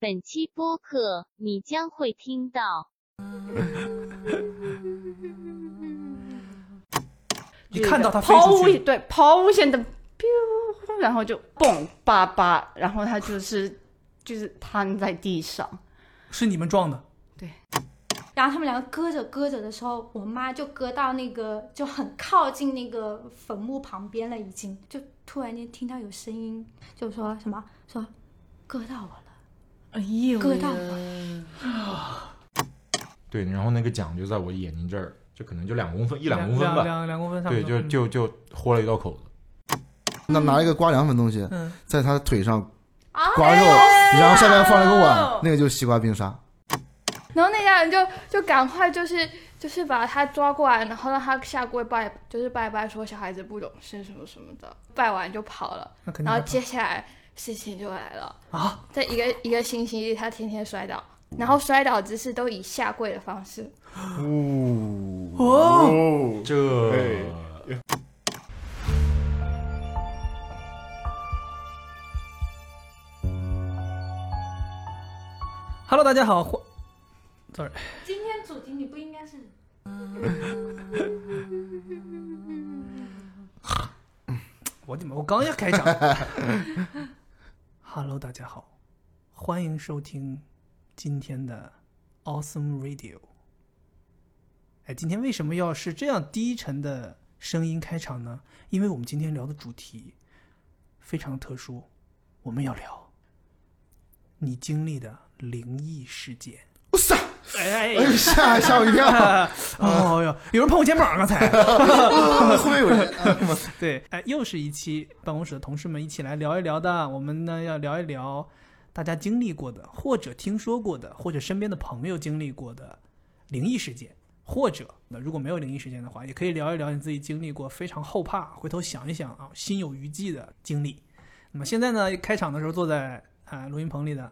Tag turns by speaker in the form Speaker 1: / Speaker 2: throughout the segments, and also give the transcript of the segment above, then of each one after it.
Speaker 1: 本期播客你将会听到。
Speaker 2: 你看到它飞
Speaker 3: 抛
Speaker 2: 出
Speaker 3: 物
Speaker 2: 去，
Speaker 3: 对抛物线的 biu，然后就蹦叭叭，然后它就是就是瘫在地上。
Speaker 2: 是你们撞的。
Speaker 4: 然后他们两个搁着搁着的时候，我妈就搁到那个就很靠近那个坟墓旁边了，已经就突然间听到有声音，就说什么说搁到我了，
Speaker 3: 哎呦
Speaker 4: 割到
Speaker 5: 对，然后那个奖就在我眼睛这儿，就可能就两公分，一两公分
Speaker 2: 两
Speaker 5: 吧。
Speaker 2: 两两公分差不
Speaker 5: 对，
Speaker 2: 多。
Speaker 5: 就
Speaker 2: 嗯
Speaker 5: 就就豁了一道口子。
Speaker 6: 那拿一个刮凉粉东西，
Speaker 2: 嗯，
Speaker 6: 在他腿上
Speaker 3: 啊
Speaker 6: 刮肉，然后下面放了个
Speaker 3: 哎
Speaker 6: 碗，那个就是西瓜冰沙。
Speaker 7: 然后那家人就就赶快就是就是把他抓过来，然后让他下跪拜，就是拜拜说小孩子不懂事什么什么的，拜完就跑了。
Speaker 2: 那肯
Speaker 7: 然
Speaker 2: 定害
Speaker 7: 后
Speaker 2: 怕。
Speaker 7: 接下来事情就来了，
Speaker 2: 啊，
Speaker 7: 在一个一个星期他天天摔倒，然后摔倒姿势都以下跪的方式。
Speaker 5: 哦，
Speaker 8: 对
Speaker 5: 这
Speaker 2: ，Hello，大家好，欢
Speaker 4: 今天主题你不应该是
Speaker 2: 我怎么我刚要开 场？Hello，大家好，欢迎收听今天的 Awesome Radio。哎，今天为什么要是这样低沉的声音开场呢？因为我们今天聊的主题非常特殊，我们要聊你经历的灵异事件。
Speaker 6: 我操！
Speaker 2: 哎
Speaker 6: 哎呦吓吓我一 跳！
Speaker 2: 哦哟，有人碰我肩膀啊刚 才。
Speaker 6: 后面有人。
Speaker 2: 对，哎，又是一期办公室的同事们一起来聊一聊的。我们呢要聊一聊大家经历过的，或者听说过的，或者身边的朋友经历过的灵异事件，或者那如果没有灵异事件的话，也可以聊一聊你自己经历过非常后怕，回头想一想啊，心有余悸的经历。那么现在呢，开场的时候坐在啊、录音棚里的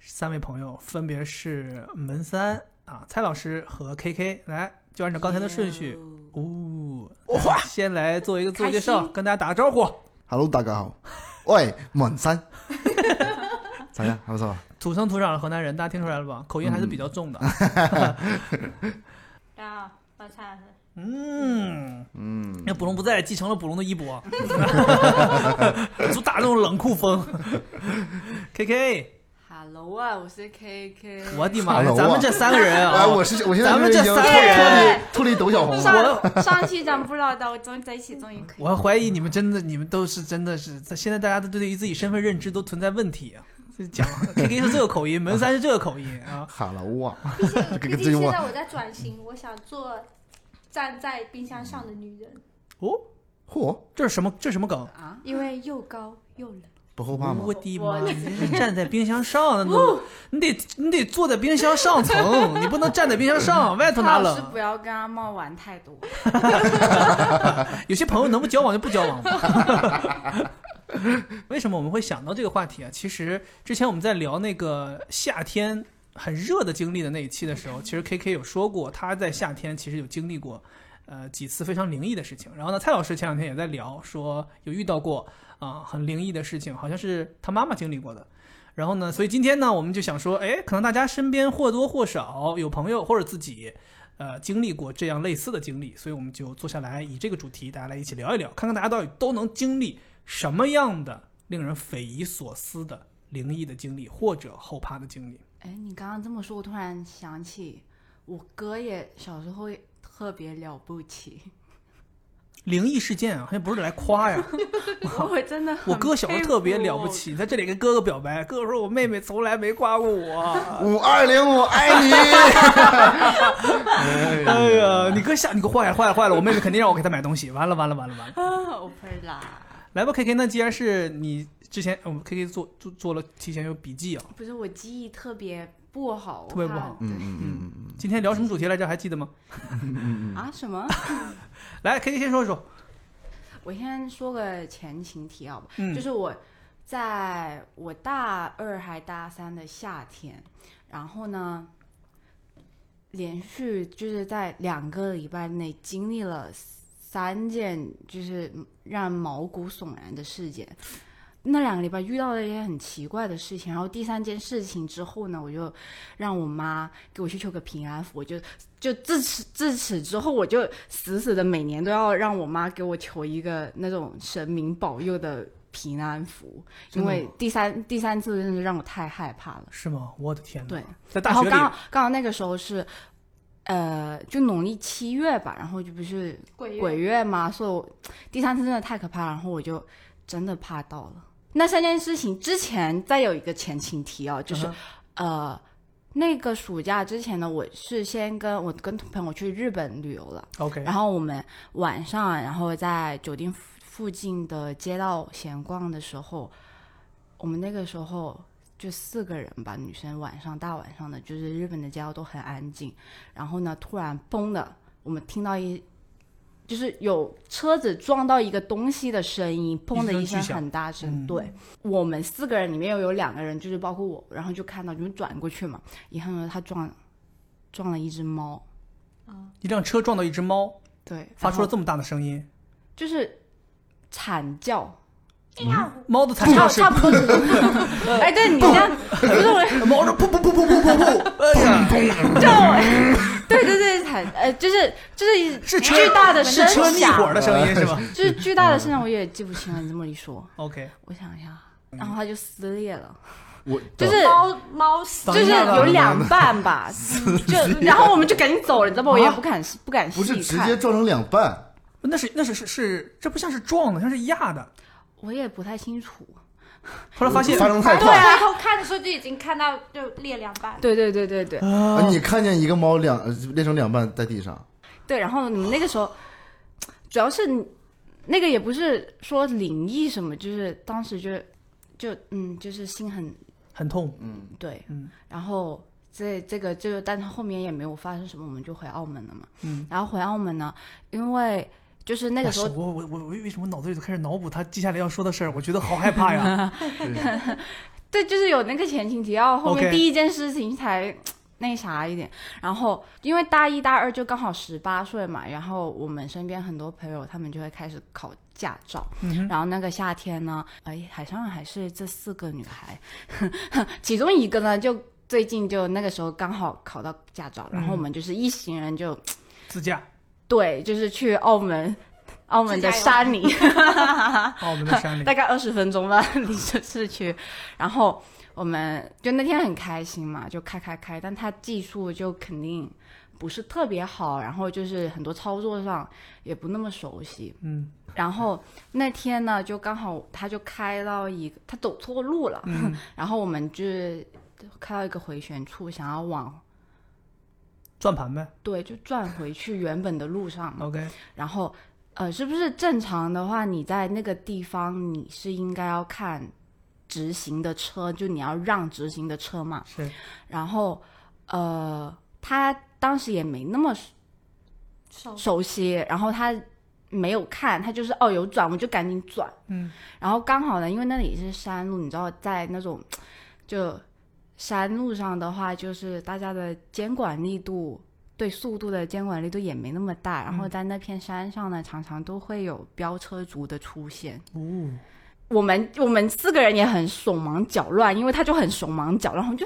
Speaker 2: 三位朋友分别是门三啊、蔡老师和 KK，来就按照刚才的顺序。哦，哇！先来做一个自我介绍，跟大家打个招呼。
Speaker 6: Hello，大家好，喂，满山，咋样？还不错吧？
Speaker 2: 土生土长的河南人，大家听出来了吧？口音还是比较重的。
Speaker 4: 啊，我猜是
Speaker 2: 嗯，
Speaker 6: 嗯
Speaker 2: 那卜龙不在，继承了卜龙的衣钵， 就打那种冷酷风。K K，
Speaker 3: Hello 啊，我是 KK。
Speaker 2: 我的妈呀！
Speaker 6: Hello 啊
Speaker 2: 咱们这三个人
Speaker 6: 哎，
Speaker 2: 啊，
Speaker 6: 我是我现在
Speaker 2: 咱们
Speaker 6: 就是已
Speaker 2: 这
Speaker 6: 经
Speaker 2: 三
Speaker 6: 脱
Speaker 2: 个人
Speaker 6: 离脱离抖 小红啊了。
Speaker 2: 我
Speaker 4: 上期咱们不知道的，我终于在一起，终于可 以。
Speaker 2: 我怀疑你们真的，你们都是真的是，现在大家都对于自己身份认知都存在问题啊。这 讲 K K 是这个口音，门三是这个口音啊。
Speaker 6: Hello 啊，
Speaker 4: 毕
Speaker 6: 这
Speaker 4: 竟
Speaker 6: 个
Speaker 4: 毕
Speaker 6: 真
Speaker 4: 竟现
Speaker 6: 我
Speaker 4: 在我在转型，我想做站在冰箱上的女人，
Speaker 2: 哦，
Speaker 6: 嚯，
Speaker 2: 这是什么？这是什么梗？
Speaker 3: 啊
Speaker 4: 因为又高又冷。
Speaker 6: 不后怕吗
Speaker 2: 我？的妈！你是站在冰箱上 的，你得你得坐在冰箱上层，你不能站在冰箱 上，外头哪
Speaker 3: 老师
Speaker 2: 冷？
Speaker 3: 不要跟阿茂玩太多。
Speaker 2: 有些朋友能不交往就不交往吧。 为什么我们会想到这个话题啊？其实之前我们在聊那个夏天很热的经历的那一期的时候，其实 K K 有说过他在夏天其实有经历过呃几次非常灵异的事情。然后呢，蔡老师前两天也在聊说有遇到过啊、很灵异的事情，好像是他妈妈经历过的。然后呢，所以今天呢，我们就想说，哎，可能大家身边或多或少有朋友或者自己呃经历过这样类似的经历，所以我们就坐下来以这个主题，大家来一起聊一聊，看看大家到底都能经历什么样的令人匪夷所思的灵异的经历或者后怕的经历。
Speaker 3: 哎，你刚刚这么说，我突然想起，我哥也小时候也特别了不起，
Speaker 2: 灵异事件啊，还不是来夸呀！
Speaker 3: 我真的很
Speaker 2: 我哥小时候特别了不起，在这里跟哥哥表白，哥哥说我妹妹从来没夸过我。
Speaker 6: 五二零，我爱你。
Speaker 2: 哎呀，你哥吓你给我坏了坏了坏了，我妹妹肯定让我给她买东西。完了完了完了完了！
Speaker 3: 佩服，啊我佩服啦。
Speaker 2: 来吧，K K，那既然是你之前，我们 K K 做做做了提前有笔记啊，
Speaker 3: 不是我记忆特别不好，
Speaker 2: 特别不
Speaker 3: 我怕
Speaker 2: 好
Speaker 6: 嗯嗯嗯嗯
Speaker 2: 今天聊什么主题来着？还记得吗？
Speaker 6: 嗯嗯嗯，
Speaker 3: 啊什么？
Speaker 2: 来，K K 先说说。
Speaker 3: 我先说个前情提要吧，
Speaker 2: 嗯
Speaker 3: 就是我在我大二还大三的夏天，然后呢，连续就是在两个礼拜内经历了三件就是让毛骨悚然的事件。那两个礼拜遇到了一些很奇怪的事情，然后第三件事情之后呢，我就让我妈给我去求个平安符，我就就自此自此之后，我就死死的每年都要让我妈给我求一个那种神明保佑的平安符，
Speaker 2: 真
Speaker 3: 因
Speaker 2: 的吗
Speaker 3: 为第三第三次真的让我太害怕了。
Speaker 2: 是吗？我的天哪！
Speaker 3: 对，
Speaker 2: 在大
Speaker 3: 然后
Speaker 2: 学
Speaker 3: 刚
Speaker 2: 里
Speaker 3: 好刚好那个时候是，呃，就农历七月吧，然后就不是
Speaker 7: 鬼
Speaker 3: 鬼月嘛，所以我第三次真的太可怕了，然后我就真的怕到了。那三件事情之前再有一个前情提要，就是、
Speaker 2: 嗯哼
Speaker 3: 呃，那个暑假之前呢，我是先跟我跟朋友去日本旅游了，
Speaker 2: OK，
Speaker 3: 然后我们晚上然后在酒店附附近的街道闲逛的时候，我们那个时候就四个人吧，女生晚上大晚上的，就是日本的街道都很安静，然后呢，突然嘣的，我们听到一。就是有车子撞到一个东西的声音，砰的一声
Speaker 2: 一声巨响
Speaker 3: 很大声。
Speaker 2: 嗯
Speaker 3: 对我们四个人里面又有两个人，就是包括我，然后就看到，就是转过去嘛，也看到他撞撞了一只猫，
Speaker 2: 一辆车撞到一只猫，
Speaker 3: 对，
Speaker 2: 发出
Speaker 3: 然后
Speaker 2: 了这么大的声音，
Speaker 3: 就是惨叫，
Speaker 2: 嗯猫的惨
Speaker 3: 差
Speaker 2: 叫是
Speaker 3: 差不多是这样。 哎，对你这样，就是我，
Speaker 6: 猫说噗噗噗噗噗噗噗，哎呀，
Speaker 3: 就 我，对对对，惨，呃，就是就是
Speaker 2: 是车
Speaker 3: 巨大的
Speaker 2: 是
Speaker 3: 声
Speaker 2: 车灭火
Speaker 3: 响，
Speaker 2: 的声音是吧
Speaker 3: 就是巨大的声响，我也记不清了。你这么一说，
Speaker 2: ？OK，嗯
Speaker 3: 我想一下，然后它就撕裂了，
Speaker 5: 我
Speaker 3: 就是。
Speaker 4: 猫猫死
Speaker 2: 等
Speaker 3: 就
Speaker 2: 一
Speaker 3: 是
Speaker 2: 下吧
Speaker 3: 有两半吧，就然后我们就赶紧走了，你知道吧？我也不敢不敢细
Speaker 6: 不是直
Speaker 3: 看
Speaker 6: 接，撞成两半，
Speaker 2: 那是那是是是，这不像是撞的，像是压的。
Speaker 3: 我也不太清楚。
Speaker 2: 后来发现
Speaker 6: 发生太
Speaker 4: 对
Speaker 6: 快。
Speaker 4: 啊，回头看的时候就已经看到就裂两半。
Speaker 3: 对对对对对，
Speaker 6: 啊你看见一个猫两呃裂成两半在地上，
Speaker 3: 对，然后你们那个时候，主要是你那个也不是说灵异什么，就是当时就就嗯，就是心很
Speaker 2: 很痛，
Speaker 3: 对，
Speaker 2: 嗯，
Speaker 3: 然后这这个就，但是后面也没有发生什么，我们就回澳门了嘛，
Speaker 2: 嗯，
Speaker 3: 然后回澳门呢，因为就是那
Speaker 2: 哇
Speaker 3: 个时
Speaker 2: 塞
Speaker 3: 候
Speaker 2: 哎我我我我为什么脑子里头开始脑补他接下来要说的事儿？我觉得好害怕呀。
Speaker 3: 对，就是有那个前情提要，后
Speaker 2: OK
Speaker 3: 面第一件事情才那啥一点。然后因为大一大二就刚好十八岁嘛，然后我们身边很多朋友他们就会开始考驾照。
Speaker 2: 嗯
Speaker 3: 然后那个夏天呢，哎，海上还是这四个女孩， 其中一个呢就。最近就那个时候刚好考到驾照，然后我
Speaker 2: 嗯
Speaker 3: 们就是一行人就
Speaker 2: 自驾，
Speaker 3: 对，就是去澳门，澳门的
Speaker 4: 自驾
Speaker 3: 山
Speaker 4: 游
Speaker 3: 里，
Speaker 2: 澳门的山里
Speaker 3: 大概二十分钟吧， 离这市区。然后我们就那天很开心嘛，就开开开，但他技术就肯定不是特别好，然后就是很多操作上也不那么熟悉。
Speaker 2: 嗯，
Speaker 3: 然后那天呢，就刚好他就开到一个，他走错路了，
Speaker 2: 嗯
Speaker 3: 然后我们就是开到一个回旋处，想要往
Speaker 2: 转盘呗。
Speaker 3: 对就转回去原本的路上嘛。
Speaker 2: OK，
Speaker 3: 然后，呃，是不是正常的话，你在那个地方你是应该要看直行的车，就你要让直行的车嘛？
Speaker 2: 是
Speaker 3: 然后，呃，他当时也没那么
Speaker 4: 手
Speaker 3: 熟悉，然后他没有看，他就是哦有转，我就赶紧转，
Speaker 2: 嗯，
Speaker 3: 然后刚好呢，因为那里是山路，你知道在那种就山路上的话，就是大家的监管力度。对速度的监管力度也没那么大，
Speaker 2: 嗯
Speaker 3: 然后在那片山上呢，常常都会有飙车族的出现。
Speaker 2: 哦，
Speaker 3: 我们我们四个人也很手忙脚乱，因为他就很手忙脚乱，然后就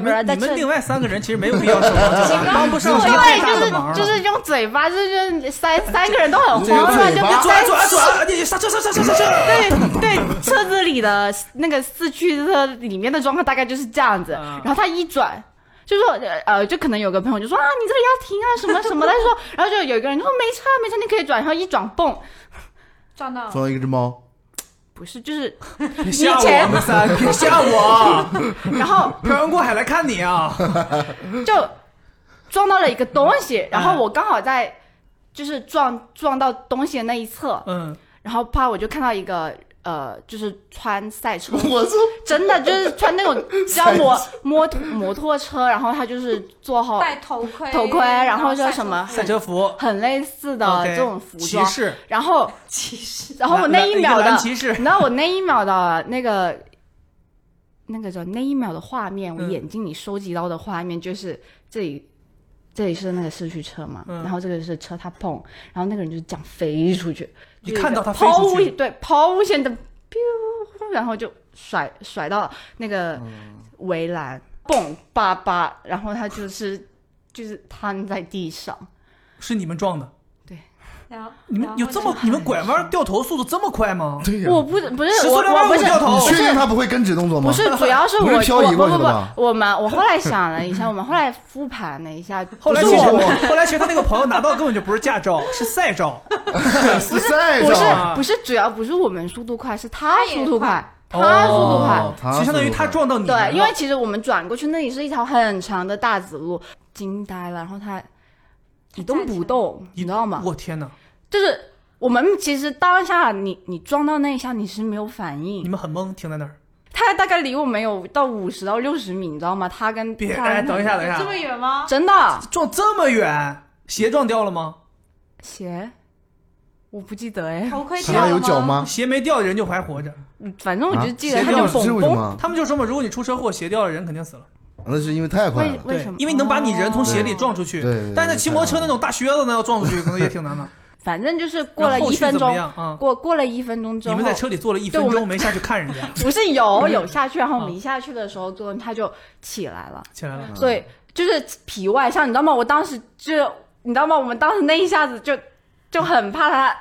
Speaker 2: 你们
Speaker 3: 在
Speaker 2: 你
Speaker 3: 车
Speaker 2: 们另外三个人其实没有必要手 忙 脚
Speaker 3: 啊
Speaker 2: 乱，帮不上什么太大的忙啊
Speaker 3: 对，
Speaker 2: 了。
Speaker 3: 就是就是用嘴巴，就是就是三三个人都很慌乱，
Speaker 6: 这
Speaker 3: 就
Speaker 6: 个嘴巴
Speaker 3: 在
Speaker 2: 转啊转啊！你刹车刹车刹车刹车！
Speaker 3: 对对，车子里的那个四驱车里面的状况大概就是这样子。
Speaker 2: 啊
Speaker 3: 然后他一转，就说呃呃，就可能有个朋友就说啊，你这里要停啊什么什么的，他说，然后就有一个人就说没车没车，你可以转。然后一转，蹦，
Speaker 4: 撞
Speaker 3: 啊
Speaker 4: 到了，
Speaker 6: 撞到一只猫，
Speaker 3: 不是就是，
Speaker 2: 别吓
Speaker 3: 以前
Speaker 2: 我们 仨，别吓我！啊
Speaker 3: 然后
Speaker 2: 漂洋过海来看你 啊！
Speaker 3: 就撞到了一个东西，然后我刚好在就是撞撞到东西的那一侧，
Speaker 2: 嗯，
Speaker 3: 然后啪我就看到一个。呃，就是穿赛车服
Speaker 6: 我操！
Speaker 3: 真的就是穿那种叫摩摩托摩托车，然后他就是做好
Speaker 4: 戴头盔，
Speaker 3: 头盔，然后
Speaker 4: 说
Speaker 3: 说什么
Speaker 2: 赛车服
Speaker 3: 很类似的
Speaker 2: OK，
Speaker 3: 这种服
Speaker 2: 骑
Speaker 3: 装，
Speaker 2: 士，
Speaker 3: 然后
Speaker 4: 骑士，
Speaker 3: 然后我那
Speaker 2: 蓝
Speaker 3: 一秒
Speaker 2: 蓝
Speaker 3: 的，
Speaker 2: 骑士
Speaker 3: 你，知道我那一秒的那个那个叫那一秒的画面，我
Speaker 2: 嗯
Speaker 3: 眼睛里收集到的画面就是这里。这里是那个市区车嘛，
Speaker 2: 嗯
Speaker 3: 然后这个是车，它碰，然后那个人就是这样飞出去，
Speaker 2: 你
Speaker 3: 就是
Speaker 2: 看到它飞
Speaker 3: 抛
Speaker 2: 出
Speaker 3: 物
Speaker 2: 去
Speaker 3: 对抛物线的，biu，然后就甩甩到那个
Speaker 2: 嗯
Speaker 3: 围栏，蹦叭叭，然后他就是就是瘫在地上。
Speaker 2: 是你们撞的？
Speaker 4: 然后
Speaker 2: 你们
Speaker 4: 然后
Speaker 2: 有这么
Speaker 4: 就
Speaker 2: 你们拐弯掉头速度这么快吗？
Speaker 6: 对呀、
Speaker 3: 我不不是
Speaker 2: 十
Speaker 3: 我
Speaker 2: 四六八
Speaker 3: 我不
Speaker 2: 五
Speaker 3: 是
Speaker 2: 掉头
Speaker 6: 你
Speaker 3: 不
Speaker 6: 确
Speaker 3: 是
Speaker 6: 定他不会跟直动作吗？
Speaker 3: 不是，主要 是
Speaker 6: 不
Speaker 3: 我
Speaker 6: 是漂移
Speaker 3: 我不
Speaker 6: 过去
Speaker 3: 不
Speaker 6: 的吧
Speaker 3: 不，我们我后来想了一下，我们后来复盘了一下，
Speaker 2: 后来
Speaker 3: 不
Speaker 2: 其
Speaker 3: 是
Speaker 2: 实
Speaker 3: 我们
Speaker 2: 后来其实他那个朋友拿到根本就不是驾照，是赛照。
Speaker 6: 不是 赛
Speaker 3: 不是
Speaker 6: 道，
Speaker 3: 不是，主要不是我们速度快，是他速度快，
Speaker 2: 他
Speaker 3: 他速度快。
Speaker 6: 哦他
Speaker 2: 其实相当于
Speaker 6: 速度快
Speaker 2: 他撞到你了。
Speaker 3: 对，因为其实我们转过去那里是一条很长的大直路，惊呆了，然后他一动不动，你知道吗？
Speaker 2: 我天哪，
Speaker 3: 就是我们其实当下你你撞到那一下你是没有反
Speaker 2: 你
Speaker 3: 应，
Speaker 2: 们很懵，停在那儿。
Speaker 3: 他大概离我们有到五十到六十米，你知道吗？他跟
Speaker 2: 别，
Speaker 3: 他
Speaker 2: 哎，等一下，等一
Speaker 4: 这么
Speaker 2: 下，
Speaker 4: 远吗？
Speaker 3: 真的
Speaker 2: 啊撞这么远，鞋撞掉了吗？
Speaker 3: 鞋，我不记得哎，
Speaker 4: 头盔
Speaker 6: 他
Speaker 4: 掉
Speaker 6: 还
Speaker 4: 了
Speaker 6: 有脚？吗？
Speaker 2: 鞋没掉，人就还活着。
Speaker 3: 嗯反正我就记得
Speaker 2: 啊
Speaker 3: 他
Speaker 2: 鞋掉
Speaker 3: 就
Speaker 6: 是
Speaker 3: 蹦
Speaker 6: 为什
Speaker 3: 蹦，
Speaker 6: 么？
Speaker 2: 他们就说嘛，如果你出车祸，鞋掉了，人肯定死了。
Speaker 6: 那是因为太快
Speaker 3: 为
Speaker 6: 了。
Speaker 3: 为
Speaker 2: 对
Speaker 3: 什么？，
Speaker 2: 因为能把你人从鞋里
Speaker 3: 哦
Speaker 2: 撞出去。
Speaker 6: 对对对
Speaker 2: 但是骑摩托车那种大靴子呢，要撞出去可能也挺难 的。
Speaker 3: 反正就是过了
Speaker 2: 然后后
Speaker 3: 一
Speaker 2: 续
Speaker 3: 分
Speaker 2: 怎么
Speaker 3: 钟，
Speaker 2: 样啊？
Speaker 3: 过过了一分钟之后，
Speaker 2: 你们在车里坐了一分
Speaker 3: 对我
Speaker 2: 钟
Speaker 3: 们
Speaker 2: 没下去看人家，
Speaker 3: 不是有有下去，然后我
Speaker 2: 啊
Speaker 3: 们一下去的时候，多恩他就起来了，
Speaker 2: 起来了。
Speaker 6: 嗯
Speaker 3: 所以就是皮外伤，你知道吗？我当时就你知道吗？我们当时那一下子就就很怕他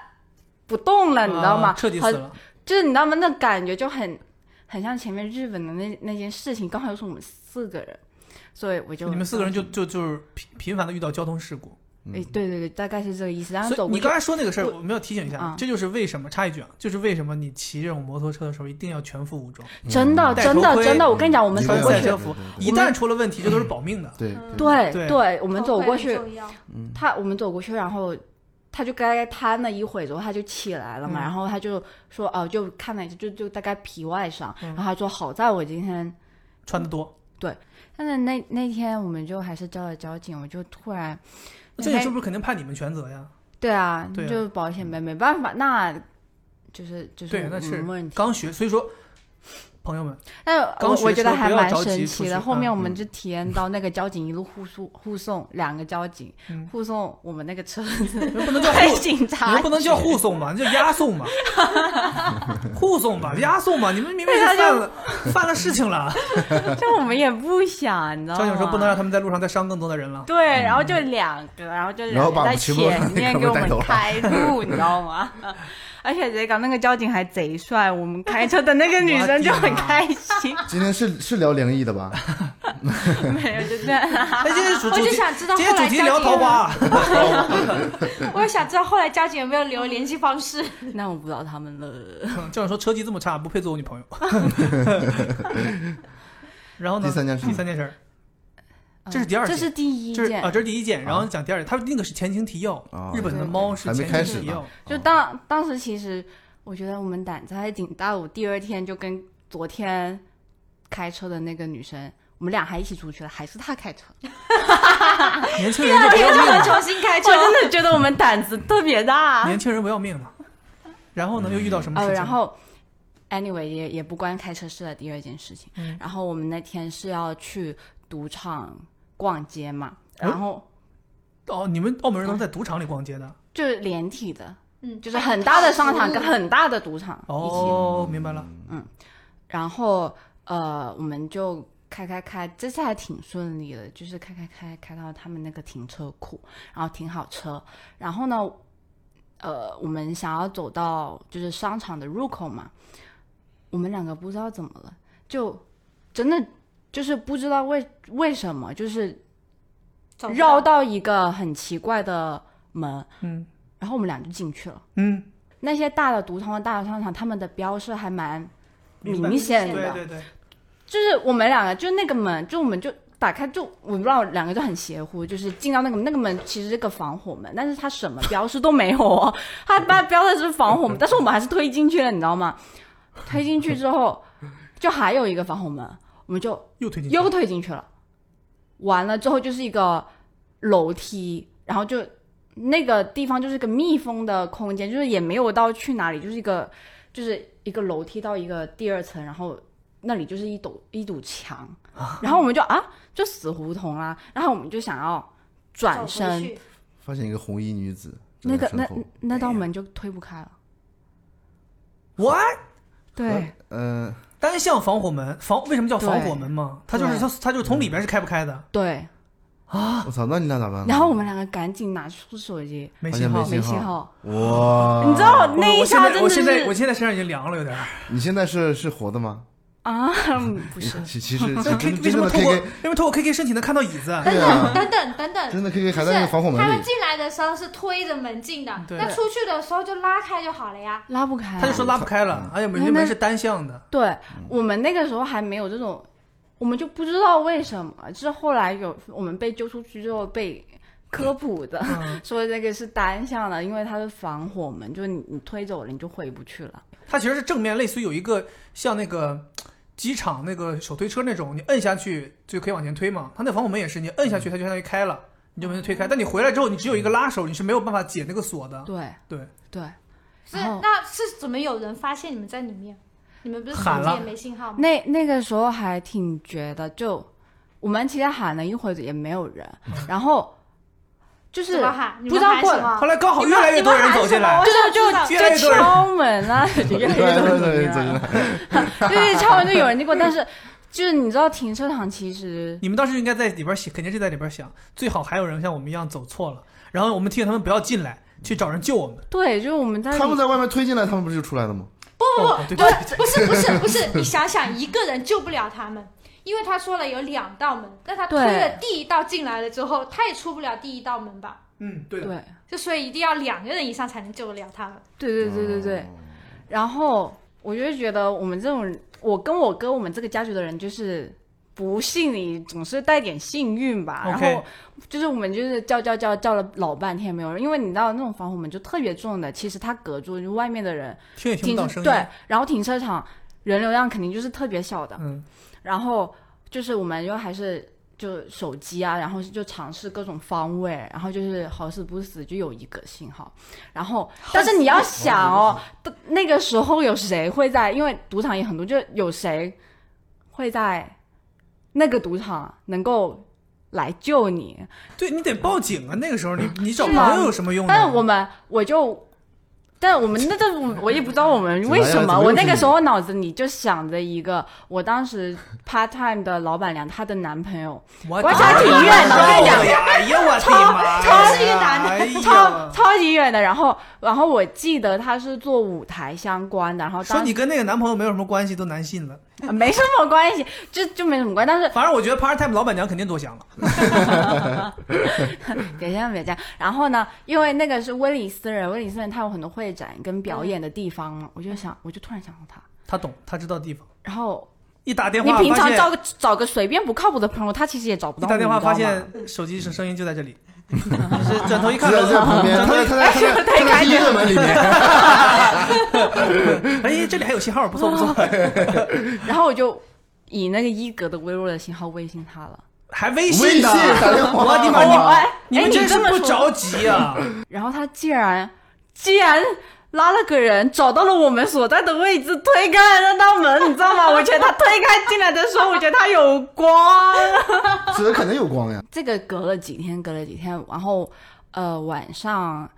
Speaker 3: 不动了，你知道吗？
Speaker 2: 啊彻底死
Speaker 3: 很
Speaker 2: 了。
Speaker 3: 就是你知道吗？那感觉就很很像前面日本的那那件事情，刚好又是我们四个人，所以我就
Speaker 2: 你们四个人就就就是频频繁的遇到交通事故，
Speaker 6: 嗯
Speaker 3: 哎，对对对，大概是这个意思。然后
Speaker 2: 所
Speaker 3: 走
Speaker 2: 以
Speaker 3: 过
Speaker 2: 你
Speaker 3: 去
Speaker 2: 刚，才说那个事儿，
Speaker 3: 我
Speaker 2: 我们要提醒一下
Speaker 3: 啊，
Speaker 2: 这就是为什么插一句啊，就是为什么你骑这种摩托车的时候一定要全副武装，
Speaker 3: 真的
Speaker 2: 戴头
Speaker 3: 真的
Speaker 2: 盔
Speaker 3: 真的，我跟你讲，我们
Speaker 6: 嗯一
Speaker 3: 走
Speaker 6: 定要
Speaker 2: 穿
Speaker 3: 过
Speaker 2: 赛
Speaker 3: 去嗯
Speaker 2: 车服
Speaker 6: 对，对
Speaker 2: 一旦出了问题，这都是保命的。
Speaker 6: 对
Speaker 3: 对
Speaker 2: 嗯对嗯
Speaker 3: 对，我们走过去
Speaker 4: 头，盔很重要
Speaker 3: 他我们走过去，然后他就该瘫了一会之后，他就起来了嘛，
Speaker 2: 嗯
Speaker 3: 然后他就说哦、就看了一下，就就大概皮外伤，
Speaker 2: 嗯
Speaker 3: 然后他说好在我今天，
Speaker 2: 穿的多，
Speaker 3: 但是那那天我们就还是叫了交警，我就突然，
Speaker 2: 这你是
Speaker 3: 哎
Speaker 2: 不是肯定判你们全责呀？
Speaker 3: 对啊，
Speaker 2: 对啊
Speaker 3: 就保险没没办法，那就是就是
Speaker 2: 对，那
Speaker 3: 我
Speaker 2: 是
Speaker 3: 们问题，
Speaker 2: 刚学，所以说朋友们，
Speaker 3: 但
Speaker 2: 刚
Speaker 3: 我
Speaker 2: 学
Speaker 3: 我
Speaker 2: 的
Speaker 3: 觉
Speaker 2: 时
Speaker 3: 得
Speaker 2: 候
Speaker 3: 还
Speaker 2: 不要
Speaker 3: 蛮
Speaker 2: 着急
Speaker 3: 神
Speaker 2: 出
Speaker 3: 奇
Speaker 2: 去
Speaker 3: 的，后
Speaker 2: 嗯
Speaker 3: 面我们就体验到那个交警一路护送护送两个交警
Speaker 2: 嗯
Speaker 3: 护送我们那个车子
Speaker 2: 不能叫
Speaker 3: 被
Speaker 2: 护，
Speaker 3: 警
Speaker 2: 你
Speaker 3: 察
Speaker 2: 们不能叫护送吧， 你叫押送吧，护送吧，押送吧，你们明明是
Speaker 3: 对他
Speaker 2: 犯
Speaker 3: 就
Speaker 2: 了犯了事情 了。
Speaker 3: 就我们也不想，你知道吗？
Speaker 2: 交警说不能让他们在路上再伤更多的人了。
Speaker 3: 对，然后
Speaker 4: 嗯
Speaker 3: 就两个，然后就
Speaker 6: 然后
Speaker 3: 两
Speaker 6: 把
Speaker 3: 个在
Speaker 6: 骑摩托
Speaker 3: 前
Speaker 6: 车
Speaker 3: 面
Speaker 6: 给
Speaker 3: 给
Speaker 6: 我
Speaker 3: 我
Speaker 6: 带走
Speaker 3: 们
Speaker 6: 了
Speaker 3: 开路，你知道吗？ 而且贼搞那个交警还贼帅，我们开车的那个女生就很开心，
Speaker 6: 今天是是聊灵异的吧？
Speaker 3: 没有就这样。
Speaker 2: 哎，今天主
Speaker 4: 我
Speaker 2: 主
Speaker 4: 就
Speaker 2: 题，
Speaker 4: 想知道
Speaker 2: 今天
Speaker 4: 后
Speaker 2: 主
Speaker 4: 来
Speaker 2: 题
Speaker 4: 交
Speaker 2: 聊
Speaker 4: 警
Speaker 2: 桃花啊，
Speaker 4: 我也想知道后来交警有没有留 联系方式。
Speaker 3: 那我不知道他们了。
Speaker 2: 交警说车技这么差，不配做我女朋友。 然后呢？
Speaker 6: 第三件事
Speaker 2: 第三件事儿，这是第二
Speaker 3: 嗯这
Speaker 2: 件
Speaker 3: 是第一
Speaker 2: 这是啊，
Speaker 3: 件，
Speaker 2: 这是第一件，然后讲第二件，他那个是前情提要
Speaker 6: 哦，
Speaker 2: 日本的
Speaker 3: 对
Speaker 2: 猫是
Speaker 6: 还没
Speaker 2: 前
Speaker 6: 开
Speaker 2: 情
Speaker 6: 始
Speaker 2: 提
Speaker 6: 呢
Speaker 2: 要，
Speaker 3: 就当当时其实我觉得我们胆子还挺大的，我第二天就跟昨天开车的那个女生，我们俩还一起出去了，还是她开车。
Speaker 2: 年轻
Speaker 3: 啊
Speaker 2: 人就 不要命了，
Speaker 4: 重新开
Speaker 3: 我真的觉得我们胆子特别大。
Speaker 2: 年轻人不要命了。然后呢，又遇到什么事
Speaker 3: 呃，
Speaker 2: 情？
Speaker 3: 啊然后，anyway 也也不关开车事的第二件事情。
Speaker 2: 嗯
Speaker 3: 然后我们那天是要去赌场逛街嘛，
Speaker 2: 哦
Speaker 3: 然后嗯
Speaker 2: 哦，你们澳门人能在赌场里逛街的？
Speaker 3: 就是连体的，
Speaker 4: 嗯，
Speaker 3: 就是很大的商场跟很大的赌场一起。嗯
Speaker 2: 哦，明白了。
Speaker 3: 然后呃，我们就开开开，这次还挺顺利的，就是开开开开到他们那个停车库，然后停好车，然后呢，呃，我们想要走到就是商场的入口嘛，我们两个不知道怎么了，就真的就是不知道为为什么，就是绕到一个很奇怪的门，
Speaker 2: 嗯
Speaker 3: 然后我们俩就进去了。
Speaker 2: 嗯，
Speaker 3: 那些大的独通的大的商场，他们的标识还蛮
Speaker 2: 明白
Speaker 3: 明显的，
Speaker 2: 对对对，
Speaker 3: 就是我们两个，就那个门，就我们就打开，就我不知道，两个就很邪乎，就是进到那个门那个门，其实是个防火门，但是它什么标识都没有哦，它它标的是防火门，但是我们还是推进去了，你知道吗？推进去之后，就还有一个防火门，我们就
Speaker 2: 又推进去
Speaker 3: 又推进去了。完了之后就是一个楼梯，然后就那个地方就是个密封的空间，就是也没有到去哪里，就是一个就是一个楼梯到一个第二层，然后那里就是一堵一堵墙，然后我们就啊就死胡同啦，然后我们就想要转身，
Speaker 6: 发现一个红衣女子。
Speaker 3: 那个
Speaker 2: 哎
Speaker 6: 正在
Speaker 3: 那
Speaker 6: 身后
Speaker 3: 那道门就推不开了。
Speaker 2: 我
Speaker 3: 对，
Speaker 6: 呃，
Speaker 2: 单向防火门，防为什么叫防火门嘛？它就是
Speaker 3: 对
Speaker 2: 它它就是从里边是开不开的
Speaker 3: 对。
Speaker 2: 啊，
Speaker 6: 我操，那你那咋办？
Speaker 3: 然后我们两个赶紧拿出手机，
Speaker 2: 没
Speaker 6: 好
Speaker 2: 信
Speaker 6: 像
Speaker 2: 号
Speaker 6: 没。信
Speaker 3: 没信
Speaker 6: 号
Speaker 3: 号。
Speaker 6: 哇，
Speaker 3: 你知道
Speaker 2: 我
Speaker 3: 那一
Speaker 2: 我现
Speaker 3: 下
Speaker 2: 在
Speaker 3: 真
Speaker 2: 我
Speaker 3: 的
Speaker 2: 现在我
Speaker 3: 是
Speaker 2: 现在身上已经凉了，有点儿。
Speaker 6: 你现在是是活的吗？
Speaker 3: 啊，不是
Speaker 6: 其其实
Speaker 2: 这 K
Speaker 6: 真
Speaker 2: 为什
Speaker 6: 真的
Speaker 2: 么透过
Speaker 6: KK
Speaker 2: 为什么透过 KK 身体能看到椅子？
Speaker 4: 等
Speaker 6: 对
Speaker 4: 等
Speaker 6: 啊
Speaker 4: 等等等等，
Speaker 6: 真的 KK 还
Speaker 4: 不
Speaker 6: 在
Speaker 4: 是
Speaker 6: 那个防火
Speaker 4: 他
Speaker 6: 门
Speaker 4: 们
Speaker 6: 里，
Speaker 4: 进来的时候是推着门进的，
Speaker 2: 对
Speaker 4: 那出去的时候就拉开就好了呀。
Speaker 3: 拉不开
Speaker 2: 他就。说拉不开了，而且门
Speaker 3: 那
Speaker 2: 这门
Speaker 3: 那
Speaker 2: 是单向的。
Speaker 3: 对我们那个时候还没有这种，我们就不知道为什么，就是后来有我们被揪出去之后被科普的，
Speaker 2: 嗯，
Speaker 3: 说这个是单向的，因为它是防火门，就是你你推走了你就回不去了。
Speaker 2: 它其实是正面，类似于有一个像那个机场那个手推车那种，你摁下去就可以往前推嘛。它那防火门也是，你摁下去它就相当于开了，你就把它推开。但你回来之后，你只有一个拉手，你是没有办法解那个锁的。
Speaker 3: 对
Speaker 2: 对
Speaker 3: 对，
Speaker 4: 是
Speaker 3: 然后
Speaker 4: 那是怎么有人发现你们在里面？你们不是手
Speaker 2: 喊
Speaker 4: 机
Speaker 2: 了
Speaker 4: 也没信号吗？
Speaker 3: 那那个时候还挺绝的，就我们其实喊了一会儿也没有 人，然后就
Speaker 4: 怎
Speaker 3: 是
Speaker 4: 么喊？你
Speaker 3: 不
Speaker 4: 们
Speaker 3: 知道
Speaker 4: 喊
Speaker 3: 过
Speaker 4: 什么
Speaker 2: 后来刚好越来越多人走进来
Speaker 4: 你，
Speaker 3: 就是
Speaker 4: 我想
Speaker 2: 知
Speaker 3: 就
Speaker 2: 道
Speaker 3: 就敲门啊， 就
Speaker 6: 对
Speaker 3: 越来
Speaker 6: 对
Speaker 3: 越
Speaker 6: 对
Speaker 3: 多
Speaker 6: 对，
Speaker 3: 人
Speaker 6: 走
Speaker 3: 进
Speaker 6: 进
Speaker 3: 来，
Speaker 6: 来，
Speaker 3: 对敲门就 有人经过，但 是就是你知道停车场其实
Speaker 2: 你们当时应该在里边想，肯定是在里边想，最好还有人像我们一样走错了，然后我们提醒他们不要进来，去找人救我们。
Speaker 3: 对，就是我们在
Speaker 6: 他们在外面推进来，他们不是就出来了吗？
Speaker 2: 哦
Speaker 4: 不
Speaker 2: 对
Speaker 4: 不
Speaker 2: 对
Speaker 4: 不，不是不是不是，你想想，一个人救不了他们，因为他说了有两道门，但他推
Speaker 3: 对
Speaker 4: 了第一道进来了之后，他也出不了第一道门吧？
Speaker 2: 嗯，对的。
Speaker 3: 对
Speaker 4: 就所以一定要两个人以上才能救得了他们。
Speaker 3: 对对对对对，然后我就觉得我们这种，我跟我哥我们这个家族的人就是。不幸里总是带点幸运吧
Speaker 2: OK
Speaker 3: 然后就是我们就是叫叫叫叫了老半天没有人，因为你知道那种防火门就特别重的，其实它隔住就外面的人
Speaker 2: 听也听
Speaker 3: 停
Speaker 2: 不到声音。
Speaker 3: 对，，然后停车场人流量肯定就是特别小的，
Speaker 2: 嗯，
Speaker 3: 然后就是我们又还是就手机啊，然后就尝试各种方位，然后就是好死不死就有一个信号，然后但是你要想哦，不那个时候有谁会在？因为赌场也很多，就有谁会在那个赌场能够来救你？
Speaker 2: 对你得报警啊！那个时候你你找
Speaker 3: 是啊
Speaker 2: 朋友有什么用呢？
Speaker 3: 但是我们我就，但我们那这我我也不知道我们为什
Speaker 6: 怎么
Speaker 3: 么，
Speaker 6: 样
Speaker 3: 我那个时候脑子里就想着一个，我当时 part time 的老板娘她的男朋友，
Speaker 2: 我
Speaker 3: 我家挺远的我跟你讲
Speaker 2: 哎呀，我的妈呀！
Speaker 3: 超
Speaker 4: 级难的
Speaker 2: 哎呀
Speaker 3: 超超级远的，然后然后我记得她是做舞台相关的，然后
Speaker 2: 说
Speaker 3: 当
Speaker 2: 你
Speaker 3: 时
Speaker 2: 跟那个男朋友没有什么关系，都难信了。
Speaker 3: 没什么关系，就就没什么关系，但是
Speaker 2: 反正我觉得 part time 老板娘肯定多想了。
Speaker 3: 别这样，别这样。然后呢，因为那个是威尼斯人，威尼斯人他有很多会展跟表演的地方嘛，我就想，我就突然想到他。
Speaker 2: 他懂，他知道地方。
Speaker 3: 然后
Speaker 2: 一打电
Speaker 3: 你
Speaker 2: 话，
Speaker 3: 平
Speaker 2: 发
Speaker 3: 常
Speaker 2: 现
Speaker 3: 找个找个随便不靠谱的朋友，他其实也找不
Speaker 2: 一
Speaker 3: 到
Speaker 2: 打
Speaker 3: 你。
Speaker 2: 电话发
Speaker 3: 你知道吗
Speaker 2: 现手机声声音就在这里，就是转头一
Speaker 6: 他
Speaker 2: 看，
Speaker 6: 在在旁边，
Speaker 2: 转
Speaker 6: 他
Speaker 2: 头
Speaker 6: 在
Speaker 2: 一
Speaker 6: 他在他在他在音乐门里面，
Speaker 2: 看，哎，这里还有信号，不错不错，
Speaker 3: 然后我就以那个一格的微弱的信号微信他了。
Speaker 2: 还微
Speaker 6: 微
Speaker 2: 信
Speaker 6: 信
Speaker 2: 呢。
Speaker 6: 打电话，
Speaker 2: 我的妈
Speaker 3: 我哎
Speaker 2: 你们真是
Speaker 3: 哎
Speaker 2: 不
Speaker 3: 你这么说
Speaker 2: 着急啊！
Speaker 3: 然后他竟然竟然拉了个人找到了我们所在的位置，推开了那道门，你知道吗？我觉得他推开进来的时候，我觉得他有光。
Speaker 6: 指的肯定有光呀，
Speaker 3: 这个隔了几天，隔了几天，然后呃晚上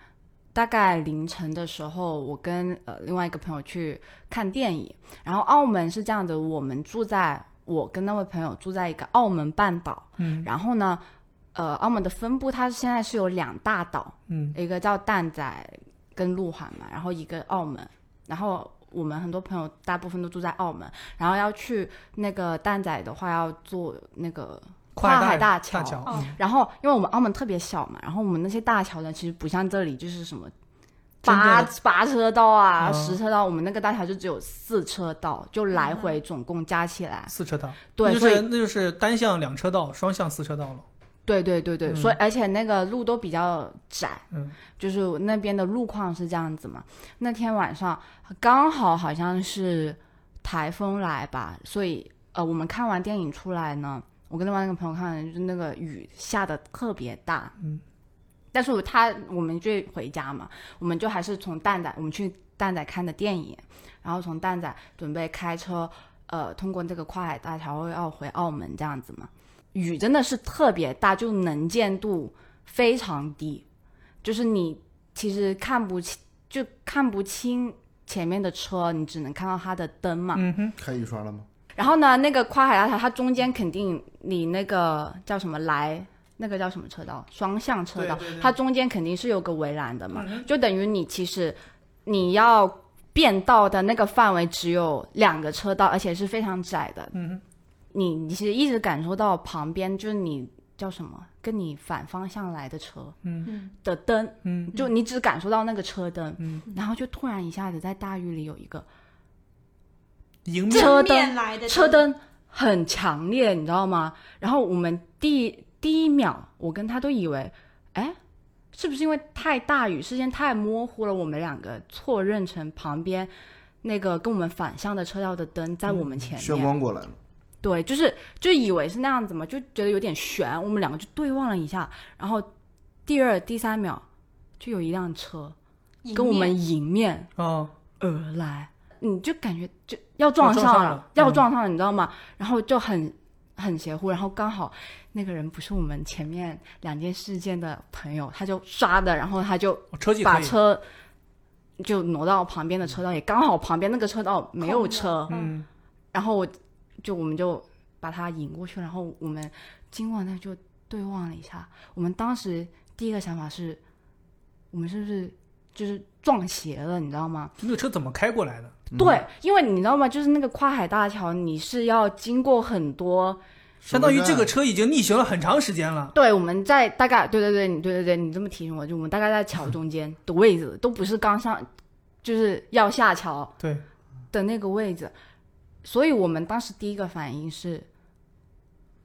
Speaker 3: 大概凌晨的时候，我跟呃另外一个朋友去看电影，然后澳门是这样的，我们住在我跟那位朋友住在一个澳门半岛，
Speaker 2: 嗯
Speaker 3: 然后呢，呃澳门的分布它现在是有两大岛，
Speaker 2: 嗯，
Speaker 3: 一个叫蛋仔跟鹿晗嘛，然后一个澳门，然后我们很多朋友大部分都住在澳门，然后要去那个蛋仔的话要坐那个跨海
Speaker 2: 大
Speaker 3: 桥，
Speaker 2: 桥，
Speaker 4: 哦
Speaker 2: 嗯
Speaker 3: 然后因为我们澳门特别小嘛，然后我们那些大桥呢，其实不像这里就是什么
Speaker 2: 真正
Speaker 3: 八
Speaker 2: 的
Speaker 3: 八车道啊、
Speaker 2: 嗯
Speaker 3: 十车道，我们那个大桥就只有四车道，就来回总共加起来，
Speaker 2: 四车道，
Speaker 3: 对，
Speaker 2: 那就
Speaker 3: 所
Speaker 2: 是
Speaker 3: 以
Speaker 2: 那就是单向两车道，双向四车道了。
Speaker 3: 对对对对，
Speaker 2: 嗯
Speaker 3: 所以而且那个路都比较窄，
Speaker 2: 嗯，
Speaker 3: 就是那边的路况是这样子嘛。那天晚上刚好好像是台风来吧，所以呃，我们看完电影出来呢，我跟另外那个朋友看完，就那个雨下的特别大，
Speaker 2: 嗯，
Speaker 3: 但是我他我们就回家嘛，我们就还是从蛋仔，我们去蛋仔看的电影，然后从蛋仔准备开车，呃，通过这个跨海大桥要回澳门这样子嘛。雨真的是特别大，就能见度非常低，就是你其实看不清，就看不清前面的车，你只能看到它的灯嘛。
Speaker 2: 嗯哼，
Speaker 6: 开雨刷了吗？
Speaker 3: 然后呢，那个跨海大桥它中间肯定你那个叫什么来，那个叫什么车道，双向车道，
Speaker 2: 对对对嗯
Speaker 3: 它中间肯定是有个围栏的嘛，就等于你其实你要变道的那个范围只有两个车道，而且是非常窄的。
Speaker 2: 嗯哼，
Speaker 3: 你你其实一直感受到旁边就是你叫什么，跟你反方向来的车，
Speaker 4: 嗯，
Speaker 3: 的灯，
Speaker 2: 嗯，
Speaker 3: 就你只感受到那个车灯，
Speaker 2: 嗯，
Speaker 3: 然后就突然一下子在大雨里有一个
Speaker 2: 迎面
Speaker 3: 车
Speaker 4: 正
Speaker 3: 灯
Speaker 4: 面来的
Speaker 3: 车，灯很强烈，你知道吗？然后我们第第一秒，我跟他都以为，哎，是不是因为太大雨，视线太模糊了，我们两个错认成旁边那个跟我们反向的车道的灯
Speaker 2: 嗯
Speaker 3: 在我们前
Speaker 6: 炫
Speaker 3: 面。
Speaker 6: 光过来了，
Speaker 3: 对，就是就以为是那样子嘛，就觉得有点悬。我们两个就对望了一下，然后第二、第三秒就有一辆车
Speaker 4: 迎
Speaker 3: 跟我
Speaker 4: 面
Speaker 3: 们迎面
Speaker 2: 啊，
Speaker 3: 而来，你就感觉就要撞上了，
Speaker 2: 要
Speaker 3: 要
Speaker 2: 撞嗯
Speaker 3: 撞上了，你知道吗？然后就很很邪乎，然后刚好那个人不是我们前面两件事件的朋友，他就刷的，然后他就
Speaker 2: 哦车技
Speaker 3: 把
Speaker 2: 可以，
Speaker 3: 车就挪到旁边的车道，也刚好旁边那个车道没有车，
Speaker 2: 嗯，
Speaker 3: 然后我就我们就把他引过去，然后我们今晚呢就对望了一下，我们当时第一个想法是，我们是不是就是撞邪了，你知道吗？
Speaker 2: 那个车怎么开过来的？
Speaker 3: 对，因为你知道吗？就是那个跨海大桥，你是要经过很多。
Speaker 2: 相当于这个
Speaker 6: 手
Speaker 2: 车已经逆行了很长时间了。
Speaker 3: 对，我们在大概，对对对，你对对对，你这么提醒我，就我们大概 在桥中间的位置，都不是刚上，就是要下桥
Speaker 2: 对，
Speaker 3: 的那个位置，所以我们当时第一个反应是，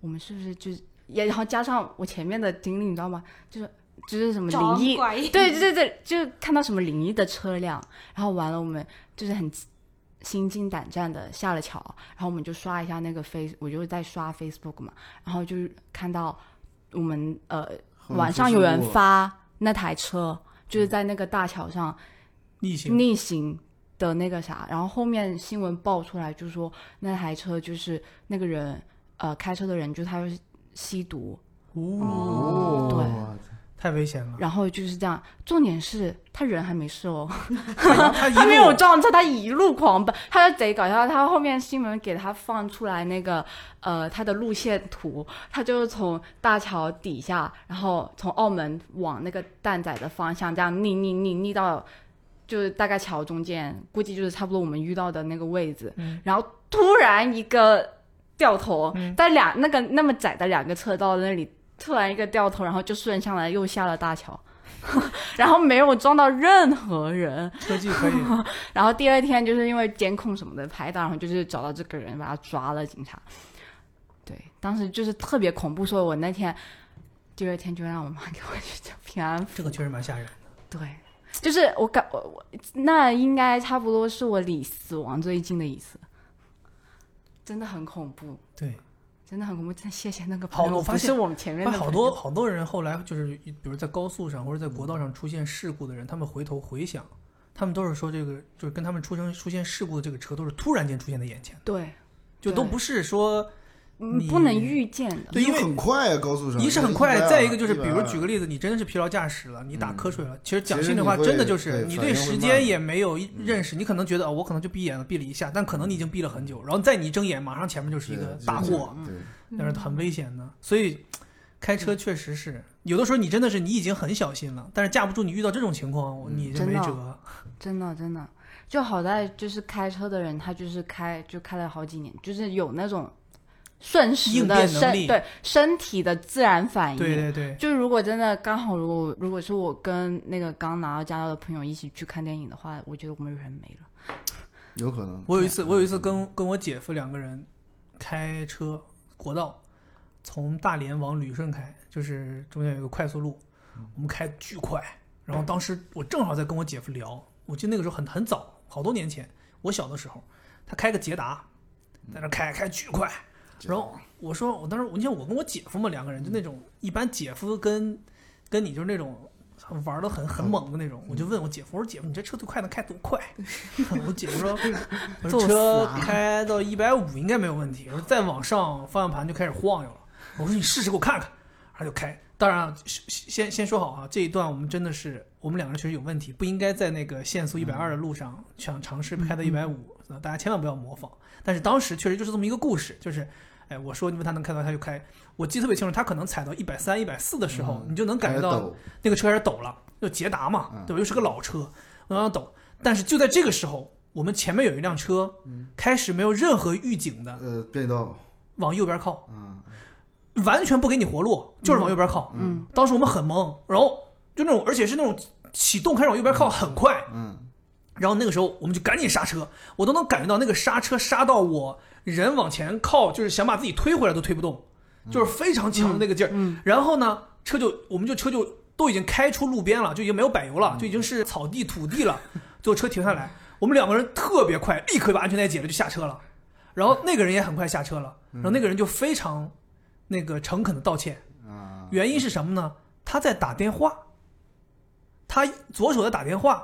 Speaker 3: 我们是不是就是也，然后加上我前面的经历，你知道吗？就是就是什么
Speaker 4: 找
Speaker 3: 灵异，
Speaker 4: 拐
Speaker 3: 对对对，就是看到什么灵异的车辆，然后完了我们就是很心惊胆战的下了桥，然后我们就刷一下那个 face，我就在刷 Facebook 嘛，然后就是看到我们呃
Speaker 6: 后面
Speaker 3: 晚上
Speaker 6: 就是
Speaker 3: 有人
Speaker 6: 路了，
Speaker 3: 发那台车就是在那个大桥上
Speaker 2: 逆行。
Speaker 3: 逆行。的那个啥，然后后面新闻爆出来，就说那台车就是那个人，呃，开车的人就他就是吸毒，
Speaker 2: 哦，
Speaker 6: 哦，
Speaker 2: 太危险了。
Speaker 3: 然后就是这样。重点是他人还没事哦，
Speaker 2: 啊他一
Speaker 3: 他没
Speaker 2: 路
Speaker 3: 有撞车，他一路狂奔，他就贼搞笑。他后面新闻给他放出来那个呃他的路线图，他就是从大桥底下，然后从澳门往那个蛋仔的方向这样逆逆逆逆到，就是大概桥中间，估计就是差不多我们遇到的那个位置。
Speaker 2: 嗯
Speaker 3: 然后突然一个掉头，
Speaker 2: 嗯
Speaker 3: 在两那个那么窄的两个车道那里，突然一个掉头，然后就顺向来又下了大桥。 然后没有撞到任何人，
Speaker 2: 车技可以，
Speaker 3: 然后第二天就是因为监控什么的拍到，然后就是找到这个人，把他抓了。警察，对，当时就是特别恐怖，所以我那天第二天就让我妈给我去找平安符。
Speaker 2: 这个确实蛮吓人的。
Speaker 3: 对，就是我感我我那应该差不多是我离死亡最近的一次，真的很恐怖，
Speaker 2: 对，
Speaker 3: 真的很恐怖。真的谢谢那个
Speaker 2: 好
Speaker 3: 朋友，
Speaker 2: 我发
Speaker 3: 不
Speaker 2: 现
Speaker 3: 是我们前面
Speaker 2: 但
Speaker 3: 的
Speaker 2: 好
Speaker 3: 朋
Speaker 2: 多
Speaker 3: 友
Speaker 2: 好多人后来就是，比如在高速上或者在国道上出现事故的人，他们回头回想，他们都是说这个就是跟他们出生出现事故的这个车都是突然间出现在眼前的，
Speaker 3: 对，
Speaker 2: 就都
Speaker 3: 对
Speaker 2: 不是说
Speaker 3: 嗯
Speaker 2: 你
Speaker 3: 不能预见的。
Speaker 2: 对，因
Speaker 6: 因
Speaker 2: 为
Speaker 6: 为很快啊，高速上啊
Speaker 2: 一是很快，
Speaker 6: 120
Speaker 2: 再一个就是，比
Speaker 6: 120
Speaker 2: 如举个例子，你真的是疲劳驾驶了，你打瞌睡了。其实讲
Speaker 6: 其实
Speaker 2: 心里
Speaker 6: 你
Speaker 2: 话，
Speaker 6: 会
Speaker 2: 真的就是
Speaker 6: 对
Speaker 2: 你
Speaker 6: 反
Speaker 2: 对
Speaker 6: 应会
Speaker 2: 时
Speaker 6: 慢
Speaker 2: 间也没有一认识，你可能觉得哦，我可能就闭眼了，闭了一下，但可能你已经闭了很久，然后再你一睁眼，马上前面就是一个大祸，，
Speaker 6: 对
Speaker 3: 嗯
Speaker 2: 那是很危险的。所以开车确实是有的时候你真的是你已经很小心了，但是架不住你遇到这种情况，
Speaker 6: 嗯
Speaker 2: 你就
Speaker 3: 真
Speaker 2: 没
Speaker 3: 的
Speaker 2: 辙。
Speaker 3: 真的真的，就好在就是开车的人，他就是开就开了好几年，就是有那种瞬时
Speaker 2: 应
Speaker 3: 的
Speaker 2: 变能
Speaker 3: 身
Speaker 2: 力
Speaker 3: 对身体的自然反应。
Speaker 2: 对对对，
Speaker 3: 就如果真的刚好，如果如果是我跟那个刚拿到驾照的朋友一起去看电影的话，我觉得我们人没了。
Speaker 6: 有可能。
Speaker 2: 我有一次，我有一次跟跟我姐夫两个人开车国道，从大连往旅顺开，就是中间有一个快速路，我们开巨快。然后当时我正好在跟我姐夫聊，我记得那个时候很很早，好多年前，我小的时候，他开个捷达，在那开开巨快。然后我说，我当时我你像我跟我姐夫嘛，两个人就那种一般姐夫跟跟你就是那种玩的很很猛的那种，我就问我姐夫，我说姐夫你这车最快能开多快？ 我姐夫说，我说
Speaker 3: 作死
Speaker 2: 车
Speaker 3: 啊
Speaker 2: 开到一百五应该没有问题，我说再往上方向盘就开始晃悠了，我说你试试给我看看，然后就开。当然啊，先先先说好啊，这一段我们真的是我们两个人确实有问题，不应该在那个限速一百二的路上想尝试开到一百五，大家千万不要模仿。但是当时确实就是这么一个故事，就是，哎，我说你们他能开到他就开，我记得特别清楚，他可能踩到一百三、一百四的时候，你就能感觉
Speaker 6: 嗯
Speaker 2: 到
Speaker 6: 抖嗯
Speaker 2: 那个车开始抖了，就捷达嘛，对吧？又是个老车，我想抖。但是就在这个时候，我们前面有一辆车，开始没有任何预警的
Speaker 6: 呃变道，
Speaker 2: 往右边靠，
Speaker 6: 嗯，
Speaker 2: 完全不给你活路，就是往右边靠。
Speaker 3: 嗯，
Speaker 2: 当时我们很懵，然后就那种，而且是那种启动开始往右边靠很快，
Speaker 6: 嗯，
Speaker 2: 然后那个时候我们就赶紧刹车，我都能感觉到那个刹车刹到我人往前靠，就是想把自己推回来都推不动，就是非常强的那个劲儿。然后呢，车就我们就车就都已经开出路边了，就已经没有柏油了，就已经是草地土地了。最后车停下来，我们两个人特别快，立刻把安全带解了就下车了。然后那个人也很快下车了，然后那个人就非常那个诚恳的道歉，
Speaker 6: 啊，
Speaker 2: 原因是什么呢？他在打电话，他左手在打电话，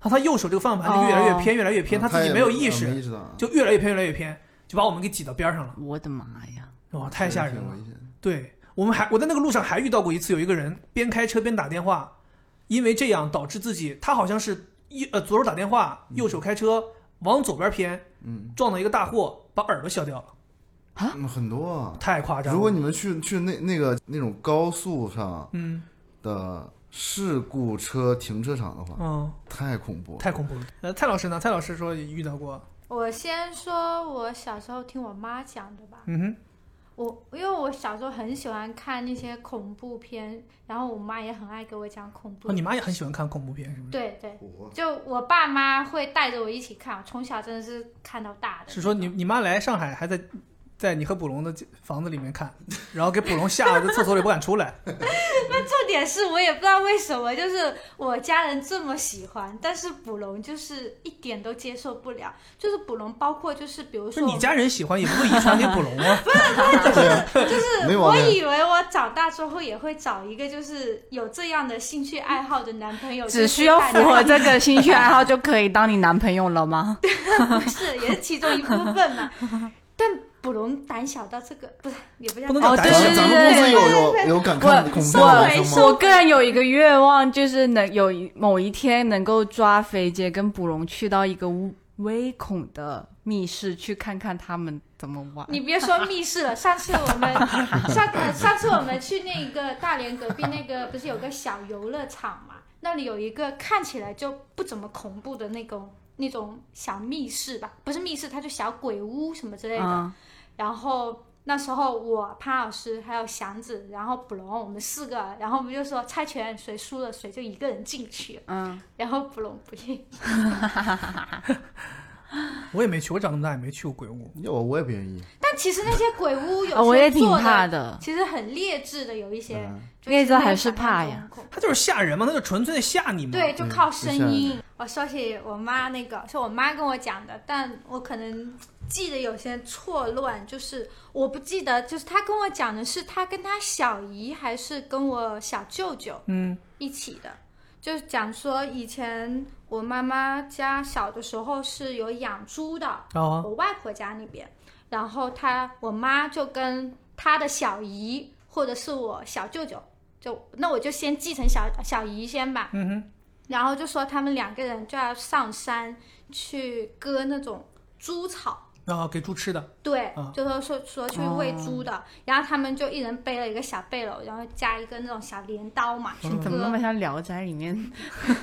Speaker 2: 然后他右手这个方向盘就越来越
Speaker 3: 哦
Speaker 2: 偏，越来越偏，他自己
Speaker 6: 也
Speaker 2: 没有意
Speaker 6: 哦啊没
Speaker 2: 识，
Speaker 6: 意识到，
Speaker 2: 就越来越偏，越来越偏，就把我们给挤到边上了。
Speaker 3: 我的妈呀！
Speaker 2: 哇，太吓人了！
Speaker 6: 挺危险的。
Speaker 2: 对我们还我在那个路上还遇到过一次，有一个人边开车边打电话，因为这样导致自己他好像是一呃左手打电话，右手开车往左边偏，
Speaker 6: 嗯，
Speaker 2: 撞到一个大货，把耳朵削掉了，
Speaker 6: 嗯很多啊。
Speaker 2: 太夸张了。
Speaker 6: 如果你们去去那那个那种高速上
Speaker 2: 嗯
Speaker 6: 的事故车停车场的话，
Speaker 2: 嗯，
Speaker 6: 太恐怖了。
Speaker 2: 太恐怖了。呃，蔡老师呢？蔡老师说也遇到过，
Speaker 4: 我先说我小时候听我妈讲的吧。
Speaker 2: 嗯哼，
Speaker 4: 我因为我小时候很喜欢看那些恐怖片，然后我妈也很爱给我讲恐怖。
Speaker 2: 哦，你妈也很喜欢看恐怖片，是不是？
Speaker 4: 对对，
Speaker 6: 我
Speaker 4: 就我爸妈会带着我一起看，我从小真的是看到大 的。
Speaker 2: 是说你你妈来上海还在在你和卜龙的房子里面看，然后给卜龙吓得在厕所里不敢出来。
Speaker 4: 重点是我也不知道为什么，就是我家人这么喜欢，但是捕龙就是一点都接受不了。就是捕龙，包括就是比如
Speaker 2: 是
Speaker 4: 说我
Speaker 2: 你
Speaker 4: 们，
Speaker 2: 家人喜欢，也不会遗传给卜龙啊。
Speaker 4: 就是
Speaker 6: 没毛
Speaker 4: 我
Speaker 6: 病
Speaker 4: 以为我长大之后也会找一个就是有这样的兴趣爱好的男朋友，
Speaker 3: 只需要符
Speaker 4: 呃就是带
Speaker 3: 合
Speaker 4: 着
Speaker 3: 这个兴趣爱好就可以当你男朋友了吗？
Speaker 4: 不 是，也是其中一部分 嘛。但捕龙胆小到这个，不是也不叫
Speaker 2: 不能
Speaker 4: 胆
Speaker 2: 叫
Speaker 3: 哦，
Speaker 2: 胆
Speaker 3: 对
Speaker 2: 小
Speaker 6: 咱
Speaker 3: 对
Speaker 6: 们咱
Speaker 3: 对
Speaker 6: 们公
Speaker 3: 对
Speaker 6: 司
Speaker 3: 对。
Speaker 6: 有有有敢看恐怖
Speaker 4: 我
Speaker 6: 的
Speaker 4: 收
Speaker 6: 吗？
Speaker 3: 我个人有一个愿望，就是能有一某一天能够抓肥姐跟卜龙去到一个微微恐的密室去看看他们怎么玩。
Speaker 4: 你别说密室了，上次我们 上呃上次我们去那个大连隔壁那个不是有个小游乐场嘛？那里有一个看起来就不怎么恐怖的那种那种小密室吧，不是密室，它就小鬼屋什么之类的。
Speaker 3: 啊，
Speaker 4: 然后那时候我潘老师还有祥子，然后卜龙，我们四个，然后我们就说猜拳，谁输了谁就一个人进去。
Speaker 3: 嗯，
Speaker 4: 然后卜龙不 愿意，
Speaker 2: 我也没去，我长那么大也没去过鬼屋。
Speaker 6: 要我我也不愿意。
Speaker 4: 但其实那些鬼屋有些
Speaker 3: 啊我也挺
Speaker 4: 做
Speaker 3: 怕
Speaker 4: 的，
Speaker 3: 的。
Speaker 4: 其实很劣质的，有一些
Speaker 6: 嗯
Speaker 4: 就是
Speaker 3: 劣质
Speaker 4: 没有
Speaker 3: 还是
Speaker 4: 想象
Speaker 3: 怕
Speaker 4: 中
Speaker 3: 呀
Speaker 4: 恐怖。
Speaker 2: 他就是吓人嘛，他就纯粹吓你嘛。
Speaker 4: 对，就
Speaker 6: 嗯
Speaker 4: 靠
Speaker 6: 不
Speaker 4: 声
Speaker 6: 像
Speaker 4: 音。我说起我妈那个，是我妈跟我讲的，但我可能记得有些错乱，就是我不记得，就是她跟我讲的是她跟她小姨还是跟我小舅舅
Speaker 2: 嗯
Speaker 4: 一起的，就是讲说以前我妈妈家小的时候是有养猪的，
Speaker 2: 啊，
Speaker 4: 我外婆家那边，然后她我妈就跟她的小姨或者是我小舅舅，就那我就先继承小小姨先吧，
Speaker 2: 嗯哼，
Speaker 4: 然后就说他们两个人就要上山去割那种猪草。
Speaker 2: 然后给猪吃的，
Speaker 4: 对
Speaker 2: 啊，哦
Speaker 4: 就说说说去喂猪的，然后他们就一人背了一个小背篓，然后加一个那种小镰刀嘛，去
Speaker 2: 哦
Speaker 3: 你怎么那
Speaker 4: 割
Speaker 3: 么像《聊斋》里 面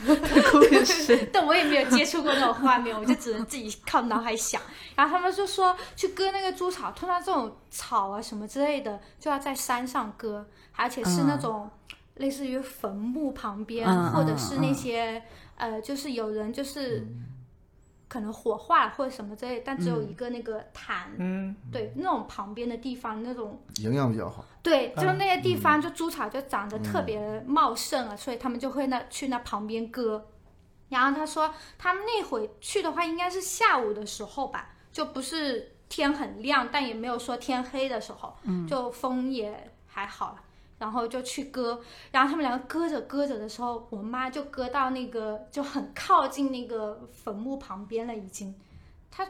Speaker 3: 的故事？
Speaker 4: 但我也没有接触过那种画面，我就只能自己靠脑海想。然后他们就说去割那个猪草，通常这种草啊什么之类的，就要在山上割，而且是那种类似于坟墓旁边，
Speaker 3: 嗯嗯
Speaker 4: 或者是那些、呃，就是有人就是。可能火化了或者什么之类，但只有一个那个坛，
Speaker 2: 嗯，
Speaker 4: 对那种旁边的地方，那种
Speaker 6: 营养比较好，
Speaker 4: 对，
Speaker 3: 嗯
Speaker 4: 就那些地方就猪草就长得特别茂盛啊，所以他们就会那去那旁边割。然后他说，他们那会去的话，应该是下午的时候吧，就不是天很亮，但也没有说天黑的时候，就风也还好了。然后就去割，然后他们两个割着割着的时候，我妈就割到那个就很靠近那个坟墓旁边了，已经。她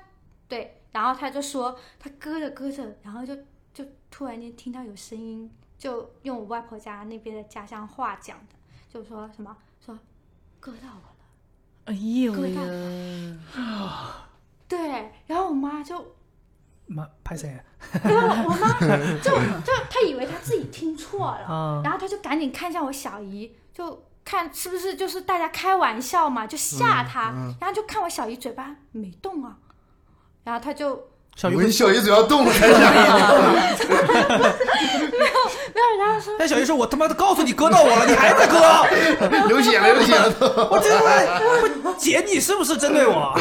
Speaker 4: 对，然后她就说，她割着割着，然后就就突然间听到有声音，就用我外婆家那边的家乡话讲的，就说什么说割到我了，
Speaker 3: 哎呦
Speaker 4: 各位大
Speaker 3: 呀，
Speaker 6: 嗯
Speaker 4: 对，然后我妈就
Speaker 2: 妈拍谁啊
Speaker 4: 然后我妈就就她以为她自己听错了，
Speaker 6: 哦
Speaker 2: 啊？
Speaker 4: 然后她就赶紧看向我小姨，就看是不是就是大家开玩笑嘛，就吓她，
Speaker 6: 嗯嗯
Speaker 4: 然后就看我小姨嘴巴没动啊，然后 她就
Speaker 2: 小
Speaker 6: 以
Speaker 2: 鱼
Speaker 6: 为小姨嘴要动了才想，
Speaker 4: 没有，然后说
Speaker 2: 但小鱼说：“我他妈的告诉你割到我了，你还在 割，
Speaker 6: 流血了，流血了都。
Speaker 2: 我这他妈姐你是不是针对我啊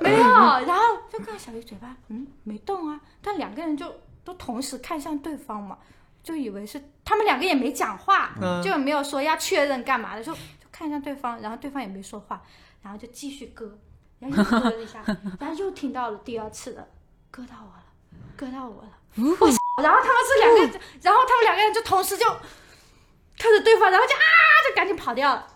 Speaker 4: 没有，然后就看小姨嘴巴嗯没动啊，但两个人就都同时看向对方嘛，就以为是他们两个也没讲话，？”
Speaker 2: 嗯，
Speaker 4: 就也没有说要确认干嘛的，就就看向对方，然后对方也没说话，然后就继续割，然后又割了一下，然后又听到了第二次的，割到我了，割到我了，我操哦然后他们是两个人，然后他们两个人就同时就看着对方，然后就啊，就赶紧跑掉了。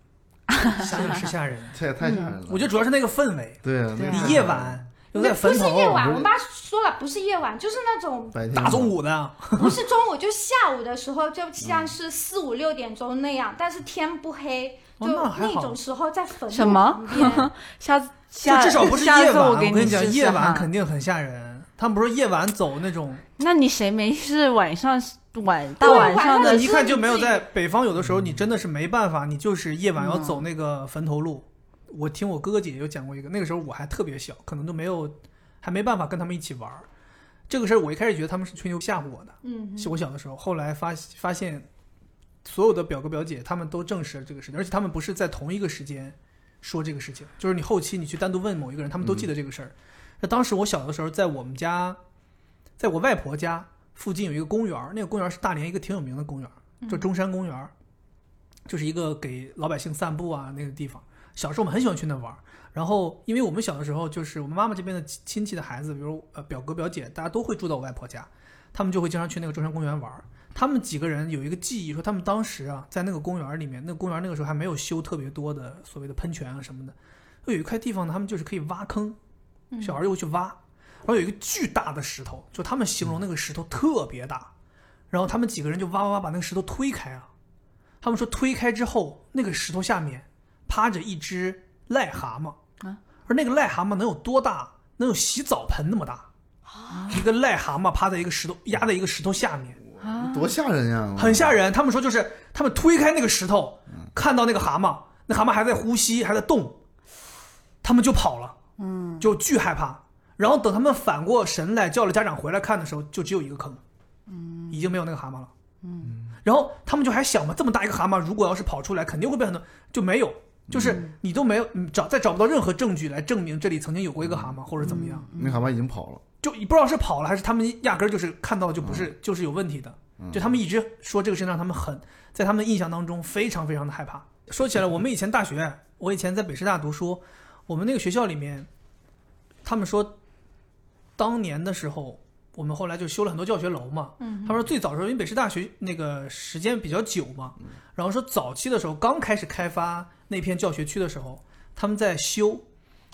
Speaker 2: 吓人是吓人，
Speaker 6: 这也 太吓人了。
Speaker 2: 我觉得主要是那个氛围，
Speaker 6: 对啊，那个
Speaker 3: 对啊
Speaker 2: 夜晚又在
Speaker 4: 那不
Speaker 2: 坟
Speaker 4: 是
Speaker 2: 头，
Speaker 4: 夜晚，我妈说了，不是夜晚，就是那种
Speaker 6: 白天
Speaker 2: 大中午的， 啊
Speaker 4: 不是中午，就下午的时候，就像是四五六点钟那样，但是天不黑，
Speaker 2: 哦
Speaker 4: 就
Speaker 2: 那还好
Speaker 4: 那种时候在坟墓
Speaker 3: 什么
Speaker 4: 旁边
Speaker 3: 下次 下
Speaker 2: 就至少不是
Speaker 3: 下
Speaker 2: 夜
Speaker 3: 次
Speaker 2: 晚。
Speaker 3: 我
Speaker 2: 我
Speaker 3: 给
Speaker 2: 跟你
Speaker 3: 试
Speaker 2: 讲，
Speaker 3: 试
Speaker 2: 夜晚
Speaker 3: 哈
Speaker 2: 肯定很吓人。他们不是夜晚走那种，
Speaker 3: 那你谁没事晚上晚大
Speaker 4: 对
Speaker 3: 晚上
Speaker 4: 晚
Speaker 3: 的
Speaker 4: 上
Speaker 2: 一看就没有在北方。有的时候你真的是没办法，你就是夜晚要
Speaker 3: 嗯
Speaker 2: 走那个坟头路。我听我哥哥姐姐有讲过一个，那个时候我还特别小，可能都没有，还没办法跟他们一起玩儿。这个事儿我一开始觉得他们是吹牛吓唬我的，
Speaker 4: 嗯，
Speaker 2: 是我小的时候，后来发发现，所有的表哥表姐他们都证实了这个事情，而且他们不是在同一个时间说这个事情，就是你后期你去单独问某一个人，他们都记得这个事儿。那、当时我小的时候，在我们家，在我外婆家附近有一个公园儿，那个公园儿是大连一个挺有名的公园儿，
Speaker 9: 嗯
Speaker 2: 就中山公园儿，就是一个给老百姓散步啊那个地方。小时候我们很喜欢去那玩儿，然后因为我们小的时候，就是我们妈妈这边的亲亲戚的孩子，比如呃表哥表姐，大家都会住到我外婆家，他们就会经常去那个中山公园玩儿。他们几个人有一个记忆，说他们当时啊，在那个公园里面，那个公园那个时候还没有修特别多的所谓的喷泉啊什么的，就有一块地方呢，他们就是可以挖坑，
Speaker 4: 嗯
Speaker 2: 小孩儿就会去挖，然后有一个巨大的石头，就他们形容那个石头特别大，然后他们几个人就挖挖挖把那个石头推开啊，他们说推开之后，那个石头下面趴着一只癞蛤蟆
Speaker 3: 啊，
Speaker 2: 而那个癞蛤蟆能有多大？能有洗澡盆那么大。一个癞蛤蟆趴在一个石头，压在一个石头下面，
Speaker 3: 啊
Speaker 6: 多吓人呀！
Speaker 2: 嗯很吓人。他们说就是他们推开那个石头，看到那个蛤蟆，那蛤蟆还在呼吸，还在动，他们就跑了，嗯，就巨害怕。然后等他们反过神来，叫了家长回来看的时候，就只有一个坑，嗯，已经没有那个蛤蟆了，嗯。然后他们就还想嘛，这么大一个蛤蟆，如果要是跑出来，肯定会被很多就没有，就是你都没有你找再找不到任何证据来证明这里曾经有过一个蛤蟆或者怎么样。
Speaker 6: 那蛤蟆已经跑了，
Speaker 2: 就不知道是跑了还是他们压根儿就是看到就不是、就是有问题的，就他们一直说这个事情让他们很在他们的印象当中非常非常的害怕。说起来，我们以前大学，我以前在北师大读书，我们那个学校里面，他们说，当年的时候，我们后来就修了很多教学楼嘛，
Speaker 4: 嗯
Speaker 2: 他们说最早的时候，因为北师大学那个时间比较久嘛，然后说早期的时候刚开始开发那片教学区的时候，他们在修，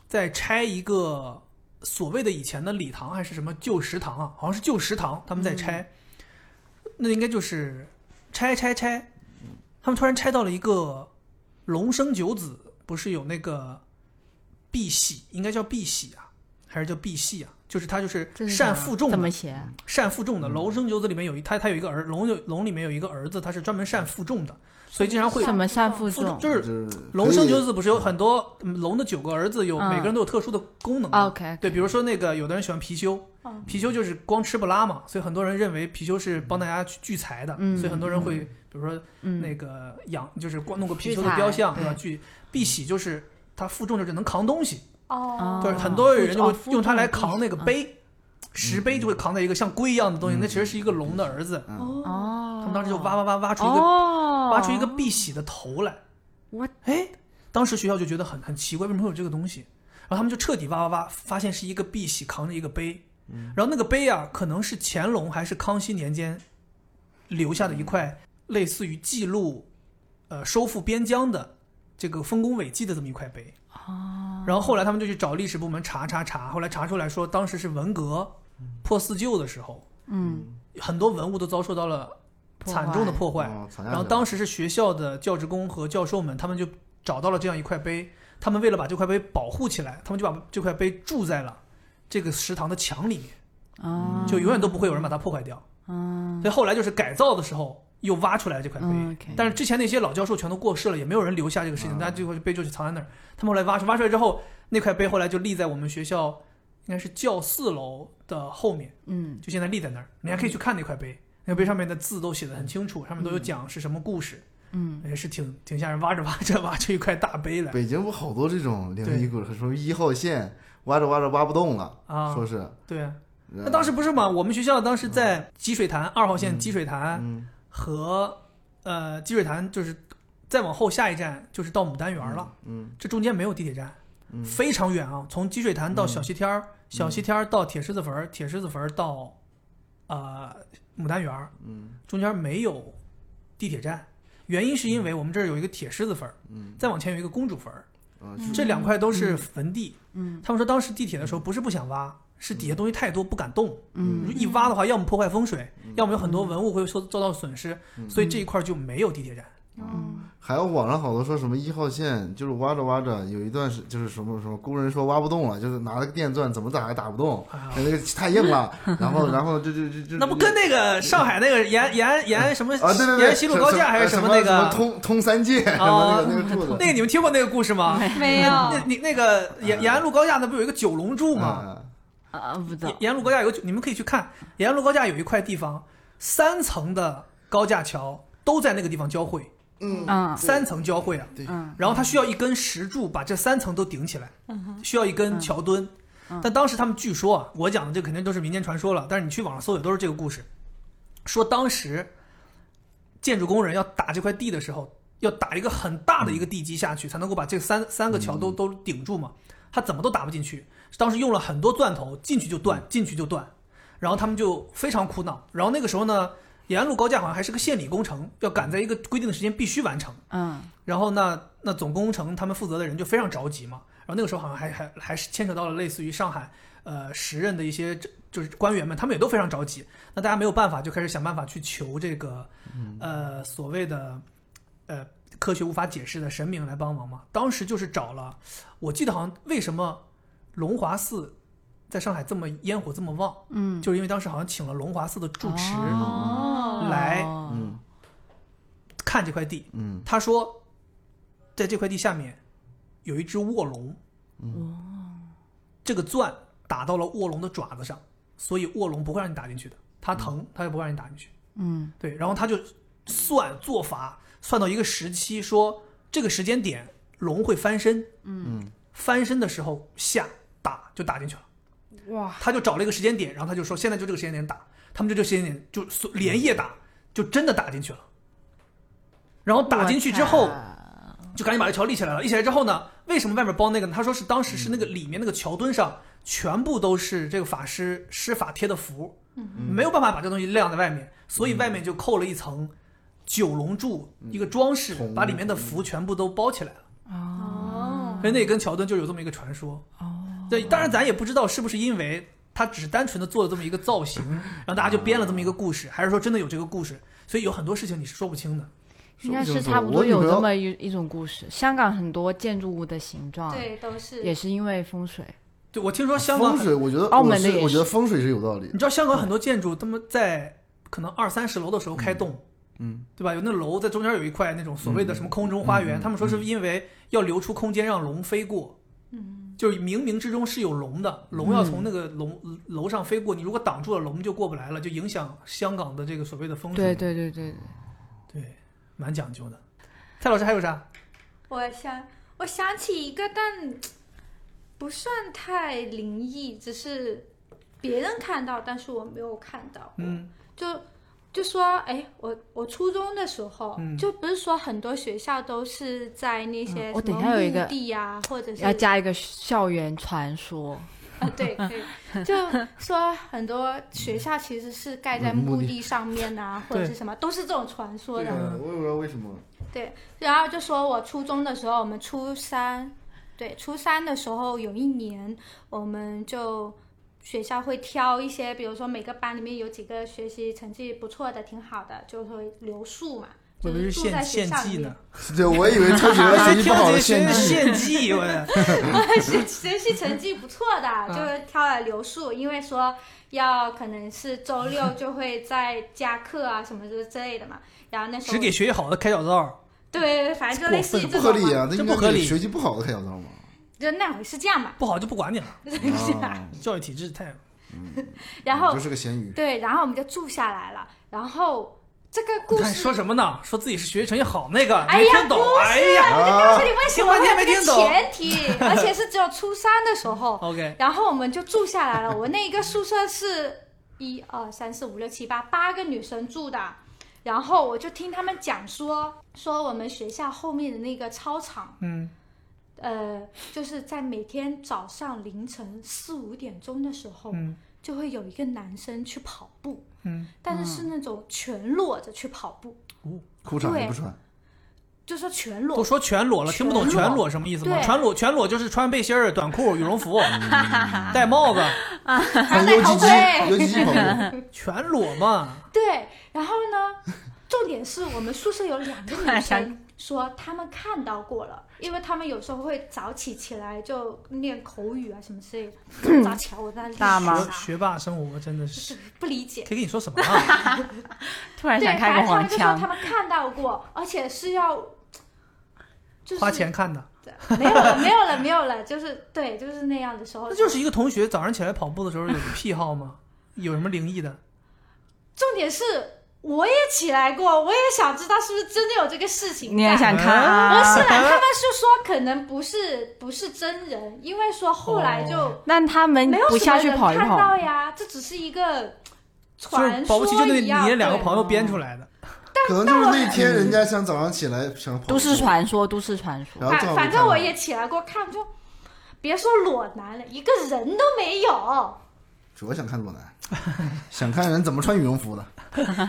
Speaker 2: 在拆一个所谓的以前的礼堂还是什么旧食堂啊，好像是旧食堂，他们在拆，那应该就是拆拆拆，他们突然拆到了一个龙生九子，不是有那个碧玺，应该叫碧玺啊，还是叫碧玺啊？就是它就是
Speaker 3: 这是
Speaker 2: 善
Speaker 3: 什么
Speaker 2: 负重
Speaker 3: 怎
Speaker 2: 嘛
Speaker 3: 么写？
Speaker 2: 善负重的。龙生九子里面有一他他有一个儿龙有龙里面有一个儿子，他是专门善负重的，所以经常会
Speaker 3: 什么善负
Speaker 2: 负重
Speaker 3: 重
Speaker 2: 就是。
Speaker 6: 是
Speaker 2: 龙生九子不是有很多嗯龙的九个儿子有，
Speaker 3: 嗯
Speaker 2: 每个人都有特殊的功能嘛。
Speaker 3: 啊？OK，
Speaker 2: 对，比如说那个有的人喜欢貔貅
Speaker 4: 嗯，
Speaker 2: 貔貅就是光吃不拉嘛，所以很多人认为貔貅是帮大家去聚财的，
Speaker 3: 嗯
Speaker 2: 所以很多人会比如说那
Speaker 3: 嗯，
Speaker 2: 个养就是光弄个貔貅
Speaker 3: 聚
Speaker 2: 的
Speaker 3: 财
Speaker 2: 雕像，对吧？
Speaker 3: 对
Speaker 2: 聚碧玺就是它负重就是能扛东西，
Speaker 4: 哦，
Speaker 2: 就是
Speaker 3: 哦
Speaker 2: 很多人就
Speaker 3: 哦嗯
Speaker 2: 会
Speaker 3: 负
Speaker 2: 用它
Speaker 3: 重
Speaker 2: 来
Speaker 3: 的
Speaker 2: 扛那个
Speaker 3: 意思
Speaker 2: 碑，石碑就会扛在一个像龟一样的东西，
Speaker 6: 嗯
Speaker 2: 那其实是一个龙的儿子。
Speaker 4: 哦，
Speaker 3: 哦，
Speaker 2: 他们当时就挖挖挖挖出一个
Speaker 3: 哦，
Speaker 2: 挖出一个碧玺的头来。
Speaker 3: What？
Speaker 2: 哎，当时学校就觉得很很奇怪，为什么会有这个东西？然后他们就彻底挖挖挖，发现是一个碧玺扛着一个碑，
Speaker 9: 嗯
Speaker 2: 然后那个碑啊，可能是乾隆还是康熙年间留下的一块类似于记录，呃，收复边疆的这个丰功伟绩的这么一块碑。然后后来他们就去找历史部门查查查，后来查出来说，当时是文革破四旧的时候，
Speaker 3: 嗯
Speaker 2: 很多文物都遭受到了
Speaker 3: 破坏
Speaker 2: 惨重的破坏。
Speaker 6: 哦惨案
Speaker 2: 然后
Speaker 6: 的
Speaker 2: 当时是学校的教职工和教授们，他们就找到了这样一块碑，他们为了把这块碑保护起来，他们就把这块碑筑在了这个食堂的墙里面，
Speaker 3: 啊，
Speaker 2: 嗯就永远都不会有人把它破坏掉。
Speaker 3: 嗯
Speaker 2: 所以后来就是改造的时候又挖出来了这块碑，
Speaker 3: 嗯，OK 哦
Speaker 2: 但是之前那些老教授全都过世了，也没有人留下这个事情，大家这块碑就藏在那儿。他们后来挖出挖出来之后，那块碑后来就立在我们学校应该是教四楼的后面，
Speaker 3: 嗯
Speaker 2: 就现在立在那儿，你还可以去看那块碑。那个碑上面的字都写得很清楚，上面都有讲是什么故事，
Speaker 3: 嗯，
Speaker 2: 也是挺挺吓人。挖着挖着挖出一块大碑来
Speaker 6: 北京不好多这种灵
Speaker 2: 对
Speaker 6: 异故事，说一号线挖着挖着挖不动了，
Speaker 2: 啊！
Speaker 6: 说是。
Speaker 2: 对啊，那
Speaker 6: 那
Speaker 2: 当时不是嘛？我们学校当时在积水潭二号线积水潭，
Speaker 6: 嗯，
Speaker 2: 和呃积水潭，就是再往后下一站就是到牡丹园了。
Speaker 6: 嗯，
Speaker 2: 这中间没有地铁站，
Speaker 6: 嗯
Speaker 2: 非常远啊，从积水潭到小西天儿，小西天儿到铁狮子坟儿，铁狮子坟儿到呃牡丹园儿，
Speaker 6: 嗯
Speaker 2: 中间没有地铁站。原因是因为我们这儿有一个铁狮子坟儿，
Speaker 6: 嗯
Speaker 2: 再往前有一个公主坟儿，
Speaker 6: 啊
Speaker 10: 嗯
Speaker 2: 这两块都是坟地。
Speaker 3: 嗯
Speaker 2: 他们说当时地铁的时候不是不想挖，是底下东西太多不敢动，
Speaker 3: 嗯
Speaker 2: 一挖的话要么破坏风水，要么有很多文物会受遭到损失，所以这一块就没有地铁站。
Speaker 7: 嗯，
Speaker 6: 还有网上好多说什么一号线，就是挖着挖着，有一段是就是什么什么工人说挖不动了，就是拿了个电钻怎么打也打不动，
Speaker 2: 啊
Speaker 6: 那个太硬 了，然后然后这这这这
Speaker 2: 那不跟那个上海那个沿沿沿什么
Speaker 6: 啊对对对
Speaker 2: 沿西路高架还是
Speaker 6: 什
Speaker 2: 么那
Speaker 6: 什
Speaker 2: 个
Speaker 6: 么通通三界什
Speaker 2: 啊
Speaker 6: 么那个那个柱子，
Speaker 2: 那个你们听过那个故事吗？
Speaker 4: 没有，
Speaker 2: 那你那个
Speaker 6: 嗯
Speaker 2: 沿沿路高架那不有一个九龙柱吗？
Speaker 6: 啊
Speaker 3: 啊，不知
Speaker 2: 沿
Speaker 3: 道，
Speaker 2: 沿路高架有个你们可以去看，沿路高架有一块地方，三层的高架桥都在那个地方交汇，
Speaker 6: 嗯
Speaker 3: 嗯
Speaker 2: 三层交汇啊。
Speaker 3: 嗯
Speaker 2: 然后它需要一根石柱把这三层都顶起来，需要一根桥墩。
Speaker 9: 嗯
Speaker 2: 但当时他们据说啊，我讲的这肯定都是民间传说了，但是你去网上搜也都是这个故事，说当时建筑工人要打这块地的时候，要打一个很大的一个地基下去，才能够把这三三个桥都都顶住嘛。他怎么都打不进去，当时用了很多钻头，进去就断，进去就断，然后他们就非常苦恼。然后那个时候呢，延安路高架好像还是个县里工程，要赶在一个规定的时间必须完成。
Speaker 3: 嗯
Speaker 2: 然后那那总工程他们负责的人就非常着急嘛。然后那个时候好像还还还是牵扯到了类似于上海呃时任的一些这就是官员们，他们也都非常着急。那大家没有办法，就开始想办法去求这个呃所谓的呃科学无法解释的神明来帮忙嘛。当时就是找了，我记得好像为什么龙华寺在上海这么烟火这么旺，
Speaker 3: 嗯，
Speaker 2: 就是因为当时好像请了龙华寺的住持
Speaker 3: 哦
Speaker 2: 来
Speaker 6: 嗯
Speaker 2: 看这块地。
Speaker 6: 嗯
Speaker 2: 他说，在这块地下面有一只卧龙，
Speaker 3: 哦
Speaker 2: 这个钻打到了卧龙的爪子上，所以卧龙不会让你打进去的，它疼，它也不会让你打进去。
Speaker 3: 嗯
Speaker 2: 对，然后他就算做法，算到一个时期，说这个时间点龙会翻身，
Speaker 6: 嗯
Speaker 2: 翻身的时候下打就打进去了。
Speaker 7: 哇，
Speaker 2: 他就找了一个时间点，然后他就说现在就这个时间点打，他们就这个时间点就所连夜打，就真的打进去了。然后打进去之后
Speaker 3: 我，
Speaker 2: 就赶紧把这桥立起来了。立起来之后呢，为什么外面包那个呢？他说是当时是那个里面那个桥墩上全部都是这个法师施法贴的符，没有办法把这东西晾在外面，所以外面就扣了一层九龙柱一个装饰，
Speaker 6: 铜
Speaker 2: 把里面的符全部都包起来了。
Speaker 4: 哦，
Speaker 2: 所以那根桥墩就有这么一个传说。哦，对，当然咱也不知道是不是因为他只是单纯的做了这么一个造型，然后大家就编了这么一个故事，还是说真的有这个故事？所以有很多事情你是说不清的。
Speaker 3: 应该是差不多有这么一一种故事。香港很多建筑物的形状，，
Speaker 4: 对，都是
Speaker 3: 也是因为风水。
Speaker 2: 对，我听说香港
Speaker 6: 风
Speaker 2: 很，
Speaker 6: 水，我觉得
Speaker 3: 澳
Speaker 6: 我
Speaker 3: 门的
Speaker 6: 是
Speaker 3: 也
Speaker 6: 我觉得
Speaker 3: 是
Speaker 6: 风水是有道理
Speaker 2: 你，知道香港很多建筑，他们在可能二三十楼的时候开动。嗯，对吧？有那楼在中间有一块那种所谓
Speaker 6: 嗯
Speaker 2: 的什么空中花园，他们说是因为要留出空间让龙飞过，嗯，就是冥冥之中是有龙的，龙
Speaker 6: 嗯
Speaker 2: 要从那个龙、楼上飞过，你如果挡住了，龙就过不来了，就影响香港的这个所谓的风水。
Speaker 3: 对对对对对，
Speaker 2: 对，蛮讲究的。蔡老师还有啥？
Speaker 4: 我想，我想起一个，但不算太灵异，只是别人看到，但是我没有看到。，
Speaker 2: 嗯
Speaker 4: 就就说，哎，我我初中的时候，
Speaker 2: 嗯
Speaker 4: 就不是说很多学校都是在那些
Speaker 3: 嗯我
Speaker 4: 什
Speaker 3: 等
Speaker 4: 么
Speaker 3: 一下有一个
Speaker 4: 墓地呀、或者是
Speaker 3: 要加一个校园传说。
Speaker 4: 啊，对 对，就说很多学校其实是盖在
Speaker 6: 嗯墓
Speaker 4: 墓
Speaker 6: 地
Speaker 4: 地上面啊，或者
Speaker 2: 对
Speaker 4: 是什么，都是这种传说的。
Speaker 2: 嗯
Speaker 6: 我也不知道为什么，
Speaker 4: 然后就说我初中的时候，我们初三，对，初三的时候有一年，我们就学校会挑一些，比如说每个班里面有几个学习成绩不错的、挺好的，就会留宿嘛，
Speaker 2: 我
Speaker 4: 就
Speaker 2: 以为
Speaker 4: 是
Speaker 2: 是
Speaker 4: 住
Speaker 2: 献
Speaker 4: 在学
Speaker 2: 献
Speaker 4: 校里
Speaker 2: 祭
Speaker 4: 面
Speaker 2: 呢。，
Speaker 6: 这我以为挑几 个学习不好的献祭，
Speaker 2: 献祭，我
Speaker 4: 学学习成绩不错
Speaker 2: 嗯
Speaker 4: 的，就是挑了留宿，因为说要可能是周六就会在加课啊什么之之类的嘛。然后那时
Speaker 2: 只
Speaker 4: 候
Speaker 2: 给学习好的开小灶。
Speaker 4: 对，反正就类似于
Speaker 6: 不
Speaker 4: 这
Speaker 6: 合
Speaker 4: 种
Speaker 6: 理
Speaker 4: 嘛，
Speaker 6: 啊！那
Speaker 2: 这
Speaker 6: 应
Speaker 2: 不
Speaker 6: 该
Speaker 2: 合理
Speaker 6: 给学习不好的开小灶嘛。
Speaker 4: 就那会是这样嘛，
Speaker 2: 不好就不管 你了，
Speaker 4: 是吧？
Speaker 6: 啊
Speaker 2: 教育体制太……
Speaker 4: 然后
Speaker 6: 你嗯就是个咸鱼，
Speaker 4: 对，然后我们就住下来了。然后这个
Speaker 2: 你
Speaker 4: 故
Speaker 2: 看
Speaker 4: 事，
Speaker 2: 说什么呢？说自己是学习成绩好那个，
Speaker 4: 哎
Speaker 2: 没
Speaker 4: 呀
Speaker 2: 听懂
Speaker 4: 不，是
Speaker 2: 哎呀
Speaker 4: 告
Speaker 6: 啊
Speaker 4: 诉你为什
Speaker 2: 行
Speaker 4: 么
Speaker 2: 我也
Speaker 4: 有
Speaker 2: 没
Speaker 4: 这个
Speaker 2: 听懂
Speaker 4: 前提， 而且是只有初三的时候。
Speaker 2: ，OK，
Speaker 4: 然后我们就住下来了。我那一个宿舍是一二三四五六七八八个女生住的，然后我就听他们讲说说我们学校后面的那个操场，
Speaker 2: 嗯，
Speaker 4: 呃，就是在每天早上凌晨四五点钟的时候，
Speaker 2: 嗯
Speaker 4: 就会有一个男生去跑步，
Speaker 2: 嗯，
Speaker 4: 但是是那种全裸着去跑步，
Speaker 2: 哦
Speaker 6: 裤衩
Speaker 4: 对
Speaker 6: 也不穿，
Speaker 4: 就说全
Speaker 2: 都
Speaker 4: 裸，
Speaker 2: 说全裸了，听不懂
Speaker 4: 全裸
Speaker 2: 全裸什么意思吗？
Speaker 4: 对
Speaker 2: 全裸全裸就是穿背心儿、短裤、羽绒 服、戴帽子，
Speaker 4: 还戴
Speaker 6: 有
Speaker 4: 头
Speaker 6: 几
Speaker 4: 盔，
Speaker 6: 鸡有几鸡跑 步，
Speaker 2: 全裸嘛，
Speaker 4: 对，然后呢，重点是我们宿舍有两个
Speaker 3: 突
Speaker 4: 女
Speaker 3: 然想
Speaker 4: 生说她们看到过了，因为她们有时候会早起起来就念口语啊什么之类的。早起来我在那里
Speaker 3: 大妈
Speaker 4: 学
Speaker 2: 学
Speaker 4: 啥
Speaker 2: 学霸生活真的是，
Speaker 4: 不理解。
Speaker 2: 谁跟你说什么啊？
Speaker 3: 突然
Speaker 4: 对，
Speaker 3: 想
Speaker 4: 反
Speaker 3: 开
Speaker 4: 正
Speaker 3: 个
Speaker 4: 他
Speaker 3: 黄
Speaker 4: 们就说
Speaker 3: 腔
Speaker 4: 他，们看到过，而且是要就是
Speaker 2: 花钱看的，
Speaker 4: 没 有了，没有了，没有了，就是对，就是那样的时候。
Speaker 2: 那就是一个同学早上起来跑步的时候有个癖好吗？有什么灵异的？
Speaker 4: 重点是，我也起来过，我也想知道是不是真的有这个事情在。
Speaker 3: 你也想看
Speaker 4: 不是
Speaker 3: 啊？
Speaker 4: 啦，他们是说可能不是不是真人，因为说后来就
Speaker 2: 哦
Speaker 3: 那他们
Speaker 4: 没有
Speaker 3: 不
Speaker 4: 什么
Speaker 3: 下去
Speaker 4: 人
Speaker 3: 跑一
Speaker 4: 看
Speaker 3: 跑，
Speaker 4: 到呀，这只是一个
Speaker 2: 就是
Speaker 4: 传
Speaker 2: 保
Speaker 4: 说
Speaker 2: 不齐就那
Speaker 4: 一样。
Speaker 2: 你那两个
Speaker 4: 对
Speaker 2: 朋友编出来的。
Speaker 6: 可能就是那天人家想早上起来想跑步，
Speaker 3: 嗯都市传说，都市传说
Speaker 6: 然。后正好
Speaker 4: 反
Speaker 6: 没
Speaker 4: 反
Speaker 6: 看
Speaker 4: 正
Speaker 6: 到
Speaker 4: 我也起来过看，就别说裸男了，一个人都没有。
Speaker 6: 主要想看裸男， 想看人怎么穿羽绒服的，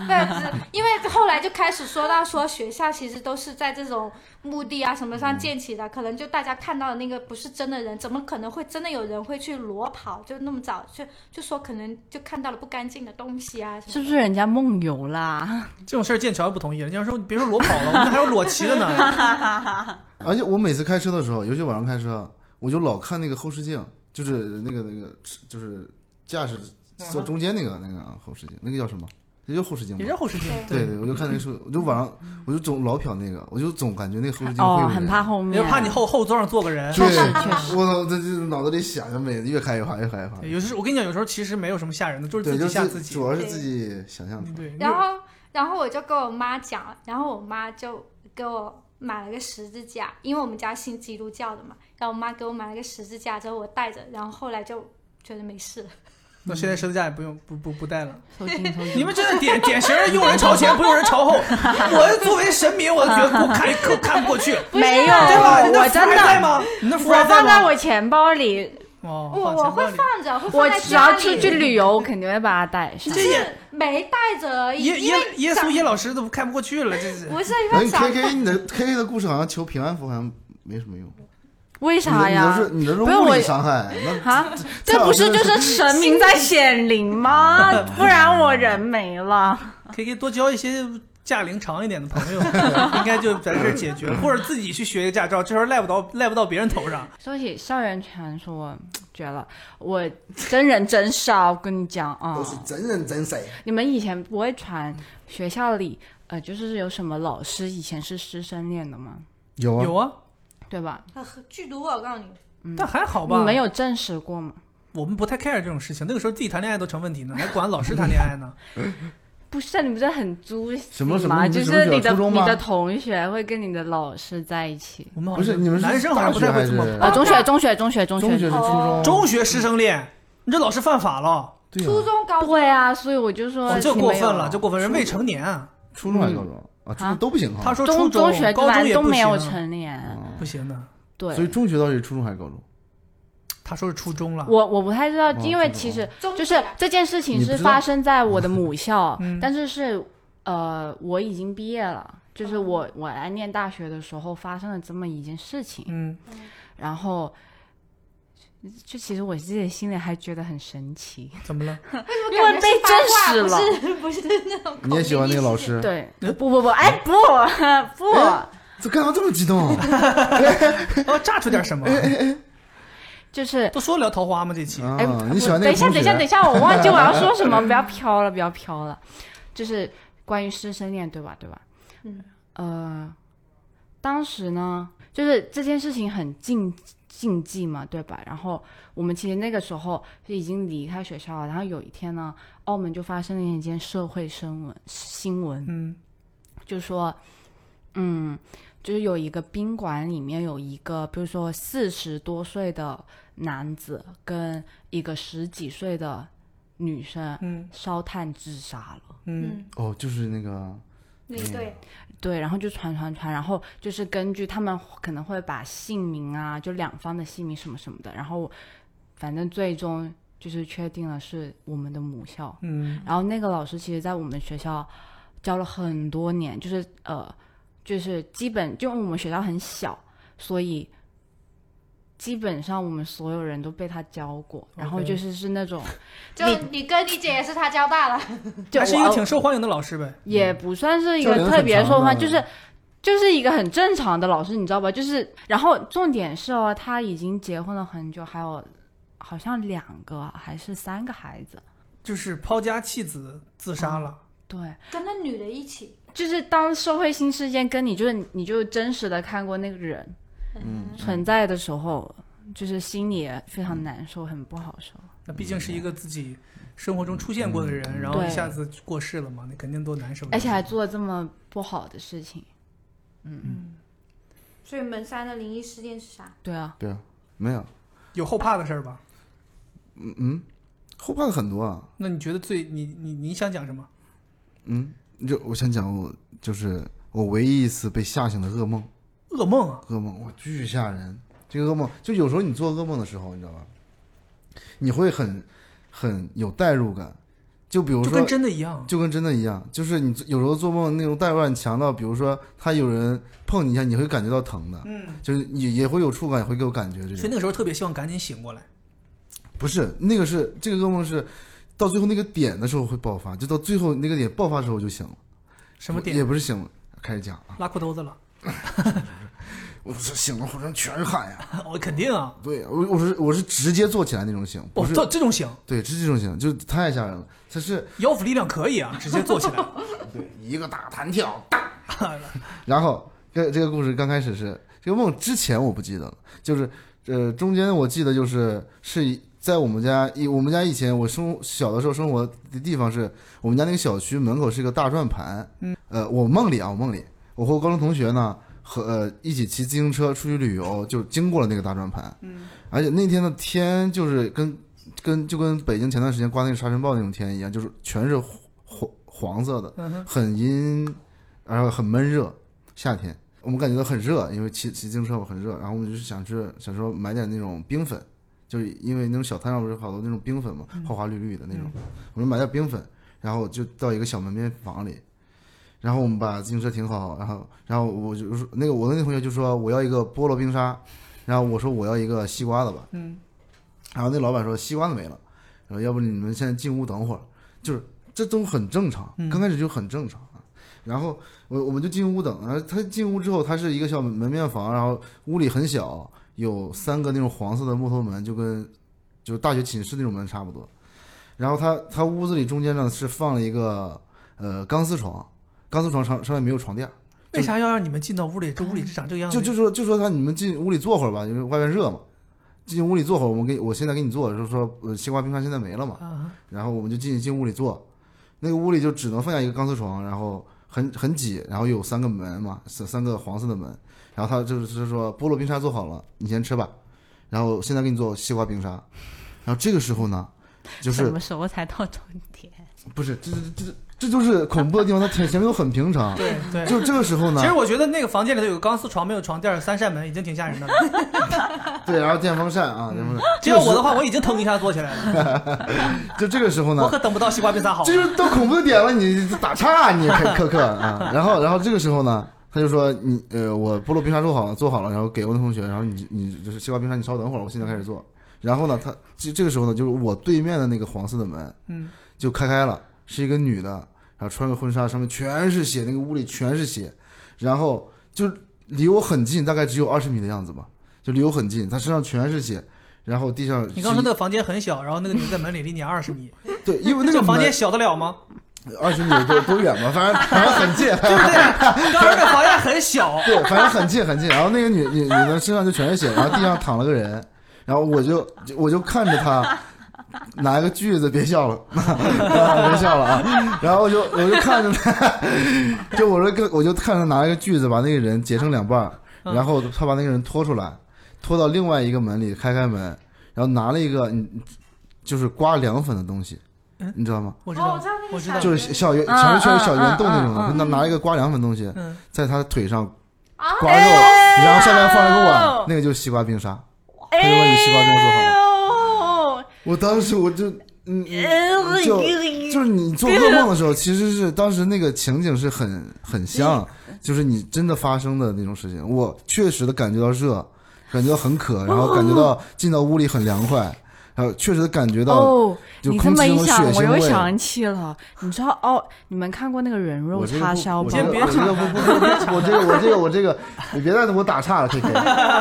Speaker 4: 但是因为后来就开始说到说学校其实都是在这种墓地啊什么上建起的，可能就大家看到的那个不是真的人，怎么可能会真的有人会去裸跑？就那么早就就说可能就看到了不干净的东西啊什么的。
Speaker 3: 是不是人家梦游啦？
Speaker 2: 这种事儿剑桥不同意，人家说你别说裸跑了，我们还有裸骑的 呢。
Speaker 6: 而且我每次开车的时候，尤其晚上开车，我就老看那个后视镜，就是那个那个就是驾驶坐中间那个那个啊后视镜，那个叫什么？那叫后视镜
Speaker 2: 也是
Speaker 6: 吗？
Speaker 2: 后视镜，
Speaker 6: 对，对，我就看那个后，我就晚上我就总老瞟那个，我就总感觉那个后视镜会有
Speaker 3: 哦，
Speaker 6: 人
Speaker 3: 很怕。后
Speaker 2: 你
Speaker 3: 面，
Speaker 2: 就怕你后后座上坐个人。
Speaker 6: 对，
Speaker 3: 确实确实
Speaker 6: 我操，这这脑子里想着每越开越怕，越开越怕
Speaker 2: 对。有时候我跟你讲，有时候其实没有什么吓人的，就是
Speaker 6: 对，
Speaker 2: 自己
Speaker 6: 就
Speaker 2: 吓
Speaker 6: 是
Speaker 2: 自己。
Speaker 6: 主要是自己想象出来。
Speaker 2: 嗯对，
Speaker 4: 然后然后我就跟我妈讲，然后我妈就给我买了个十字架，因为我们家信基督教的嘛，然后我妈给我买了个十字架之后我带着，然后后来就觉得没事了。
Speaker 2: 那现在十字架也不用不不不 戴了。
Speaker 3: 收进收
Speaker 2: 你
Speaker 3: 进。
Speaker 2: 们真的典典型的用人朝前，不用人朝后。我作为神明，我觉得我 看可看不过去，
Speaker 3: 没
Speaker 4: 啊
Speaker 3: 有，
Speaker 2: 对吧？你那
Speaker 3: 我
Speaker 2: 符
Speaker 3: 真
Speaker 2: 还在
Speaker 3: 的，
Speaker 2: 吗？你那符还
Speaker 3: 我放在
Speaker 2: 吗？
Speaker 3: 我钱包里，
Speaker 2: 哦，
Speaker 4: 我
Speaker 2: 放
Speaker 4: 我
Speaker 2: 钱包
Speaker 4: 会
Speaker 2: 里
Speaker 4: 放着，会
Speaker 3: 我
Speaker 4: 放在
Speaker 3: 只要
Speaker 4: 家里。
Speaker 3: 出去旅游，我肯定会把它带上。
Speaker 2: 这也
Speaker 4: 没带着而已，
Speaker 2: 耶
Speaker 4: 因
Speaker 2: 耶
Speaker 4: 为
Speaker 2: 耶稣
Speaker 4: 长
Speaker 2: 耶老师都看不过去了，这是。
Speaker 4: 不是因
Speaker 6: 哎
Speaker 4: 为长
Speaker 6: ，K K 你的 K K 的故事好像求平安符好像没什么用。
Speaker 3: 为啥呀？
Speaker 6: 你的你的
Speaker 3: 不是
Speaker 6: 是物
Speaker 3: 我
Speaker 6: 理伤害，那
Speaker 3: 啊，
Speaker 6: 这
Speaker 3: 这不
Speaker 6: 这
Speaker 3: 是就是神明在显灵吗？ 不然我人没了。
Speaker 2: 可以多交一些驾龄长一点的朋友， 应该就在这儿解决，或者自己去学一个驾照，这事儿赖不到赖不到别人头上。
Speaker 3: 说起校园传说，绝了！我真人真事啊，我跟你讲啊，
Speaker 6: 真人真事。
Speaker 3: 你们以前不会传学校里呃，就是有什么老师以前是师生恋的吗？
Speaker 6: 有啊，
Speaker 2: 有啊，
Speaker 3: 对吧？
Speaker 4: 呃剧毒，我告诉你，
Speaker 2: 但还好
Speaker 3: 嗯你
Speaker 2: 吧。
Speaker 3: 们，有证实过吗？
Speaker 2: 我们不太 care 这种事情。那个时候自己谈恋爱都成问题呢，还管老师谈恋爱呢？
Speaker 3: 不是，你不是很猪
Speaker 6: 什么什么
Speaker 3: 吗？
Speaker 6: 你们什
Speaker 3: 就
Speaker 6: 么
Speaker 3: 是你
Speaker 6: 小
Speaker 3: 的
Speaker 6: 初中
Speaker 3: 你
Speaker 6: 吗
Speaker 3: 的同学会跟你的老师在一起。
Speaker 2: 我们好
Speaker 6: 不
Speaker 2: 像
Speaker 6: 是你们是
Speaker 2: 哦男生好像不太会这么
Speaker 6: 大学还是
Speaker 3: 呃，
Speaker 2: 哦
Speaker 3: 中学，哦中学，中学，中
Speaker 6: 中学
Speaker 3: 学
Speaker 6: 是，初中，
Speaker 2: 中学师生恋，你这老师犯法了，
Speaker 6: 对
Speaker 4: 初
Speaker 6: 啊，
Speaker 4: 中高中
Speaker 3: 对啊，所以我就说
Speaker 2: 哦这
Speaker 3: 你
Speaker 2: 过
Speaker 3: 没
Speaker 2: 分
Speaker 3: 有啊
Speaker 2: 了，这过分，人未成年啊。
Speaker 6: 初中还是高中啊？初中都不行哈。
Speaker 2: 他说初
Speaker 3: 中
Speaker 2: 中、
Speaker 3: 学
Speaker 2: 高中
Speaker 3: 完
Speaker 2: 也
Speaker 3: 都
Speaker 2: 不
Speaker 3: 没
Speaker 2: 行
Speaker 3: 有
Speaker 2: 啊，
Speaker 3: 成年，
Speaker 2: 不行的。
Speaker 3: 对。
Speaker 6: 所以中学到底是初中还是高中？
Speaker 2: 他说是初中了，
Speaker 3: 我我不太知道，
Speaker 6: 哦
Speaker 3: 因为其实
Speaker 4: 中
Speaker 3: 就是这件事情
Speaker 6: 你不
Speaker 3: 是
Speaker 6: 知道
Speaker 3: 发生在我 的母校
Speaker 2: 嗯，
Speaker 3: 但是是呃我已经毕业了，就是我我来嗯念大学的时候发生了这么一件事情，
Speaker 2: 嗯，
Speaker 3: 然后就其实我自己心里还觉得很神奇，
Speaker 2: 怎么 了？
Speaker 3: 因为被证实了。
Speaker 4: 不是不是那种。
Speaker 6: 你也喜欢那个老？师？
Speaker 3: 对，
Speaker 2: 呃
Speaker 3: 不不不，哎不不，
Speaker 6: 这干嘛这么激动？啊
Speaker 2: 哦，炸出点
Speaker 6: 哎
Speaker 2: 什么？
Speaker 3: 就是
Speaker 2: 都哎说聊桃花吗？这期
Speaker 3: 哎
Speaker 6: 啊，
Speaker 3: 不
Speaker 6: 你喜欢那
Speaker 3: 等
Speaker 6: 个
Speaker 3: 一下
Speaker 6: 同
Speaker 3: 等一下等一
Speaker 6: 学？
Speaker 3: 下，我忘记我要说 什么，不要飘了不要飘了，就是关于师生恋对吧对吧？
Speaker 4: 嗯，
Speaker 3: 呃，当时呢，就是这件事情很禁禁忌嘛，对吧？然后我们其实那个时候就已经离开学校了。然后有一天呢，澳门就发生了一件社会新闻，新闻
Speaker 2: 嗯，
Speaker 3: 就说，嗯，就是有一个宾馆里面有一个，比如说四十多岁的男子跟一个十几岁的女生
Speaker 2: 嗯
Speaker 3: 烧炭自杀了。
Speaker 2: 嗯，
Speaker 4: 嗯，
Speaker 6: 哦，就是那个，嗯
Speaker 4: 那
Speaker 3: 啊
Speaker 4: 对，
Speaker 3: 嗯对，然后就传传传，然后就是根据他们可能会把姓名啊，就两方的姓名什么什么的，然后反正最终就是确定了是我们的母校。
Speaker 2: 嗯，
Speaker 3: 然后那个老师其实在我们学校教了很多年，就是呃，就是基本就我们学校很小，所以基本上我们所有人都被他教过。然后
Speaker 2: OK
Speaker 3: 就是是那种，
Speaker 4: 就你哥你姐也是他教大的，
Speaker 3: 就
Speaker 2: 还是一个
Speaker 3: 我
Speaker 2: 挺受欢迎的老师呗。
Speaker 3: 也不算是一
Speaker 6: 教
Speaker 3: 个
Speaker 6: 得嗯很
Speaker 3: 特别
Speaker 6: 长
Speaker 3: 受欢
Speaker 6: 的
Speaker 3: 就是就是一个很正常的老师，你知道吧？就是，然后重点是哦，他已经结婚了很久，还有好像两个还是三个孩子，
Speaker 2: 就是抛家弃子自杀了，
Speaker 3: 对。
Speaker 4: 跟那女的一起。
Speaker 3: 就是当社会新事件跟你就是你就真实的看过那个人
Speaker 6: 嗯，
Speaker 3: 存在的时候，就是心里也非常难受，很不好受。
Speaker 2: 那毕竟是
Speaker 6: 嗯
Speaker 2: 一个自己生活中出现过的人，然后一
Speaker 3: 对
Speaker 2: 下子过世了嘛，那肯定多难受。
Speaker 3: 而且还做这么不好的事情，
Speaker 2: 嗯
Speaker 3: 嗯
Speaker 4: 所以门山的灵异事件是啥？
Speaker 3: 对啊，
Speaker 6: 对啊，没有，
Speaker 2: 有后怕的事儿吧？
Speaker 6: 嗯嗯，后怕的很多啊，
Speaker 2: 那你觉得最你你你想讲什么？
Speaker 6: 嗯，就我想讲，我就是我唯一一次被吓醒的噩梦，
Speaker 2: 噩梦啊，
Speaker 6: 噩梦，哇，巨吓人。这个噩梦，就有时候你做噩梦的时候，你知道吧？你会很很有代入感，就比如
Speaker 2: 就
Speaker 6: 说
Speaker 2: 跟真的一样。
Speaker 6: 就跟真的一样，就是你有时候做梦那种代入感强到，比如说他有人碰你一下，你会感觉到疼的，
Speaker 2: 嗯，
Speaker 6: 就是也也会有触感，也会给我感觉这
Speaker 2: 所以
Speaker 6: 种。
Speaker 2: 那个时候特别希望赶紧醒过来。
Speaker 6: 不是那个是这个噩梦是到最后那个点的时候会爆发，就到最后那个点爆发的时候我就醒了，
Speaker 2: 什么
Speaker 6: 也
Speaker 2: 点？
Speaker 6: 不是醒了，开始讲啊，
Speaker 2: 拉裤兜子了？
Speaker 6: 我是醒了，浑身全是汗 呀，
Speaker 2: 我肯定啊，
Speaker 6: 对我我是我是直接坐起来那种醒，
Speaker 2: 哦
Speaker 6: 不，是、
Speaker 2: 这这种醒，
Speaker 6: 对是这种醒，就太吓人了，它是
Speaker 2: 腰腹力量可以啊，直接坐起来。
Speaker 6: 一个大弹跳，哒。然后这这个故事刚开始是这个梦之前我不记得了，就是呃中间我记得就是是一在我们家以我们家以前我生小的时候生活的地方是我们家那个小区门口是一个大转盘，嗯，呃我梦里啊我梦里我和我高中同学呢和呃一起骑自行车出去旅游就经过了那个大转盘，嗯，而且那天的天就是跟跟就跟北京前段时间刮那个沙尘暴那种天一样，就是全是黄黄色的，
Speaker 2: 嗯哼，
Speaker 6: 很阴，然后很闷热，夏天我们感觉到很热，因为骑骑自行车嘛很热，然后我们就是想吃，想说买点那种冰粉，就是因为那种小摊上不是好多那种冰粉嘛，花花绿绿的那种，我们买点冰粉，然后就到一个小门面房里，然后我们把自行车停好，然后然后我就说那个我的那同学就说我要一个菠萝冰沙，然后我说我要一个西瓜的吧，
Speaker 2: 嗯，
Speaker 6: 然后那老板说西瓜的没了，然后要不你们先进屋等会儿，就是这都很正常，刚开始就很正常啊。然后我我们就进屋等，然后他进屋之后，它是一个小门面房，然后屋里很小，有三个那种黄色的木头门，就跟就是大学寝室那种门差不多。然后他他屋子里中间呢是放了一个呃钢丝床，钢丝床上上面没有床垫，
Speaker 2: 为啥要让你们进到屋里？这屋里是长这个样子
Speaker 6: 就
Speaker 2: 的，
Speaker 6: 就说就说他你们进屋里坐会儿吧，因为外面热嘛。进屋里坐会儿，我们给我现在给你做，就是说呃西瓜冰沙现在没了嘛。
Speaker 2: 啊，
Speaker 6: 然后我们就进进屋里坐，那个屋里就只能放下一个钢丝床，然后很很挤，然后有三个门嘛，三三个黄色的门，然后他就是说菠萝冰沙做好了，你先吃吧，然后现在给你做西瓜冰沙，然后这个时候呢，就
Speaker 3: 什
Speaker 6: 是
Speaker 3: 么时候才到 终点？
Speaker 6: 不是这这这这就是恐怖的地方，它前前面都很平常，
Speaker 2: 对对。
Speaker 6: 就这个时候呢
Speaker 2: 其，实我觉得那个房间里头有个钢丝床，没有床垫，三扇门，已经挺吓人的了。
Speaker 6: 对，然后电风扇啊，电风扇，
Speaker 2: 这嗯要我的话，我已经腾一下坐起来了，
Speaker 6: 就这个时候呢
Speaker 2: 我，可等不到西瓜冰沙好
Speaker 6: 这。就是到恐怖的点了，你打岔、你可可可啊！然后，然后这个时候呢，他就说你呃，我菠萝冰沙做好了，做好了，然后给我的同学，然后你你就是西瓜冰沙，你稍等会儿，我现在开始做。然后呢，他这这个时候呢，就是我对面的那个黄色的门
Speaker 2: 嗯，
Speaker 6: 就开开了，是一个女的，然后穿个婚纱，上面全是血，那个屋里全是血，然后就离我很近，大概只有二十米的样子吧，就离我很近，她身上全是血，然后地上
Speaker 2: 你刚说
Speaker 6: 是
Speaker 2: 那个房间很小，然后那个女在门里离你二 十米，
Speaker 6: 对，因为那
Speaker 2: 这
Speaker 6: 个
Speaker 2: 房间
Speaker 6: 门
Speaker 2: 小得了吗？
Speaker 6: 二十米多多远嘛，反正反正很近，
Speaker 2: 对不对？当然这房间很小，
Speaker 6: 对，反正很近很近。然后那个女女女的身上就全是血，然后地上躺了个人，然后我就就我就看着她拿一个锯子，别笑了， 别笑了啊！然后我就我就看着她，就我说跟我就看着她拿一个锯子把那个人截成两半儿，
Speaker 2: 嗯
Speaker 6: 然后她把那个人拖出来，拖到另外一个门里开开门，然后拿了一个嗯就是刮凉粉的东西
Speaker 2: 嗯，
Speaker 6: 你知道吗？
Speaker 2: 我知
Speaker 4: 哦，
Speaker 2: 道
Speaker 4: 我知，道那
Speaker 2: 我知道
Speaker 4: 个小人，
Speaker 6: 就是小圆，
Speaker 3: 嗯
Speaker 6: 小圆圈、
Speaker 3: 嗯
Speaker 6: 小圆洞那种
Speaker 3: 嗯
Speaker 6: 的，
Speaker 3: 嗯哎
Speaker 6: 拿拿一个刮凉粉的东西，
Speaker 2: 嗯，
Speaker 6: 在他腿上
Speaker 4: 啊
Speaker 6: 刮肉，然后下面放了个碗，那个就是西瓜冰沙。他就把你西瓜冰
Speaker 3: 哎
Speaker 6: 做好了。
Speaker 3: 好
Speaker 6: 我当时我就嗯，嗯就就是你做噩梦的时候，其实是当时那个情景是很很像，
Speaker 3: 嗯
Speaker 6: 就是你真的发生的那种事情。我确实的感觉到热，感觉到很渴，然后感觉
Speaker 3: 哦
Speaker 6: 到进到屋里很凉快，然后确实地感觉到
Speaker 3: 哦，
Speaker 6: 就
Speaker 3: 你这
Speaker 6: 空
Speaker 3: 么
Speaker 6: 气
Speaker 3: 一
Speaker 6: 中的
Speaker 3: 想，
Speaker 6: 血
Speaker 3: 我
Speaker 6: 腥
Speaker 3: 又
Speaker 6: 味。
Speaker 3: 想起了，你知道哦，你们看过那个人肉
Speaker 6: 我这个
Speaker 3: 叉
Speaker 6: 不
Speaker 3: 烧
Speaker 6: 我
Speaker 3: 包
Speaker 6: 这个
Speaker 2: 先别
Speaker 3: 吗？嗯
Speaker 6: 我这个不不不不，我这个我这个我这个，你别再给我打岔了，K K。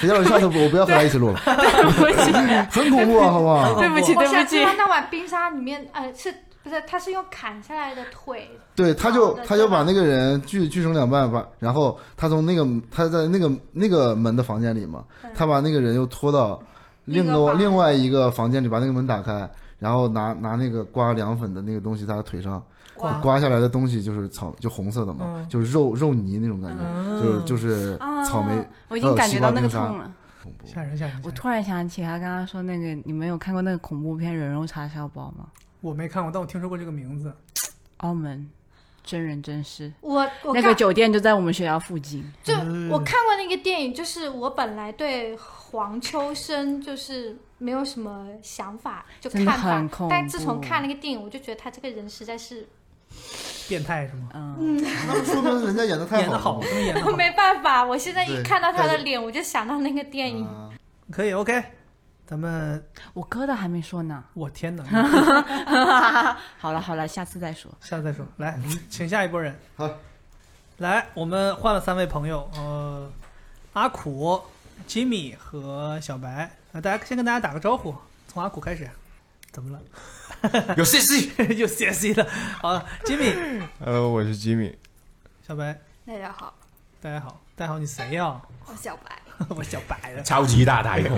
Speaker 6: 谁叫你下次我不要和他一起录了，
Speaker 3: 对不起，
Speaker 6: 很恐怖啊，好不好？
Speaker 3: 对不起，
Speaker 4: 我
Speaker 3: 对
Speaker 4: 想
Speaker 3: 不
Speaker 4: 知
Speaker 3: 起
Speaker 4: 道。那碗冰沙里面，呃，是不是他是用砍下来的腿？
Speaker 6: 对，他就
Speaker 4: 好的
Speaker 6: 他就把那个人锯锯成两半，把然后他从那个他在那个那个门的房间里嘛，他把那个人又拖到另
Speaker 4: 另一个
Speaker 6: 个
Speaker 4: 房
Speaker 6: 另外一个房间里，把那个门打开，然后拿拿那个刮凉粉的那个东西在他腿上
Speaker 4: 哇，
Speaker 6: 刮下来的东西就是草就红色的嘛，
Speaker 2: 嗯
Speaker 6: 就是肉肉泥那种感觉，就是就是草莓。
Speaker 3: 啊，我已经感觉到那个痛了。
Speaker 6: 恐怖
Speaker 2: 吓人吓人。吓
Speaker 3: 我
Speaker 2: 人
Speaker 3: 突然想起他刚刚说那个，你们有看过那个恐怖片《人肉叉烧包》吗？
Speaker 2: 我没看过，但我听说过这个名字。
Speaker 3: 澳门真人真事，
Speaker 4: 我我
Speaker 3: 那
Speaker 4: 看
Speaker 3: 个酒店就在我们学校附近。
Speaker 4: 就
Speaker 2: 嗯
Speaker 4: 我看过那个电影，就是我本来对黄秋生就是没有什么想法，就
Speaker 3: 真的
Speaker 4: 看
Speaker 3: 很
Speaker 4: 法
Speaker 3: 恐，
Speaker 4: 但自从
Speaker 3: 怖
Speaker 4: 看那个电影，我就觉得他这个人实在是
Speaker 2: 变态是吗？
Speaker 3: 嗯，
Speaker 6: 那说明人家演的太
Speaker 2: 演的好，
Speaker 6: 了。
Speaker 2: 真的演的 好，
Speaker 4: 没办法。我现在一
Speaker 6: 对
Speaker 4: 看到他
Speaker 6: 但
Speaker 4: 的
Speaker 6: 是
Speaker 4: 脸，我就想到那个电影。
Speaker 6: 啊
Speaker 2: 可以 OK。咱 们，
Speaker 3: 我哥的还没说呢。
Speaker 2: 我天哪！
Speaker 3: 好了好了，下次再说。
Speaker 2: 下次再说。来，请下一波人。
Speaker 6: 好，
Speaker 2: 来，我们换了三位朋友，呃，阿苦、Jimmy 和小白。呃，大家先跟大家打个招呼，从阿苦开始。怎么了？
Speaker 5: 有 CC，
Speaker 2: 又 CSC 了。好了，Jimmy、
Speaker 8: Hello，我是 Jimmy。
Speaker 2: 小白，
Speaker 7: 大家好，
Speaker 2: 大家好，大家好，你谁呀、
Speaker 7: 我小白。
Speaker 2: 我小白了。
Speaker 5: 超级大太空，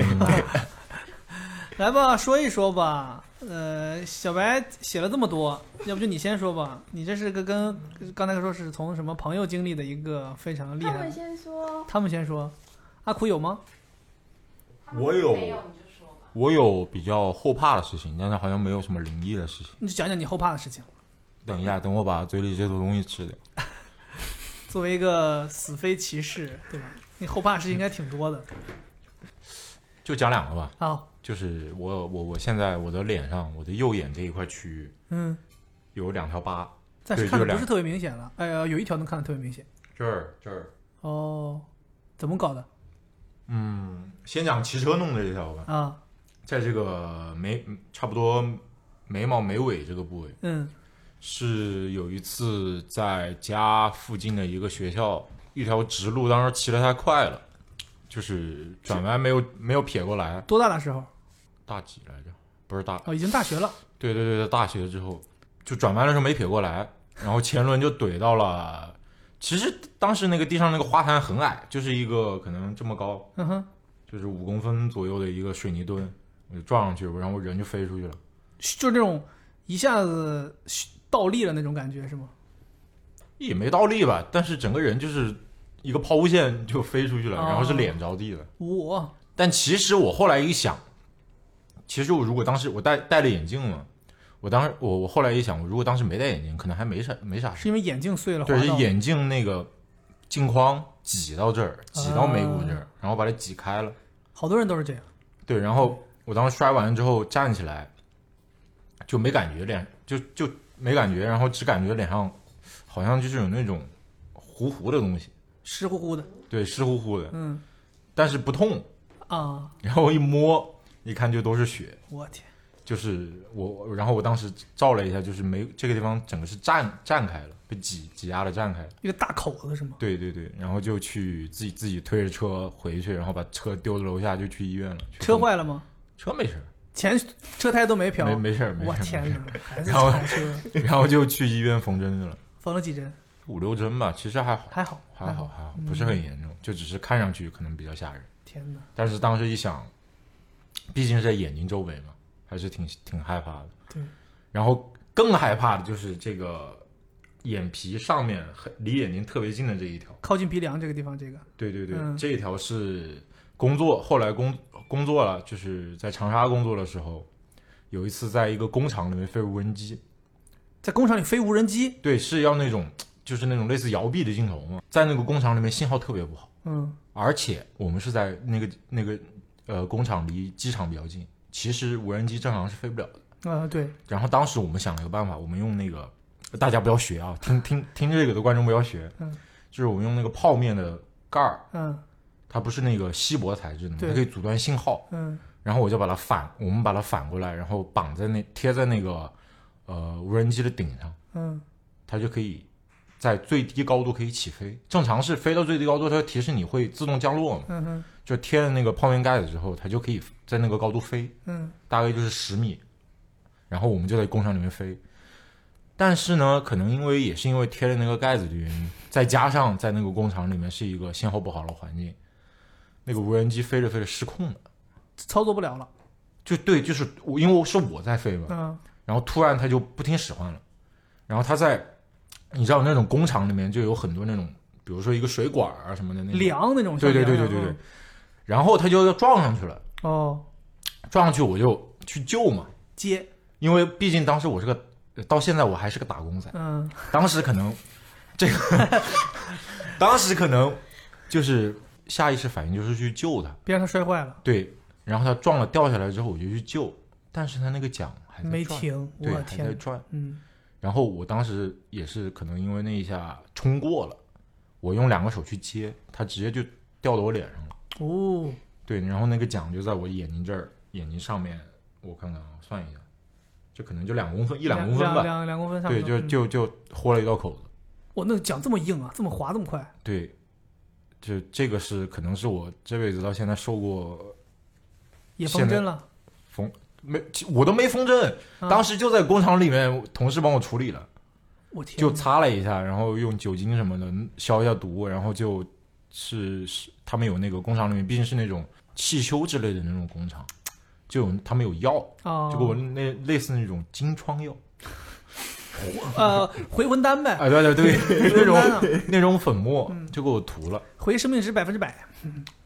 Speaker 2: 来吧，说一说吧。呃，小白写了这么多，要不就你先说吧。你这是个跟刚才说是从什么朋友经历的一个非常厉
Speaker 7: 他
Speaker 2: 害
Speaker 7: 们
Speaker 2: 的。
Speaker 7: 先说，
Speaker 2: 他们先说，阿苦有吗？
Speaker 5: 我有 我有比较后怕的事情，但是好像没有什么灵异的事情。
Speaker 2: 你就讲讲你后怕的事情。
Speaker 5: 等一下，等我把嘴里这坨东西吃掉。
Speaker 2: 作为一个死飞骑士，对吧？你后怕的事情应该挺多的。
Speaker 5: 就讲两个吧，
Speaker 2: 好，
Speaker 5: 就是我我我现在我的脸上我的右眼这一块区域
Speaker 2: 嗯，
Speaker 5: 有两条疤，
Speaker 2: 暂时
Speaker 5: 对
Speaker 2: 看的
Speaker 5: 就两
Speaker 2: 不是特别明显了。哎呀，有一条能看得特别明显。
Speaker 5: 这儿这儿。
Speaker 2: 哦，怎么搞的
Speaker 5: 嗯，先讲骑车弄的这条吧，
Speaker 2: 啊？
Speaker 5: 在这个眉差不多眉毛眉尾这个部位，
Speaker 2: 嗯
Speaker 5: 是有一次在家附近的一个学校，一条直路，当时骑得太快了，就是转弯没有没有撇过来，，
Speaker 2: 多大的时候？
Speaker 5: 大几来着？不是大，
Speaker 2: 哦，已经大学了。
Speaker 5: 对对对对，大学之后就转弯的时候没撇过来，然后前轮就怼到了。其实当时那个地上那个花坛很矮，就是一个可能这么高，
Speaker 2: 嗯哼，
Speaker 5: 就是五公分左右的一个水泥墩，我就撞上去，然后人就飞出去了。
Speaker 2: 就是那种一下子倒立了那种感觉是吗？
Speaker 5: 也没倒立吧，但是整个人就是一个抛物线就飞出去了，
Speaker 2: 哦
Speaker 5: 然后是脸着地的。
Speaker 2: 我
Speaker 5: 但其实我后来一想，其实我如果当时我戴戴了眼镜嘛，我当时我我后来一想，我如果当时没戴眼镜，可能还没啥没啥
Speaker 2: 是
Speaker 5: 事。
Speaker 2: 因为眼镜碎了，
Speaker 5: 对，
Speaker 2: 滑
Speaker 5: 是
Speaker 2: 到了
Speaker 5: 眼镜那个镜框挤到这儿，挤到眉骨这儿，然后把它挤开了。
Speaker 2: 哦好多人都是这样。
Speaker 5: 对，然后我当时摔完之后站起来，就没感觉脸，就就没感觉，然后只感觉脸上好像就是有那种糊糊的东西，
Speaker 2: 湿乎乎的，
Speaker 5: 对，湿乎乎的，
Speaker 2: 嗯
Speaker 5: 但是不痛。
Speaker 2: 啊，
Speaker 5: 然后一摸，一看就都是血，
Speaker 2: 我天，
Speaker 5: 就是我，然后我当时照了一下，就是没这个地方整个是绽绽开了，被挤挤压的绽开了。
Speaker 2: 一个大口子是吗？
Speaker 5: 对对对，然后就去自己自己推着车回去，然后把车丢到楼下就去医院了。去
Speaker 2: 车
Speaker 5: 缝
Speaker 2: 坏了吗？
Speaker 5: 车没事儿，
Speaker 2: 前车胎都没瓢。
Speaker 5: 没没事儿没
Speaker 2: 我
Speaker 5: 事儿
Speaker 2: 天
Speaker 5: 没事
Speaker 2: 哪， 还是
Speaker 5: 然后
Speaker 2: 铲车，
Speaker 5: 儿，然后就去医院缝针去了，
Speaker 2: 缝了几针，
Speaker 5: 五六针吧，其实还好
Speaker 2: 还好，嗯
Speaker 5: 还好。还好，不是很严重，就只是看上去可能比较吓人，
Speaker 2: 天哪，
Speaker 5: 但是当时一想，毕竟是在眼睛周围嘛，还是挺挺害怕的。
Speaker 2: 对，
Speaker 5: 然后更害怕的就是这个眼皮上面很离眼睛特别近的这一条。
Speaker 2: 靠近鼻梁这个地方，这个
Speaker 5: 对对对，
Speaker 2: 嗯
Speaker 5: 这一条是工作，后来工工作了，就是在长沙工作的时候，有一次在一个工厂里面飞无人机，
Speaker 2: 在工厂里飞无人机，
Speaker 5: 对，是要那种就是那种类似摇臂的镜头嘛，在那个工厂里面信号特别不好，
Speaker 2: 嗯，
Speaker 5: 而且我们是在那个那个呃工厂离机场比较近，其实无人机正常是飞不了的。
Speaker 2: 啊，对，
Speaker 5: 然后当时我们想了一个办法，我们用那个大家不要学啊，听听听这个的观众不要学，
Speaker 2: 嗯
Speaker 5: 就是我们用那个泡面的盖儿。
Speaker 2: 嗯
Speaker 5: 它不是那个锡箔材质的嘛，
Speaker 2: 对
Speaker 5: 它可以阻断信号。
Speaker 2: 嗯，
Speaker 5: 然后我就把它反，我们把它反过来，然后绑在那贴在那个呃无人机的顶上，
Speaker 2: 嗯，
Speaker 5: 它就可以在最低高度可以起飞。正常是飞到最低高度，它会提示你会自动降落嘛，
Speaker 2: 嗯哼，
Speaker 5: 就贴了那个泡面盖子之后，它就可以在那个高度飞，
Speaker 2: 嗯，
Speaker 5: 大概就是十米。然后我们就在工厂里面飞，但是呢，可能因为也是因为贴了那个盖子的原因，再加上在那个工厂里面是一个信号不好的环境，那个无人机飞着飞着失控了。
Speaker 2: 操作不了了，
Speaker 5: 就对，就是我，因为我是我在飞嘛，
Speaker 2: 嗯，
Speaker 5: 然后突然它就不听使唤了，然后它在，你知道那种工厂里面就有很多那种，比如说一个水管啊什么的那种，
Speaker 2: 梁那种像
Speaker 5: 对
Speaker 2: 梁，
Speaker 5: 对对对对对
Speaker 2: 嗯，，
Speaker 5: 然后它就要撞上去了，
Speaker 2: 哦，
Speaker 5: 撞上去我就去救嘛，
Speaker 2: 接，
Speaker 5: 因为毕竟当时我是个，到现在我还是个打工仔，
Speaker 2: 嗯，
Speaker 5: 当时可能这个， 当时可能就是下意识反应就是去救它，
Speaker 2: 别让它摔坏了，
Speaker 5: 对，然后它撞了掉下来之后我就去救，但是它那个桨还在
Speaker 2: 没
Speaker 5: 转，
Speaker 2: 停，
Speaker 5: 对，
Speaker 2: 我
Speaker 5: 还在
Speaker 2: 天，
Speaker 5: 转。
Speaker 2: 嗯，
Speaker 5: 然后我当时也是可能因为那一下冲过了，我用两个手去接，它直接就掉到我脸上了。
Speaker 2: 哦，
Speaker 5: 对，然后那个奖就在我眼睛这儿，眼睛上面，我看看啊，算一下，就可能就两公分，一两公分
Speaker 2: 两
Speaker 5: 吧。
Speaker 2: 两两公分差不
Speaker 5: 对，
Speaker 2: 多，
Speaker 5: 就
Speaker 2: 嗯，
Speaker 5: 就就豁了一道口子。
Speaker 2: 哇，那桨这么硬啊，这么滑，这么快，
Speaker 5: 对，就这个是可能是我这辈子到现在受过
Speaker 2: 也缝
Speaker 5: 现在
Speaker 2: 针了，
Speaker 5: 没，我都没缝针，
Speaker 2: 啊
Speaker 5: 当时就在工厂里面，同事帮我处理了。
Speaker 2: 我天，
Speaker 5: 就擦了一下，然后用酒精什么的嗯消一下毒，然后就是是他们有那个工厂里面，毕竟是那种汽修之类的那种工厂，就有他们有药，
Speaker 2: 啊，
Speaker 5: 就给我那类似那种金疮药，
Speaker 2: 呃回魂丹呗，
Speaker 5: 啊对对对，那
Speaker 2: 回魂丹
Speaker 5: 种
Speaker 2: 啊
Speaker 5: 那种粉末就给我涂了，
Speaker 2: 回生命值百分之百，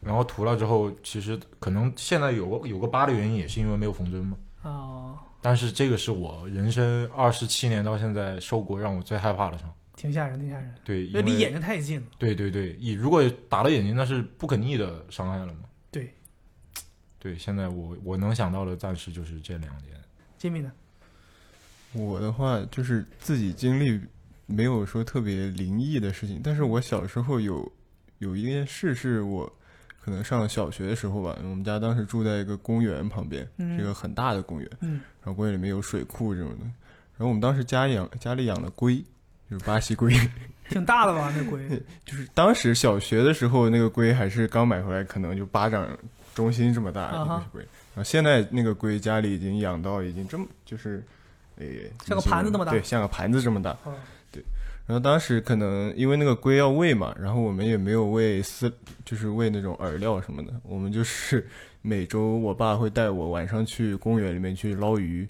Speaker 5: 然后涂了之后，其实可能现在有个有个疤的原因也是因为没有缝针嘛，
Speaker 2: 哦，
Speaker 5: 但是这个是我人生二十七年到现在受过让我最害怕的伤，
Speaker 2: 挺吓人，挺吓人，
Speaker 5: 对，因
Speaker 2: 因为离
Speaker 5: 为
Speaker 2: 眼睛太近了，
Speaker 5: 对对对，以如果打到眼睛，那是不可逆的伤害了嘛。
Speaker 2: 对，
Speaker 5: 对，现在我我能想到的暂时就是这两件。
Speaker 2: Jimmy 呢？
Speaker 8: 我的话就是自己经历没有说特别灵异的事情，但是我小时候有有一件事是我可能上小学的时候吧，我们家当时住在一个公园旁边，
Speaker 2: 嗯
Speaker 8: 是一个很大的公园，
Speaker 2: 嗯
Speaker 8: 然后公园里面有水库这种的，然后我们当时家养家里养了龟，就是巴西龟，
Speaker 2: 挺大的吧，那龟，
Speaker 8: 就是当时小学的时候，那个龟还是刚买回来，可能就巴掌中心这么大的
Speaker 2: 啊
Speaker 8: 一
Speaker 2: 哈
Speaker 8: 个龟。然后现在那个龟家里已经养到已经这么就是，呃，
Speaker 2: 像个盘子那么大
Speaker 8: 对，像个盘子这么大。
Speaker 2: 哦
Speaker 8: 然后当时可能因为那个龟要喂嘛，然后我们也没有喂饲，就是喂那种饵料什么的，我们就是每周我爸会带我晚上去公园里面去捞鱼，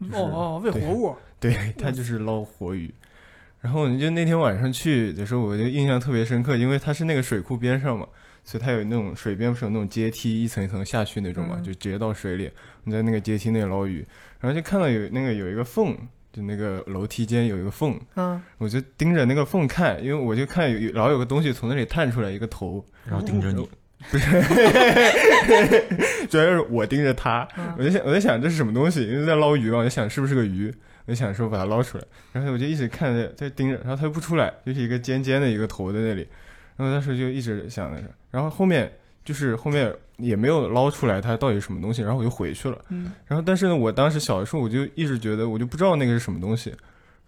Speaker 8: 就是
Speaker 2: 哦哦，喂活物，
Speaker 8: 对他就是捞活鱼。然后你就那天晚上去的时候，我就印象特别深刻，因为它是那个水库边上嘛，所以它有那种水边不是有那种阶梯，一层一层下去那种嘛，
Speaker 2: 嗯
Speaker 8: 就直接到水里。你在那个阶梯那捞鱼，然后就看到有那个有一个缝，就那个楼梯间有一个缝，
Speaker 2: 嗯，
Speaker 8: 我就盯着那个缝看，因为我就看有有老有个东西从那里探出来一个头，
Speaker 5: 然后盯着 你，
Speaker 8: 主要是我盯着它，我就想我在想这是什么东西，因为在捞鱼嘛，我就想是不是个鱼，我就想说把它捞出来，然后我就一直看着在盯着，然后它又不出来，就是一个尖尖的一个头在那里，然后当时就一直想着，然后后面就是后面也没有捞出来它到底是什么东西，然后我就回去了。
Speaker 9: 嗯
Speaker 2: 嗯
Speaker 8: 然后但是呢，我当时小的时候我就一直觉得我就不知道那个是什么东西，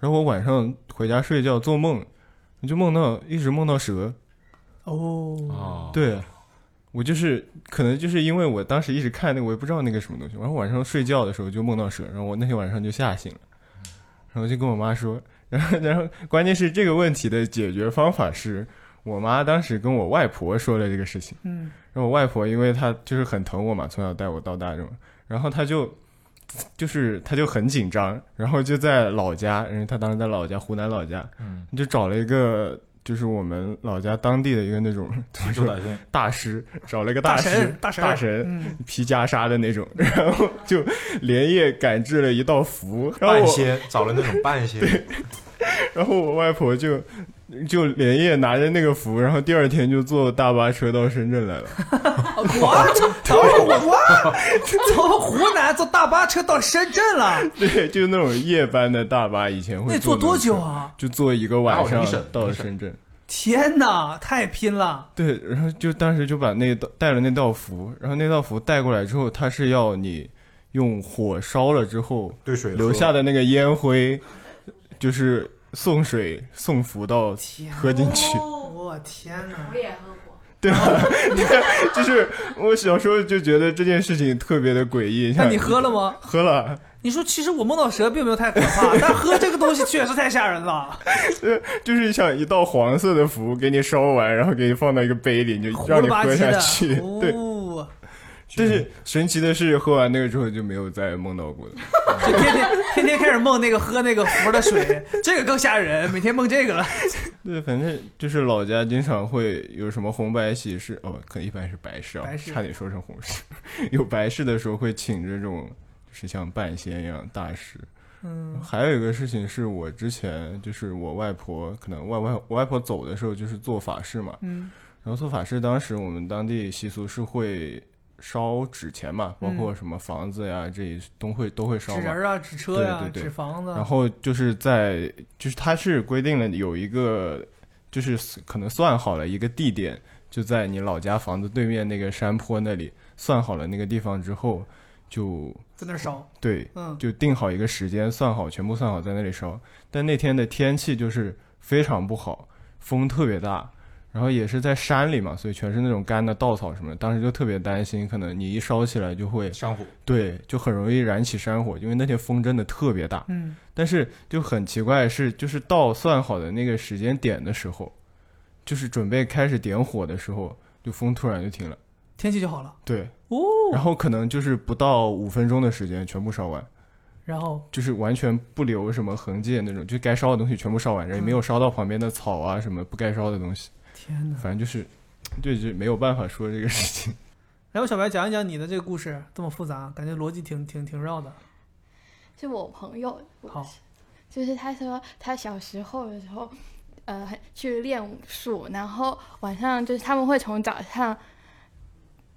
Speaker 8: 然后我晚上回家睡觉做梦，我就梦到一直梦到蛇，
Speaker 2: 哦，
Speaker 8: 啊对。我就是可能就是因为我当时一直看那个，我也不知道那个什么东西。然后晚上睡觉的时候就梦到蛇，然后我那天晚上就吓醒了，然后就跟我妈说， 然后然后关键是这个问题的解决方法是我妈当时跟我外婆说了这个事情，
Speaker 2: 嗯，
Speaker 8: 然后我外婆因为她就是很疼我嘛，从小带我到大这种，然后她就就是她就很紧张，然后就在老家，因为她当时在老家湖南老家，
Speaker 5: 嗯，
Speaker 8: 就找了一个就是我们老家当地的一个那种 怎么
Speaker 5: 就
Speaker 8: 说
Speaker 5: 打针，
Speaker 8: 大师，找了一个
Speaker 2: 大
Speaker 8: 师
Speaker 2: 神，，大神，
Speaker 8: 大神。
Speaker 2: 嗯，
Speaker 8: 皮袈裟的那种， 然后就连夜赶制了一道符，然后
Speaker 5: 半
Speaker 8: 我
Speaker 5: 仙找了那种半仙，
Speaker 8: 然后我外婆就就连夜拿着那个符，然后第二天就坐大巴车到深圳来了。
Speaker 2: 我这等会儿哎我哇， 从湖南坐大巴车到深圳了，
Speaker 8: 对，就是那种夜班的大巴，以前会
Speaker 2: 那得坐
Speaker 8: 坐
Speaker 2: 多
Speaker 8: 那种
Speaker 2: 久
Speaker 8: 车？
Speaker 2: 啊？
Speaker 8: 就坐一个晚
Speaker 5: 啊
Speaker 8: 上
Speaker 5: 我是一省
Speaker 8: 到
Speaker 5: 一省
Speaker 8: 深圳。
Speaker 2: 天哪，太拼了！
Speaker 8: 对，然后就当时就把那道带了那道符，然后那道符带过来之后，它是要你用火烧了之后
Speaker 5: 对水喝
Speaker 8: 留下的那个烟灰，就是送水送符到
Speaker 2: 天
Speaker 8: 喝进去。
Speaker 2: 我天哪！
Speaker 3: 哦也喝过，
Speaker 8: 就是我小时候就觉得这件事情特别的诡异。
Speaker 2: 那
Speaker 8: 像
Speaker 2: 你喝了吗？
Speaker 8: 喝了，
Speaker 2: 你说，其实我梦到蛇并没有太可怕，但喝这个东西确实太吓人了。
Speaker 8: 就是像一道黄色的符给你烧完，然后给你放到一个杯里，你就
Speaker 2: 胡
Speaker 8: 让
Speaker 2: 了
Speaker 8: 你
Speaker 2: 吧
Speaker 8: 喝
Speaker 2: 唧
Speaker 8: 下
Speaker 2: 的，
Speaker 8: 去。 对，
Speaker 2: 哦，
Speaker 8: 但是神奇的是，喝完那个之后就没有再梦到过了。
Speaker 2: 就天天 天天开始梦那个喝那个符的水，这个更吓人，每天梦这个了。
Speaker 8: 对，反正就是老家经常会有什么红白喜事，哦，可能一般是白事啊，
Speaker 2: 白事
Speaker 8: 差点说成红事。 有白事的时候会请这种，就是像半仙一样大师。
Speaker 2: 嗯，
Speaker 8: 还有一个事情是我之前就是我外婆，可能外外我外婆走的时候就是做法事嘛，
Speaker 2: 嗯，
Speaker 8: 然后做法事，当时我们当地习俗是会烧纸钱嘛，包括什么房子呀这一都会都会
Speaker 2: 嗯纸
Speaker 8: 烧嘛。
Speaker 2: 人啊，纸车呀
Speaker 8: 对，对对
Speaker 2: 纸房子啊，
Speaker 8: 然后就是在就是它是规定了有一个就是可能算好了一个地点，就在你老家房子对面那个山坡那里算好了那个地方之后，就
Speaker 2: 在那儿烧，
Speaker 8: 对
Speaker 2: 嗯，
Speaker 8: 就定好一个时间，算好全部算好在那里烧。但那天的天气就是非常不好，风特别大，然后也是在山里嘛，所以全是那种干的稻草什么的。当时就特别担心，可能你一烧起来就会
Speaker 5: 商户
Speaker 8: 对，就很容易燃起山火，因为那天风真的特别大。
Speaker 2: 嗯，
Speaker 8: 但是就很奇怪是，就是到算好的那个时间点的时候，就是准备开始点火的时候，就风突然就停了。
Speaker 2: 天气就好了。
Speaker 8: 对，
Speaker 2: 哦，
Speaker 8: 然后可能就是不到五分钟的时间全部烧完。
Speaker 2: 然后
Speaker 8: 就是完全不留什么痕迹的那种，就该烧的东西全部烧完，
Speaker 2: 嗯
Speaker 8: 人也没有烧到旁边的草啊什么不该烧的东西，
Speaker 2: 天哪！
Speaker 8: 反正就是，就是没有办法说这个事情。
Speaker 2: 然后小白讲一讲你的这个故事，这么复杂，感觉逻辑挺挺挺绕的。
Speaker 7: 是我朋友，
Speaker 2: 好，
Speaker 7: 就是他说他小时候的时候，呃，去练武术，然后晚上就是他们会从早上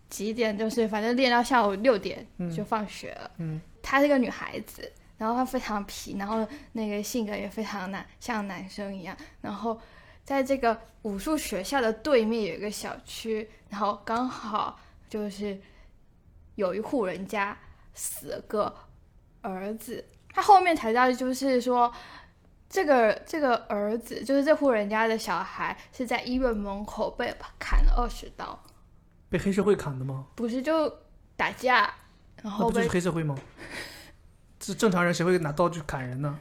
Speaker 7: 几点，就是反正练到下午六点
Speaker 2: 嗯
Speaker 7: 就放学了。
Speaker 2: 嗯，
Speaker 7: 她是个女孩子，然后她非常皮，然后那个性格也非常男，像男生一样。然后在这个武术学校的对面有一个小区，然后刚好就是有一户人家死了个儿子，他后面才知道，就是说。这个这个儿子就是这户人家的小孩，是在医院门口被砍了二十刀，
Speaker 2: 被黑社会砍的吗？
Speaker 7: 不是就打架，然
Speaker 2: 那
Speaker 7: 后
Speaker 2: 不就
Speaker 7: 被
Speaker 2: 是黑社会吗？这正常人谁会拿刀去砍人呢？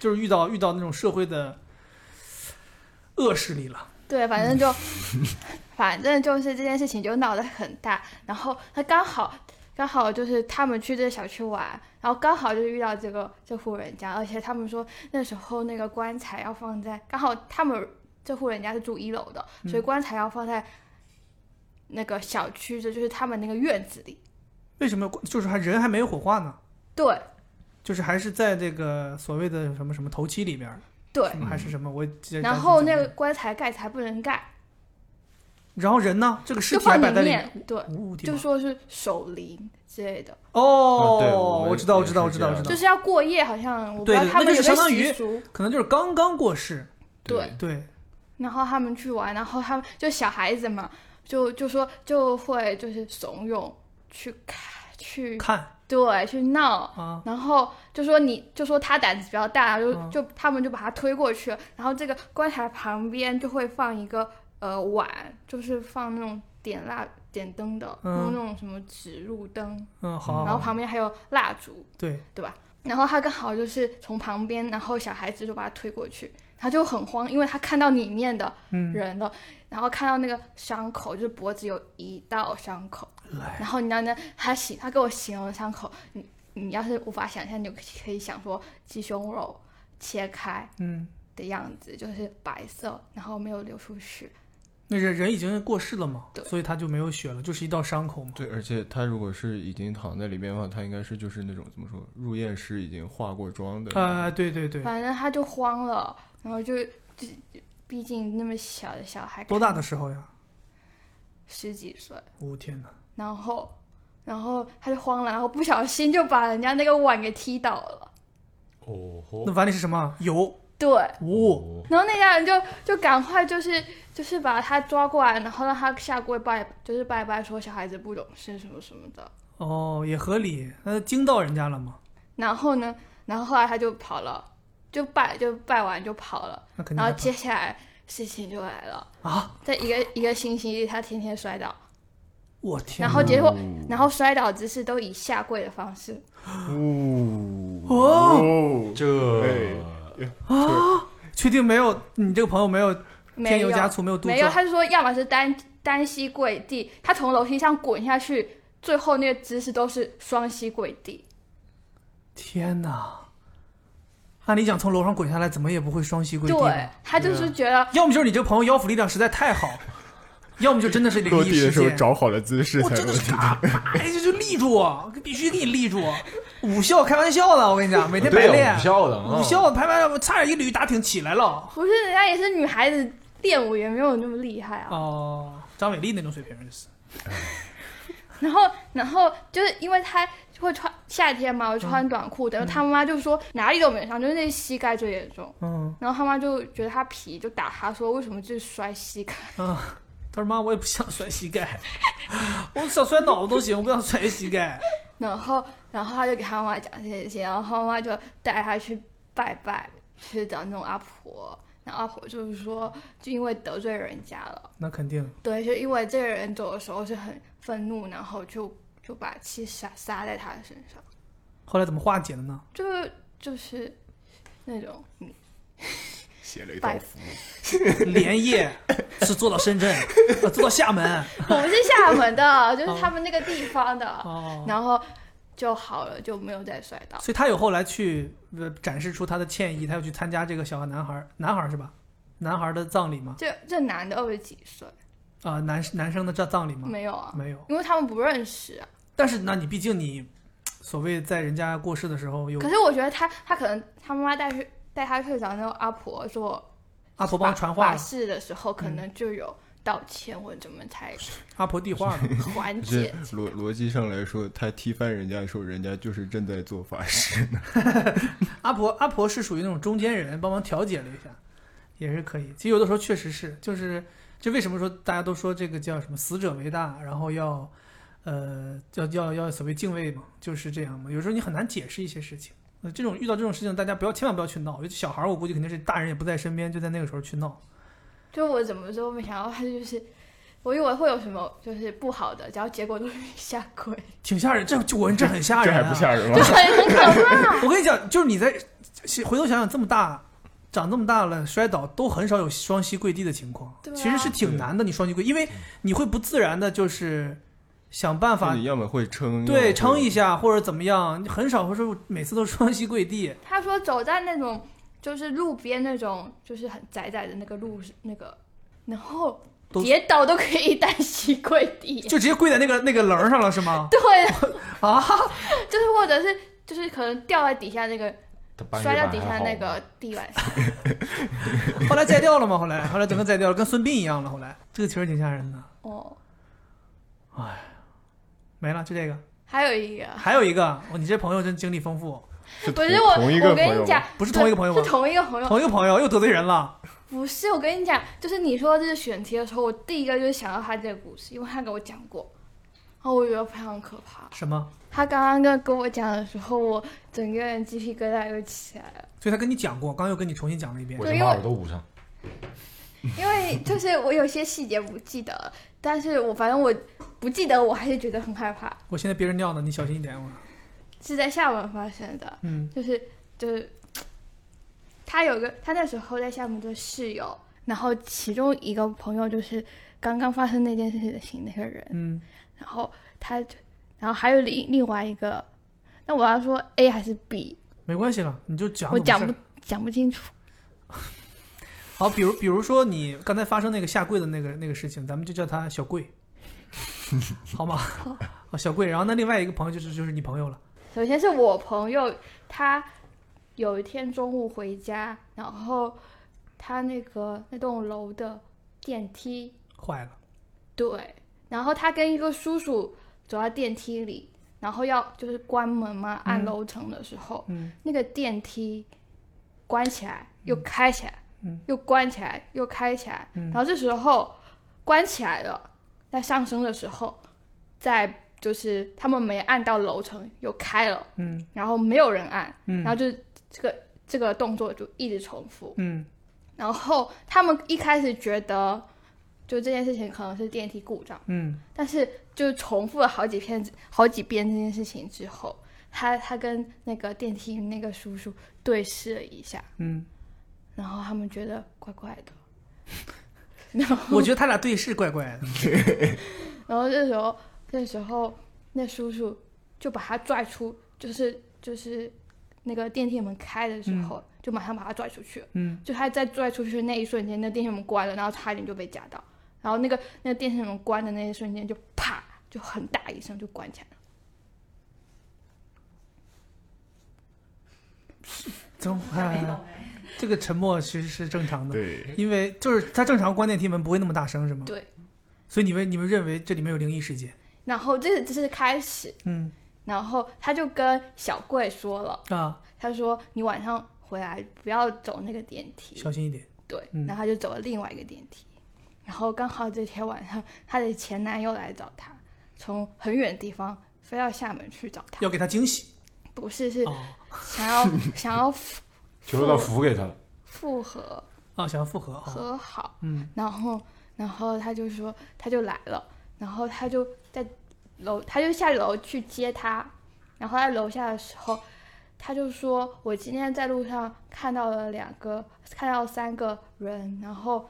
Speaker 2: 就是遇到遇到那种社会的恶势力了。
Speaker 7: 对，反正 就，反正就是这件事情就闹得很大。然后他刚好刚好就是他们去这小区玩，然后刚好就遇到这个这户人家，而且他们说那时候那个棺材要放在刚好他们这户人家是住一楼的，所
Speaker 2: 嗯
Speaker 7: 以棺材要放在那个小区，这就是他们那个院子里。
Speaker 2: 为什么就是还人还没有火化呢？
Speaker 7: 对
Speaker 2: 就是还是在这个所谓的什么什么头七里边儿，
Speaker 7: 对
Speaker 2: 什，么还是什么？我记得
Speaker 7: 然后那
Speaker 2: 记得
Speaker 7: 个棺材盖子还不能盖，
Speaker 2: 然后人呢？这个尸
Speaker 7: 就
Speaker 2: 体还
Speaker 7: 放
Speaker 2: 摆在
Speaker 7: 里
Speaker 2: 里面，
Speaker 7: 面，对，
Speaker 2: 无地
Speaker 7: 就
Speaker 2: 方
Speaker 7: 说是守灵之类的。
Speaker 2: 哦，
Speaker 8: 啊对我
Speaker 2: 我
Speaker 8: 也
Speaker 2: 知道，我
Speaker 8: 也
Speaker 2: 知道，
Speaker 8: 是
Speaker 2: 我知道，
Speaker 8: 这
Speaker 2: 我知
Speaker 8: 样
Speaker 2: 道
Speaker 7: 就，是要过夜，好像我不知
Speaker 2: 对
Speaker 7: 道
Speaker 2: 对
Speaker 7: 他
Speaker 2: 那
Speaker 7: 们
Speaker 2: 就
Speaker 7: 有
Speaker 2: 相
Speaker 7: 个
Speaker 2: 当于
Speaker 7: 习俗，
Speaker 2: 可能就是刚刚过世，
Speaker 7: 对，
Speaker 8: 嗯
Speaker 2: 对，
Speaker 7: 然后他们去玩，然后他们就小孩子嘛，就就说就会就是怂恿去看去
Speaker 2: 看
Speaker 7: 对去闹，
Speaker 2: 啊，
Speaker 7: 然后就说你就说他胆子比较大，就、
Speaker 2: 嗯
Speaker 7: 就他们就把他推过去，然后这个棺材旁边就会放一个呃碗，就是放那种点蜡点灯的，
Speaker 2: 嗯
Speaker 7: 用那种什么指路灯，
Speaker 2: 嗯，好，
Speaker 7: 然后旁边还有蜡烛，
Speaker 2: 对，
Speaker 7: 然后他刚好就是从旁边，然后小孩子就把他推过去，他就很慌，因为他看到里面的
Speaker 2: 嗯，
Speaker 7: 人了，然后看到那个伤口，就是脖子有一道伤口，
Speaker 2: 哎
Speaker 7: 然后你知道呢，他形他给我形容伤口，你你要是无法想象，你就可以想说鸡胸肉切开
Speaker 2: 嗯，
Speaker 7: 的样子，就是白色，然后没有流出血，
Speaker 2: 那人人已经过世了嘛，
Speaker 7: 对
Speaker 2: 所以他就没有血了， 就是一道伤口嘛。
Speaker 8: 对，而且他如果是已经躺在里边的话，他应该是就是那种怎么说，入殓师已经化过妆的。
Speaker 2: 啊、对对对，
Speaker 7: 反正他就慌了，然后就就毕竟那么小的小孩，
Speaker 2: 多大的时候呀？
Speaker 7: 十几岁。
Speaker 2: 我、天哪！
Speaker 7: 然后，然后他就慌了，然后不小心就把人家那个碗给踢倒了。
Speaker 5: 哦
Speaker 2: 那
Speaker 5: 吼，
Speaker 2: 碗里是什么？油。
Speaker 7: 对，
Speaker 2: 哦，
Speaker 7: 然后那家人就就赶快就是就是把他抓过来，然后让他下跪拜，就是拜拜，说小孩子不懂事什么什么的。
Speaker 2: 哦，也合理。那惊到人家了嘛？
Speaker 7: 然后呢，然后后来他就跑了，就拜就拜完就跑了。
Speaker 2: 那肯定
Speaker 7: 然
Speaker 2: 害
Speaker 7: 后
Speaker 2: 怕。
Speaker 7: 接下来事情就来了，
Speaker 2: 啊！
Speaker 7: 在一个一个星期，他天天摔倒，
Speaker 2: 我天
Speaker 7: 然
Speaker 2: 哪！
Speaker 7: 后结果然后摔倒姿势都以下跪的方式。
Speaker 2: 哦，啊
Speaker 8: 哦，
Speaker 5: 这
Speaker 2: 确定没有？你这个朋友没有添
Speaker 7: 没
Speaker 2: 油
Speaker 7: 有。
Speaker 2: 加醋，没有杜
Speaker 7: 没有，
Speaker 2: 撰？
Speaker 7: 他是说要么是单单膝跪地，他从楼梯上滚下去，最后那个姿势都是双膝跪地。
Speaker 2: 天哪！按理讲，从楼上滚下来，怎么也不会双膝跪地吧
Speaker 7: 对，他就是觉得
Speaker 2: 要么就是你这个朋友腰腹力量实在太好， 要么就真的是灵
Speaker 8: 落
Speaker 2: 异
Speaker 8: 地的
Speaker 2: 事
Speaker 8: 时候
Speaker 2: 件。
Speaker 8: 找好了姿势
Speaker 2: 我
Speaker 8: 才
Speaker 2: 真
Speaker 8: 落
Speaker 2: 的是
Speaker 8: 地。
Speaker 2: 啪 啪，哎就就立住，必须给你立住。武校开玩笑的，我跟你讲，每天白
Speaker 5: 对
Speaker 2: 练
Speaker 5: 啊，。校的，
Speaker 2: 武
Speaker 5: 嗯
Speaker 2: 校拍拍，我差点一驴打挺起来了。
Speaker 7: 不是人家也是女孩子练舞也没有那么厉害啊。
Speaker 2: 哦，张伟丽那种水平就是。
Speaker 7: 然后然后就是因为他会穿夏天嘛，我
Speaker 2: 嗯
Speaker 7: 穿短裤的，然后他妈妈就说哪里都没伤，就是那膝盖最严重。
Speaker 2: 嗯
Speaker 7: 然后他妈就觉得他皮就打他说为什么就是摔膝盖？
Speaker 2: 啊，他说妈，我也不想摔膝盖， 我想摔脑子都行，我不想摔膝盖。
Speaker 7: 然后然后他就给他妈妈讲这些事情，然后他妈妈就带他去拜拜，去找那种阿婆。然后阿婆就是说，就因为得罪人家了，
Speaker 2: 那肯定，
Speaker 7: 对，就因为这个人走的时候是很愤怒，然后就就把气撒撒在他的身上，
Speaker 2: 后来怎么化解的呢？
Speaker 7: 就就是那种嗯
Speaker 8: 写了一
Speaker 7: 拜，
Speaker 2: 连夜是坐到深圳，呃坐到厦门。
Speaker 7: 我们是厦门的，就是他们那个地方的，
Speaker 2: 哦，
Speaker 7: 然后就好了，就没有再摔倒。
Speaker 2: 所以他有后来去呃展示出他的歉意，他又去参加这个小男孩，男孩是吧？男孩的葬礼吗？
Speaker 7: 这这男的二十几岁，
Speaker 2: 啊、男男生的葬葬礼吗？
Speaker 7: 没有啊，
Speaker 2: 没有。
Speaker 7: 因为他们不认识啊。
Speaker 2: 但是那你毕竟你所谓在人家过世的时候有
Speaker 7: 可是我觉得他他可能他妈妈带去带他去找那个阿婆做
Speaker 2: 阿婆帮他传话
Speaker 7: 法
Speaker 2: 了，嗯
Speaker 7: 事的时候，可能就有道歉或者怎么才
Speaker 2: 阿婆递话了。
Speaker 7: 缓
Speaker 8: 这
Speaker 7: 解。
Speaker 8: 逻逻辑上来说，他踢翻人家的时候，人家就是正在做法事呢。
Speaker 2: 阿婆阿婆是属于那种中间人，帮忙调解了一下，也是可以。其实有的时候确实是，就是就为什么说大家都说这个叫什么死者为大，然后要呃要要要所谓敬畏嘛，就是这样嘛。有时候你很难解释一些事情。呃，这种遇到这种事情，大家不要千万不要去闹。尤其小孩儿，我估计肯定是大人也不在身边，就在那个时候去闹。
Speaker 7: 就我怎么说没想到他就是，我以为会有什么就是不好的，然后结果都是 下跪，
Speaker 2: 挺吓人，这这我这很吓
Speaker 8: 这
Speaker 2: 人、啊，
Speaker 8: 还不吓人吗
Speaker 7: 就？很很可怕。
Speaker 2: 我跟你讲，就是你在回头想想，这么大长这么大了，摔倒都很少有双膝跪地的情况，
Speaker 7: 对啊
Speaker 2: 其实是挺难的。你双膝跪，因为你会不自然的，就是想 办 法
Speaker 8: 你要么会撑，要么
Speaker 2: 对
Speaker 8: 会
Speaker 2: 撑一下或者怎么样，你很少会说每次都双膝跪地。
Speaker 7: 他说走在那种就是路边那种就是很窄窄的那个路那个，然 后
Speaker 2: 都
Speaker 7: 跌倒都可以单膝跪地。
Speaker 2: 就直接跪在那个那个棱儿上了是 吗？
Speaker 7: 对，
Speaker 2: 啊，
Speaker 7: 就是或者是就是可能掉在底下那个
Speaker 5: 他搬
Speaker 7: 摔
Speaker 5: 运
Speaker 7: 到
Speaker 5: 搬
Speaker 7: 底
Speaker 5: 还
Speaker 7: 下
Speaker 5: 好
Speaker 7: 那个地板上，
Speaker 2: 后来摘掉了吗？后来后来整个摘掉了，跟孙膑一样了。后来这个确实挺吓人的，
Speaker 7: 哦，
Speaker 2: 没了就这个。
Speaker 7: 还有一个，
Speaker 2: 还有一个，哦，你这朋友真经历丰富，
Speaker 8: 是
Speaker 7: 不
Speaker 8: 同
Speaker 7: 是我，
Speaker 8: 同一个
Speaker 7: 我
Speaker 8: 朋
Speaker 7: 跟
Speaker 8: 友
Speaker 7: 你
Speaker 8: 吗
Speaker 7: 讲，
Speaker 2: 不是同一个朋友吗
Speaker 7: 是？同一个朋友，
Speaker 2: 同一个朋友又得罪人了，
Speaker 7: 不是，我跟你讲，就是你说这是选题的时候，我第一个就是想到他这个故事，因为他给我讲过，然后我觉得非常可怕。
Speaker 2: 什么？
Speaker 7: 他刚刚跟跟我讲的时候，我整个人鸡皮疙瘩又起来了，
Speaker 2: 所以他跟你讲过，刚刚又跟你重新讲了一遍
Speaker 5: 我
Speaker 7: 对
Speaker 5: 先
Speaker 7: 因
Speaker 5: 把
Speaker 7: 为
Speaker 5: 耳朵捂上。
Speaker 7: 因为就是我有些细节不记得了，但是我反正我不记得，我还是觉得很害怕。
Speaker 2: 我现在憋着尿呢，你小心一点。我
Speaker 7: 是在厦门发生的，
Speaker 2: 嗯，
Speaker 7: 就是就是，他有个他那时候在厦门的室友，然后其中一个朋友就是刚刚发生那件事情那个人，
Speaker 2: 嗯，
Speaker 7: 然后他就，然后还有另另外一个，那我要说 A 还是 B，
Speaker 2: 没关系了，你就讲。
Speaker 7: 我讲不讲不清楚。
Speaker 2: 好，比如比如说你刚才发生那个下跪的那个那个事情，咱们就叫他 小跪，好吗？好，小跪。然后那另外一个朋友就是就是你朋友了，
Speaker 7: 首先是我朋友，他有一天中午回家，然后他那个那栋楼的电梯
Speaker 2: 坏了，
Speaker 7: 对，然后他跟一个叔叔走到电梯里，然后要就是关门嘛，按
Speaker 2: 嗯
Speaker 7: 楼层的时候，
Speaker 2: 嗯
Speaker 7: 那个电梯关起来又开起来，
Speaker 2: 嗯
Speaker 7: 又关起来又开起来，
Speaker 2: 嗯
Speaker 7: 然后这时候关起来了，在上升的时候，在就是他们没按到楼层又开了，
Speaker 2: 嗯
Speaker 7: 然后没有人按，
Speaker 2: 嗯，
Speaker 7: 然后就这个这个动作就一直重复，
Speaker 2: 嗯
Speaker 7: 然后他们一开始觉得就这件事情可能是电梯故障。
Speaker 2: 嗯
Speaker 7: 但是就重复了好几遍、好几遍这件事情之后，他他跟那个电梯那个叔叔对视了一下，
Speaker 2: 嗯，
Speaker 7: 然后他们觉得怪怪的，然后
Speaker 2: 我觉得他俩对视怪怪的，
Speaker 7: 然后这时候这时候那叔叔就把他拽出，就是就是那个电梯门开的时候，就马上把他拽出去了。
Speaker 2: 嗯
Speaker 7: 就他在拽出去的那一瞬间，那电梯门关了，然后差一点就被夹到。然后那个那个电梯门关的那一瞬间，就啪，就很大一声就关起来了。
Speaker 2: 怎么？这个沉默其实是正常的，
Speaker 8: 对，
Speaker 2: 因为就是他正常关电梯门不会那么大声，是吗？
Speaker 7: 对。
Speaker 2: 所以你们你们认为这里面有灵异事件？
Speaker 7: 然后这这是开始，
Speaker 2: 嗯
Speaker 7: 然后他就跟小贵说了，
Speaker 2: 啊，
Speaker 7: 他说你晚上回来不要走那个电梯
Speaker 2: 小，心一点。
Speaker 7: 对，
Speaker 2: 嗯
Speaker 7: 然后他就走了另外一个电梯，然后刚好这天晚上她的前男友来找她，从很远的地方飞到厦门去找她，
Speaker 2: 要给他惊喜
Speaker 7: 不是是
Speaker 2: 哦
Speaker 7: 想要 想要复
Speaker 5: 求了道符给他，
Speaker 7: 复合
Speaker 2: 啊，想要复合啊，
Speaker 7: 和好，
Speaker 2: 嗯
Speaker 7: 然后然后他就说他就来了，然后他就在楼他就下楼去接他，然后在楼下的时候，他就说我今天在路上看到了两个看到三个人，然后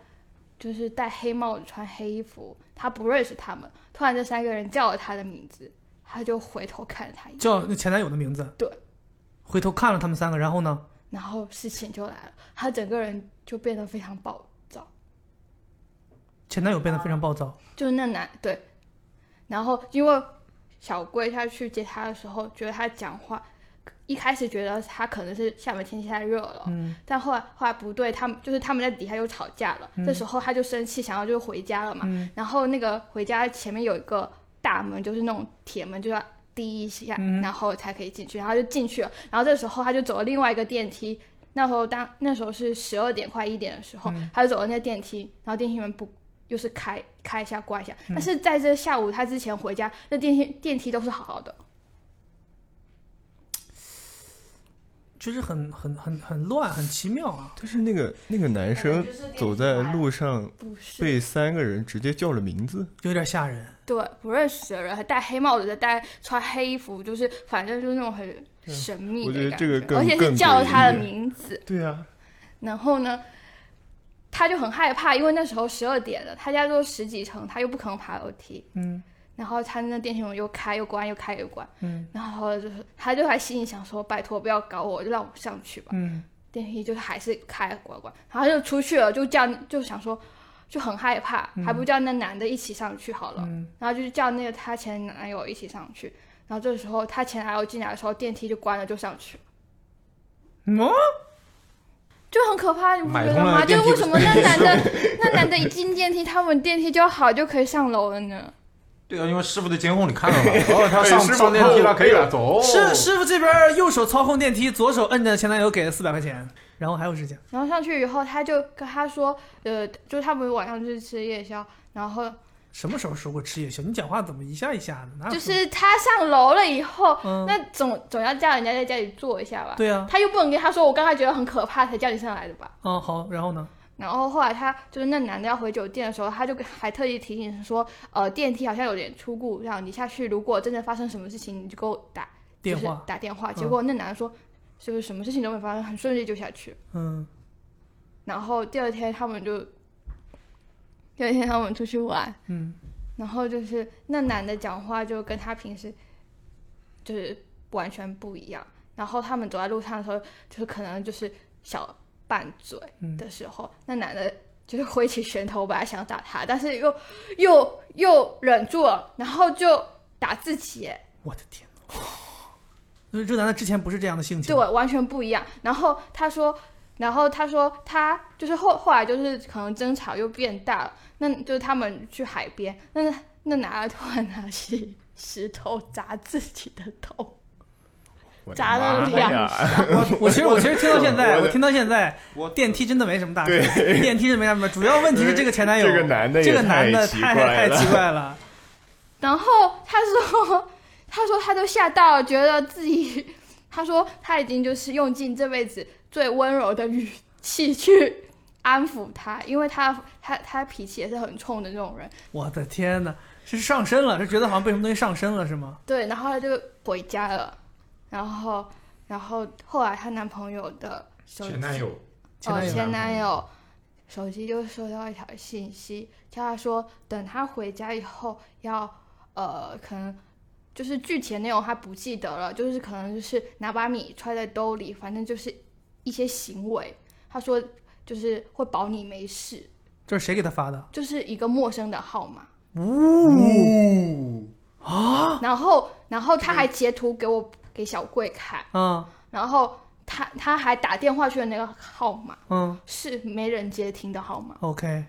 Speaker 7: 就是戴黑帽子穿黑衣服，他不认识他们，突然这三个人叫了他的名字，他就回头看了他一眼。
Speaker 2: 叫那前男友的名字。
Speaker 7: 对，
Speaker 2: 回头看了他们三个，然后呢？
Speaker 7: 然后事情就来了，他整个人就变得非常暴躁，
Speaker 2: 前男友变得非常暴躁。
Speaker 7: 就是那男对，然后因为小贵他去接他的时候，觉得他讲话，一开始觉得他可能是厦门天气太热了，
Speaker 2: 嗯
Speaker 7: 但后来后来不对，他们就是他们在底下又吵架了，这时候他就生气，想要就是回家了嘛，
Speaker 2: 嗯
Speaker 7: 然后那个回家前面有一个大门，就是那种铁门，就要滴一下，
Speaker 2: 嗯
Speaker 7: 然后才可以进去，然后就进去了，然后这时候他就走了另外一个电梯。那时候当那时候是十二点快一点的时候，
Speaker 8: 嗯
Speaker 7: 他就走了那电梯，然后电梯门不又是开开一下挂一下，但
Speaker 8: 嗯
Speaker 7: 是在这下午他之前回家，那电梯电梯都是好好的，
Speaker 2: 就是很很很很乱，很奇妙啊！
Speaker 8: 但是那个那个男生走在路上
Speaker 7: 不是
Speaker 8: 被三个人直接叫了名字，
Speaker 2: 有点吓人。
Speaker 7: 对，不认识的人，还戴黑帽子的，戴穿黑衣服，就是反正就是那种很神秘
Speaker 8: 我
Speaker 7: 的
Speaker 8: 觉得
Speaker 7: 感
Speaker 8: 这个更
Speaker 7: 而且是
Speaker 8: 更
Speaker 7: 叫
Speaker 8: 诡
Speaker 7: 他的
Speaker 8: 异
Speaker 7: 名字。
Speaker 8: 对啊，
Speaker 7: 然后呢，他就很害怕，因为那时候十二点了，他家都十几层，他又不可能爬楼梯。
Speaker 2: 嗯
Speaker 7: 然后他那电梯门又开又关，又开又关。
Speaker 2: 嗯
Speaker 7: 然后就是他就还心里想说：“拜托，不要搞我，就让我上去吧。
Speaker 2: 嗯
Speaker 7: 电梯就是还是开关关，然后他就出去了，就叫就想说，就很害怕，还不叫那男的一起上去好了，
Speaker 2: 嗯
Speaker 7: 然后就叫那个她前男友一起上去，然后这时候她前男友进来的时候，电梯就关了，就上去了。
Speaker 2: 哦，
Speaker 7: 就很可怕，你不觉
Speaker 5: 买
Speaker 7: 得
Speaker 5: 通了
Speaker 7: 吗？就
Speaker 5: 电
Speaker 7: 是
Speaker 5: 梯
Speaker 7: 为什么那男的那男的一进电梯，他们电梯就好，就可以上楼了呢？
Speaker 5: 对啊，因为师傅的监控你看了 嘛。哦，他上
Speaker 8: 哎师傅
Speaker 5: 上电梯了，可以了，走。
Speaker 2: 师师傅这边右手操控电梯，左手摁着前男友给了四百块钱。然后还有事情，
Speaker 7: 然后上去以后，他就跟他说，呃，就他们晚上去吃夜宵，然后
Speaker 2: 什么时候说过吃夜宵？你讲话怎么一下一下的？哪有
Speaker 7: 就
Speaker 2: 说
Speaker 7: 是他上楼了以后，
Speaker 2: 嗯
Speaker 7: 那总总要叫人家在家里坐一下吧。
Speaker 2: 对啊，
Speaker 7: 他又不能跟他说，我刚才觉得很可怕才叫你上来的吧。
Speaker 2: 嗯好，然后呢？
Speaker 7: 然后后来他就是那男的要回酒店的时候，他就还特意提醒说，呃，电梯好像有点出故障，你下去如果真的发生什么事情，你就给我打
Speaker 2: 电
Speaker 7: 就是
Speaker 2: 话，
Speaker 7: 打电话。
Speaker 2: 嗯
Speaker 7: 结果那男的说，是不是什么事情都没发生，很顺利就下去了。
Speaker 2: 嗯，
Speaker 7: 然后第二天他们就，第二天他们出去玩，
Speaker 2: 嗯，
Speaker 7: 然后就是那男的讲话就跟他平时就是完全不一样。然后他们走在路上的时候，就是可能就是小拌嘴
Speaker 2: 嗯
Speaker 7: 的时候，那男的就是挥起拳头，本来想打他，但是又又又忍住了，然后就打自己。
Speaker 2: 我的天呐，所以这男的之前不是这样的性情，
Speaker 7: 对，完全不一样。然后他说，然后他说他就是后后来就是可能争吵又变大了，那就是他们去海边，那那男的突然拿起石头砸自己的头，
Speaker 8: 我的
Speaker 7: 砸了
Speaker 8: 妈
Speaker 7: 两
Speaker 8: 呀
Speaker 2: 我我其实我其实听到现在，
Speaker 8: 我
Speaker 2: 我听到现在
Speaker 8: 我，
Speaker 2: 电梯真的没什么大事，
Speaker 8: 对
Speaker 2: 电梯是没什么大事，主要问题是这个前男友，
Speaker 8: 这个男的也
Speaker 2: 这个男
Speaker 8: 太
Speaker 2: 的
Speaker 8: 奇
Speaker 2: 太
Speaker 8: 怪
Speaker 2: 太
Speaker 8: 了
Speaker 2: 奇怪了，
Speaker 7: 然后他说，他说他都吓到了，觉得自己，他说他已经就是用尽这辈子最温柔的语气去安抚他，因为他他他脾气也是很冲的那种人。
Speaker 2: 我的天呐，是上身了，是觉得好像被什么东西上身了是吗？
Speaker 7: 对，然后她就回家了，然后，然后后来她男朋友的手机，
Speaker 5: 前男友
Speaker 2: 前
Speaker 7: 哦
Speaker 2: 男友
Speaker 7: 前男
Speaker 5: 男
Speaker 7: 友手机就收到一条信息，叫他说等他回家以后要呃，可能就是具体的内容他不记得了，就是可能就是拿把米揣在兜里，反正就是一些行为，他说就是会保你没事，
Speaker 2: 这是谁给他发的？
Speaker 7: 就是一个陌生的号码。
Speaker 2: 呜
Speaker 7: 然后，然后他还截图给我给小贵看，
Speaker 2: 啊
Speaker 7: 然后他他还打电话去的那个号码
Speaker 2: 嗯
Speaker 7: 是没人接听的号码，
Speaker 2: ，OK，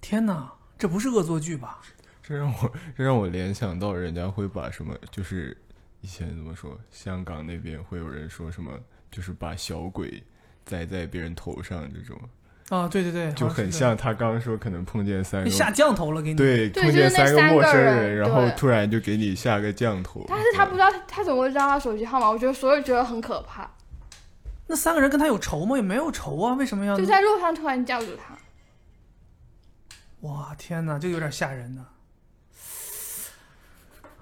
Speaker 2: 天呐，这不是恶作剧吧？
Speaker 8: 这让我这让我联想到人家会把什么，就是以前怎么说，香港那边会有人说什么，就是把小鬼栽在别人头上这种，
Speaker 2: 啊，对对对，
Speaker 8: 就
Speaker 2: 好是
Speaker 8: 很
Speaker 2: 的
Speaker 8: 像他刚刚说可能碰见三
Speaker 2: 你
Speaker 8: 个
Speaker 2: 下降头了给你，
Speaker 8: 对
Speaker 7: 对
Speaker 8: 碰
Speaker 7: 就是
Speaker 8: 见
Speaker 7: 那
Speaker 8: 三
Speaker 7: 三个
Speaker 8: 陌生
Speaker 7: 人
Speaker 8: 然后
Speaker 7: 对
Speaker 8: 突然就给你下个降头，
Speaker 7: 但是他不知道他怎么会知道他手机号码，我觉得所有人觉得很可怕，
Speaker 2: 那三个人跟他有仇吗？也没有仇啊，为什么要
Speaker 7: 就？在路上突然叫住他，
Speaker 2: 哇，天呐，这个有点吓人呢。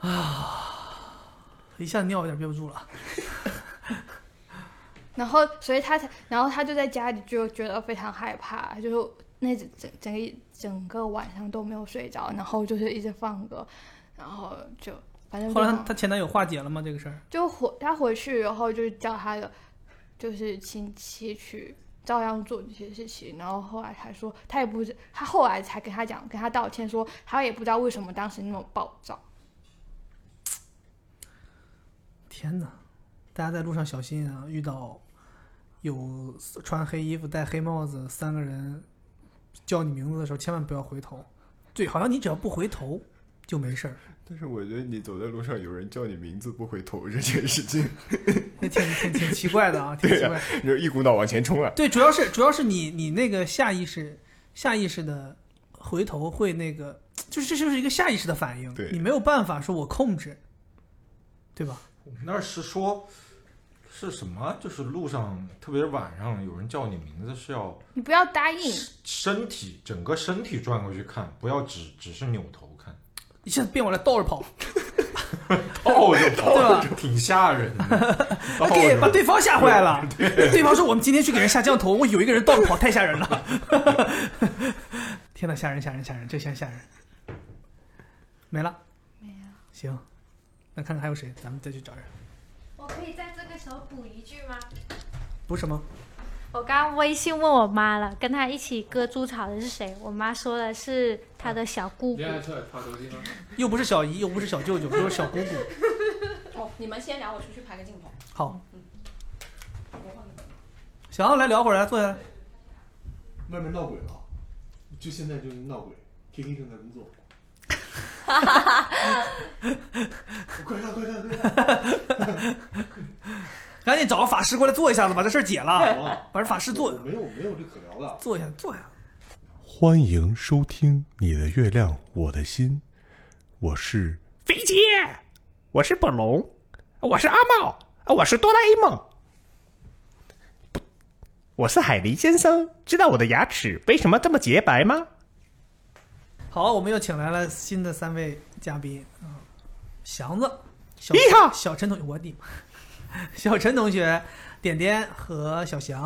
Speaker 2: 啊，一下尿有点憋不住了。
Speaker 7: 然后所以他才，然后他就在家里就觉得非常害怕，就是那整整整个一整个晚上都没有睡着，然后就是一直放歌，然后就反正
Speaker 2: 后来
Speaker 7: 就
Speaker 2: 她她前男友化解了吗？这个事儿？
Speaker 7: 就回他回去，然后就是叫他的就是亲戚去照样做这些事情，然后后来他说他也不是，他后来才跟他讲，跟他道歉说他也不知道为什么当时那么暴躁。
Speaker 2: 天呐，大家在路上小心啊！遇到有穿黑衣服、戴黑帽子三个人叫你名字的时候，千万不要回头。对，好像你只要不回头就没事儿。
Speaker 8: 但是我觉得你走在路上有人叫你名字不回头这件事情，
Speaker 2: 那挺挺挺奇怪的啊，挺奇怪。
Speaker 8: 你就一股脑往前 冲了。啊
Speaker 2: 对，主要是主要是你你那个下意识下意识的回头会那个，就是这就是一个下意识的反应，
Speaker 8: 对
Speaker 2: 你没有办法说我控制，对吧？
Speaker 5: 我们那儿是说是什么？就是路上，特别是晚上，有人叫你名字是要
Speaker 7: 你不要答应，
Speaker 5: 身体整个身体转过去看，不要只只是扭头看，
Speaker 2: 一下子变过来倒着跑，
Speaker 5: 倒着
Speaker 2: 吧
Speaker 5: 跑，挺吓 人的。倒
Speaker 2: 给
Speaker 5: 着
Speaker 2: 把
Speaker 5: 跑
Speaker 2: 对方吓 坏了。对方说我们今天去给人下降头，我有一个人倒着跑，太吓人了。 天呐，吓人吓人吓人，这下吓人。没了，
Speaker 7: 没有，
Speaker 2: 行，那看看还有谁，咱们再去找人。
Speaker 11: 我可以在这个时候补一句吗？
Speaker 2: 不是什么
Speaker 11: 我刚刚微信问我妈了，跟她一起割猪草的是谁？我妈说的是她的小姑姑。
Speaker 2: 又不是小姨，又不是小舅舅，又是小姑姑。
Speaker 10: 哦，你们先聊，我出去拍个镜头。
Speaker 2: 好，行，来聊会儿，来坐下来。
Speaker 12: 外面闹鬼了，就现在就闹鬼，K K 正在工作。快看快看快看！
Speaker 2: 赶紧找个法师过来做一下子，把这事儿解 了，把这法师做
Speaker 12: 没有没有这可聊的，
Speaker 2: 做一下做一下。
Speaker 13: 欢迎收听《你的月亮我的心》，我是
Speaker 9: 飞姐，我是本龙，我是阿茂，我是哆啦 A 梦，我是海狸先生。知道我的牙齿为什么这么洁白吗？
Speaker 2: 好，我们又请来了新的三位嘉宾啊，祥子、小
Speaker 9: 咦哈
Speaker 2: 小陈同学，我的妈，小陈同学、点点和小翔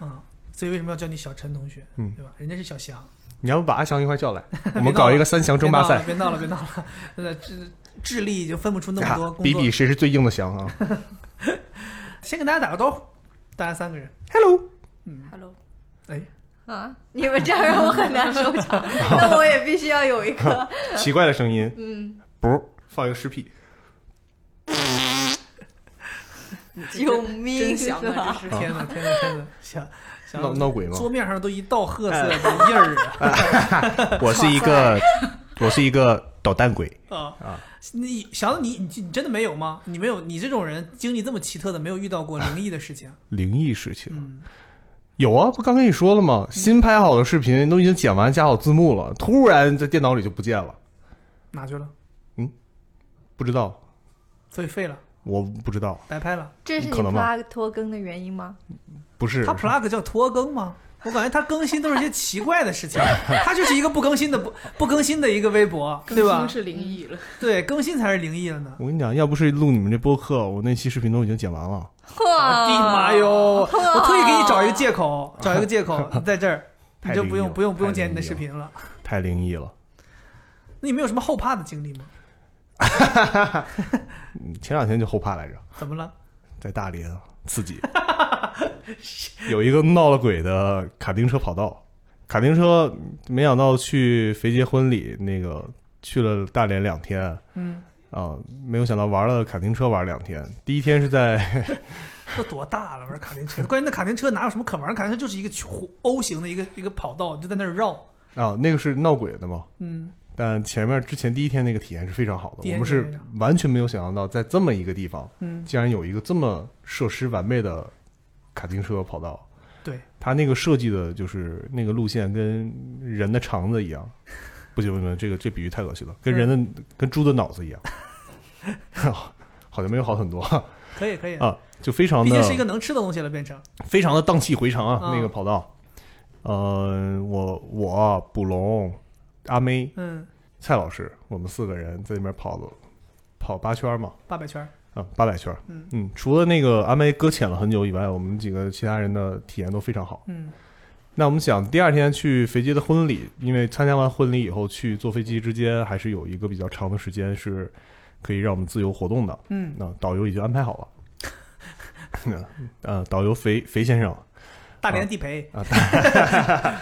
Speaker 2: 啊，所以为什么要叫你小陈同学？
Speaker 9: 嗯
Speaker 2: 对吧？人家是小翔。
Speaker 9: 你要不把阿翔一块叫来，我们搞一个三翔争霸 赛，
Speaker 2: 别闹了，别闹了，别闹了， 智智力已经分不出那么
Speaker 9: 啊
Speaker 2: 多工作。
Speaker 9: 比比谁是最硬的翔啊！
Speaker 2: 先跟大家打个招呼，大家三个人。
Speaker 9: Hello，
Speaker 2: 嗯
Speaker 14: ，Hello，
Speaker 2: 哎，
Speaker 14: 啊，你们这样让我很难收 场，那我也必须要有一个
Speaker 9: 奇怪的声音，
Speaker 14: 嗯，
Speaker 9: 不放一个尸屁，
Speaker 14: 救命
Speaker 2: 真香
Speaker 14: 是吧
Speaker 2: 啊！这是天 哪，天哪，天哪！想想
Speaker 9: 闹闹鬼吗！
Speaker 2: 桌面上都一道褐色的印儿啊
Speaker 9: 哎 我是一 个，我是一个捣蛋鬼。
Speaker 2: 啊你想你你你真的没有吗？你没有，你这种人经历这么奇特的，没有遇到过灵异的 事情。
Speaker 9: 灵异事情。
Speaker 2: 嗯
Speaker 9: 有啊，不刚跟你说了吗？新拍好的视频都已经剪完，加好字幕了，突然在电脑里就不见了，
Speaker 2: 哪去了？
Speaker 9: 不知道，
Speaker 2: 所以废了，哎
Speaker 9: 我不知道，
Speaker 2: 白拍了。
Speaker 14: 这是你
Speaker 9: 可能吧
Speaker 14: plug 拖更的原因吗？
Speaker 9: 不是
Speaker 2: 他 plug 叫拖更吗？我感觉他更新都是一些奇怪的 事情，他就是一个不更新的不不更新的一个微博，对吧？
Speaker 15: 是灵异了。
Speaker 2: 对，更新才是灵异了呢。
Speaker 9: 我跟你讲，要不是录你们这播客，我那期视频都已经剪完了。
Speaker 2: 哇！地哎妈哟！我特意给你找一个借口，找一个借口，你 在这儿，你
Speaker 9: 太
Speaker 2: 就
Speaker 9: 灵
Speaker 2: 不
Speaker 9: 异
Speaker 2: 用
Speaker 9: 了
Speaker 2: 不用不用
Speaker 9: 太
Speaker 2: 剪
Speaker 9: 灵
Speaker 2: 你的
Speaker 9: 异
Speaker 2: 视
Speaker 9: 了
Speaker 2: 频了。
Speaker 9: 太灵异了。
Speaker 2: 那你们有什么后怕的经历吗？
Speaker 9: 嗯前两天就后怕来着，
Speaker 2: 怎么了？
Speaker 9: 在大连刺 激，有一个闹了鬼的卡丁车跑道，卡丁车没想到去肥姐婚礼那个去了大连两天，
Speaker 2: 嗯，
Speaker 9: 啊，没有想到玩了卡丁车玩两天，第一天是 在
Speaker 2: 都多大了玩卡丁车？关键那卡丁车哪有什么可玩？卡丁车就是一个球 O 型的一个一个跑道，你就在那儿绕。
Speaker 9: 啊，那个是闹鬼的嘛，
Speaker 2: 嗯，
Speaker 9: 但前面之前第一天那个体验是非常好
Speaker 2: 第
Speaker 9: 的，
Speaker 2: 一
Speaker 9: 我
Speaker 2: 天
Speaker 9: 们
Speaker 2: 是
Speaker 9: 是完全没有想象到在这么一个地方，
Speaker 2: 嗯
Speaker 9: 竟然有一个这么设施完备的卡丁车跑道，
Speaker 2: 对，
Speaker 9: 它那个设计的就是那个路线跟人的肠子一 样，不行不行，这个这比喻太恶
Speaker 2: 嗯
Speaker 9: 心了，跟人的、跟猪的脑子一 样，好像没有好很多
Speaker 2: 可以可以
Speaker 9: 啊，就非常的
Speaker 2: 毕竟是一个能吃的东西了，变成
Speaker 9: 非常的荡气回肠啊，
Speaker 2: 啊
Speaker 9: 那个跑道。呃，我我卜龙、阿妹、
Speaker 2: 嗯
Speaker 9: 蔡老师，我们四个人在那边跑了跑八圈嘛，
Speaker 2: 八百圈儿。
Speaker 9: 啊，八百圈。
Speaker 2: 嗯
Speaker 9: 除了那个阿妹搁浅了很久以外，我们几个其他人的体验都非常好。
Speaker 2: 嗯
Speaker 9: 那我们想第二天去肥街的婚礼，因为参加完婚礼以后去坐飞机之间还是有一个比较长的时间是可以让我们自由活动的。
Speaker 2: 嗯
Speaker 9: 那导游已经安排好 了。那呃，导游肥肥先生，
Speaker 2: 大连地陪
Speaker 9: 啊，啊大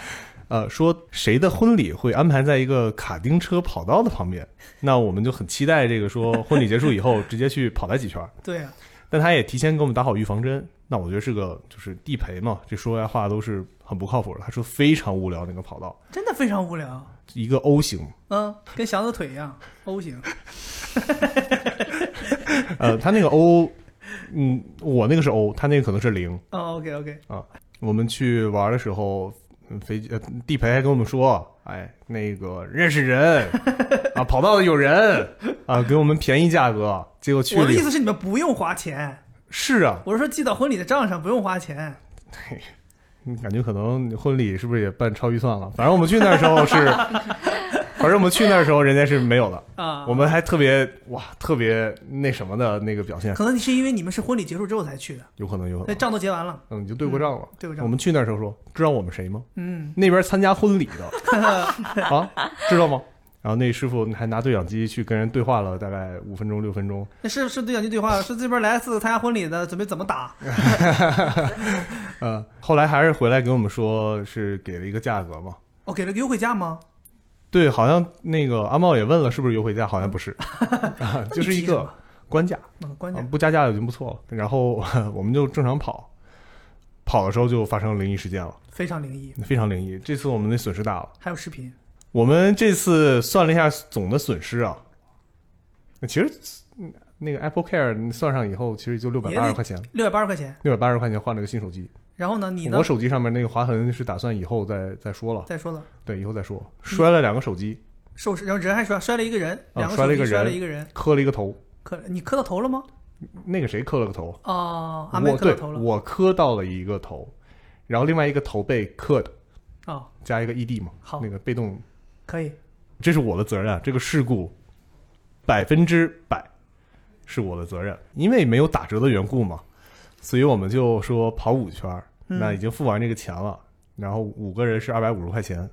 Speaker 9: 呃，说谁的婚礼会安排在一个卡丁车跑道的旁边，那我们就很期待这个说婚礼结束以后直接去跑它几圈儿。
Speaker 2: 对啊，
Speaker 9: 但他也提前给我们打好预防针。那我觉得是个就是地陪嘛，这说来话都是很不靠谱的。他说非常无聊那个跑道，
Speaker 2: 真的非常无聊。
Speaker 9: 一个 O 型，
Speaker 2: 嗯，跟祥子腿一样，O 型。
Speaker 9: 呃，他那个 O，嗯，我那个是 O，他那个可能是零。
Speaker 2: 哦，OK OK，
Speaker 9: 啊，我们去玩的时候，嗯肥呃地陪还跟我们说，哎，那个认识 人啊，跑道的有人啊，给我们便宜价格，结果去
Speaker 2: 我
Speaker 9: 了
Speaker 2: 的
Speaker 9: 以
Speaker 2: 意
Speaker 9: 后
Speaker 2: 思是你们不用花钱，
Speaker 9: 是啊，
Speaker 2: 我是说记到婚礼的账上，不用花钱。
Speaker 9: 你感觉可能你婚礼是不是也办超预算了？反正我们去 那时候是， 反正我们去那时候人家是没有的
Speaker 2: 啊
Speaker 9: 我们还特别哇，特别那什么的那个表现，
Speaker 2: 可能是因为你们是婚礼结束之后才去的，
Speaker 9: 有可能有可
Speaker 2: 那
Speaker 9: 能，
Speaker 2: 账都结完了。
Speaker 9: 嗯，你就对过账了。
Speaker 2: 对过账
Speaker 9: 我们去那时候说，知道我们谁吗？
Speaker 2: 嗯，
Speaker 9: 那边参加婚礼的。啊，知道吗？然后那师傅还拿对讲机去跟人对话了大概五分钟六分钟，
Speaker 2: 那是是对讲机对话，说这边来四个参加婚礼的，准备怎 么打？
Speaker 9: 呃，后来还是回来给我们说是给了一个价格嘛。
Speaker 2: 我哦给了个优惠价吗？
Speaker 9: 对，好像那个阿茂也问了，是不是优惠价？好像不 是，啊就是一个官价，
Speaker 2: 嗯，关键
Speaker 9: 啊不加价已经不错了。然后 我们就正常跑，跑的时候就发生灵异事件了，
Speaker 2: 非常灵异，
Speaker 9: 非常灵异。这次我们的损失大了，
Speaker 2: 还有视频。
Speaker 9: 我们这次算了一下总的损失啊，那其实嗯那个 Apple Care 算上以后，其实就六百
Speaker 2: 也
Speaker 9: 八
Speaker 2: 得
Speaker 9: 十块钱，
Speaker 2: 六百八十块钱。
Speaker 9: 六百八十块钱换了个新手机。
Speaker 2: 然后呢，你呢？
Speaker 9: 我手机上面那个划痕是打算以后再再说了，
Speaker 2: 再说了，
Speaker 9: 对，以后再说。摔了两个手机，
Speaker 2: 受然后人还摔摔了一个人，
Speaker 9: 啊
Speaker 2: 两，个
Speaker 9: 摔了
Speaker 2: 手
Speaker 9: 一
Speaker 2: 机
Speaker 9: 个
Speaker 2: 摔
Speaker 9: 人，
Speaker 2: 了一个人，
Speaker 9: 磕了一个头，
Speaker 2: 磕你磕到头了吗？
Speaker 9: 那个谁磕了个头？
Speaker 2: 哦，阿妹
Speaker 9: 我
Speaker 2: 磕到
Speaker 9: 对
Speaker 2: 头了。
Speaker 9: 我磕到了一个头，然后另外一个头被磕的，
Speaker 2: 哦，
Speaker 9: 加一个 ed 嘛，好，那个被动，
Speaker 2: 可以，
Speaker 9: 这是我的责任啊，这个事故百分之百是我的责任，因为没有打折的缘故嘛，所以我们就说跑五圈儿，
Speaker 13: 嗯
Speaker 9: 那已经付完这个钱了，然后五个人是二百五十块钱，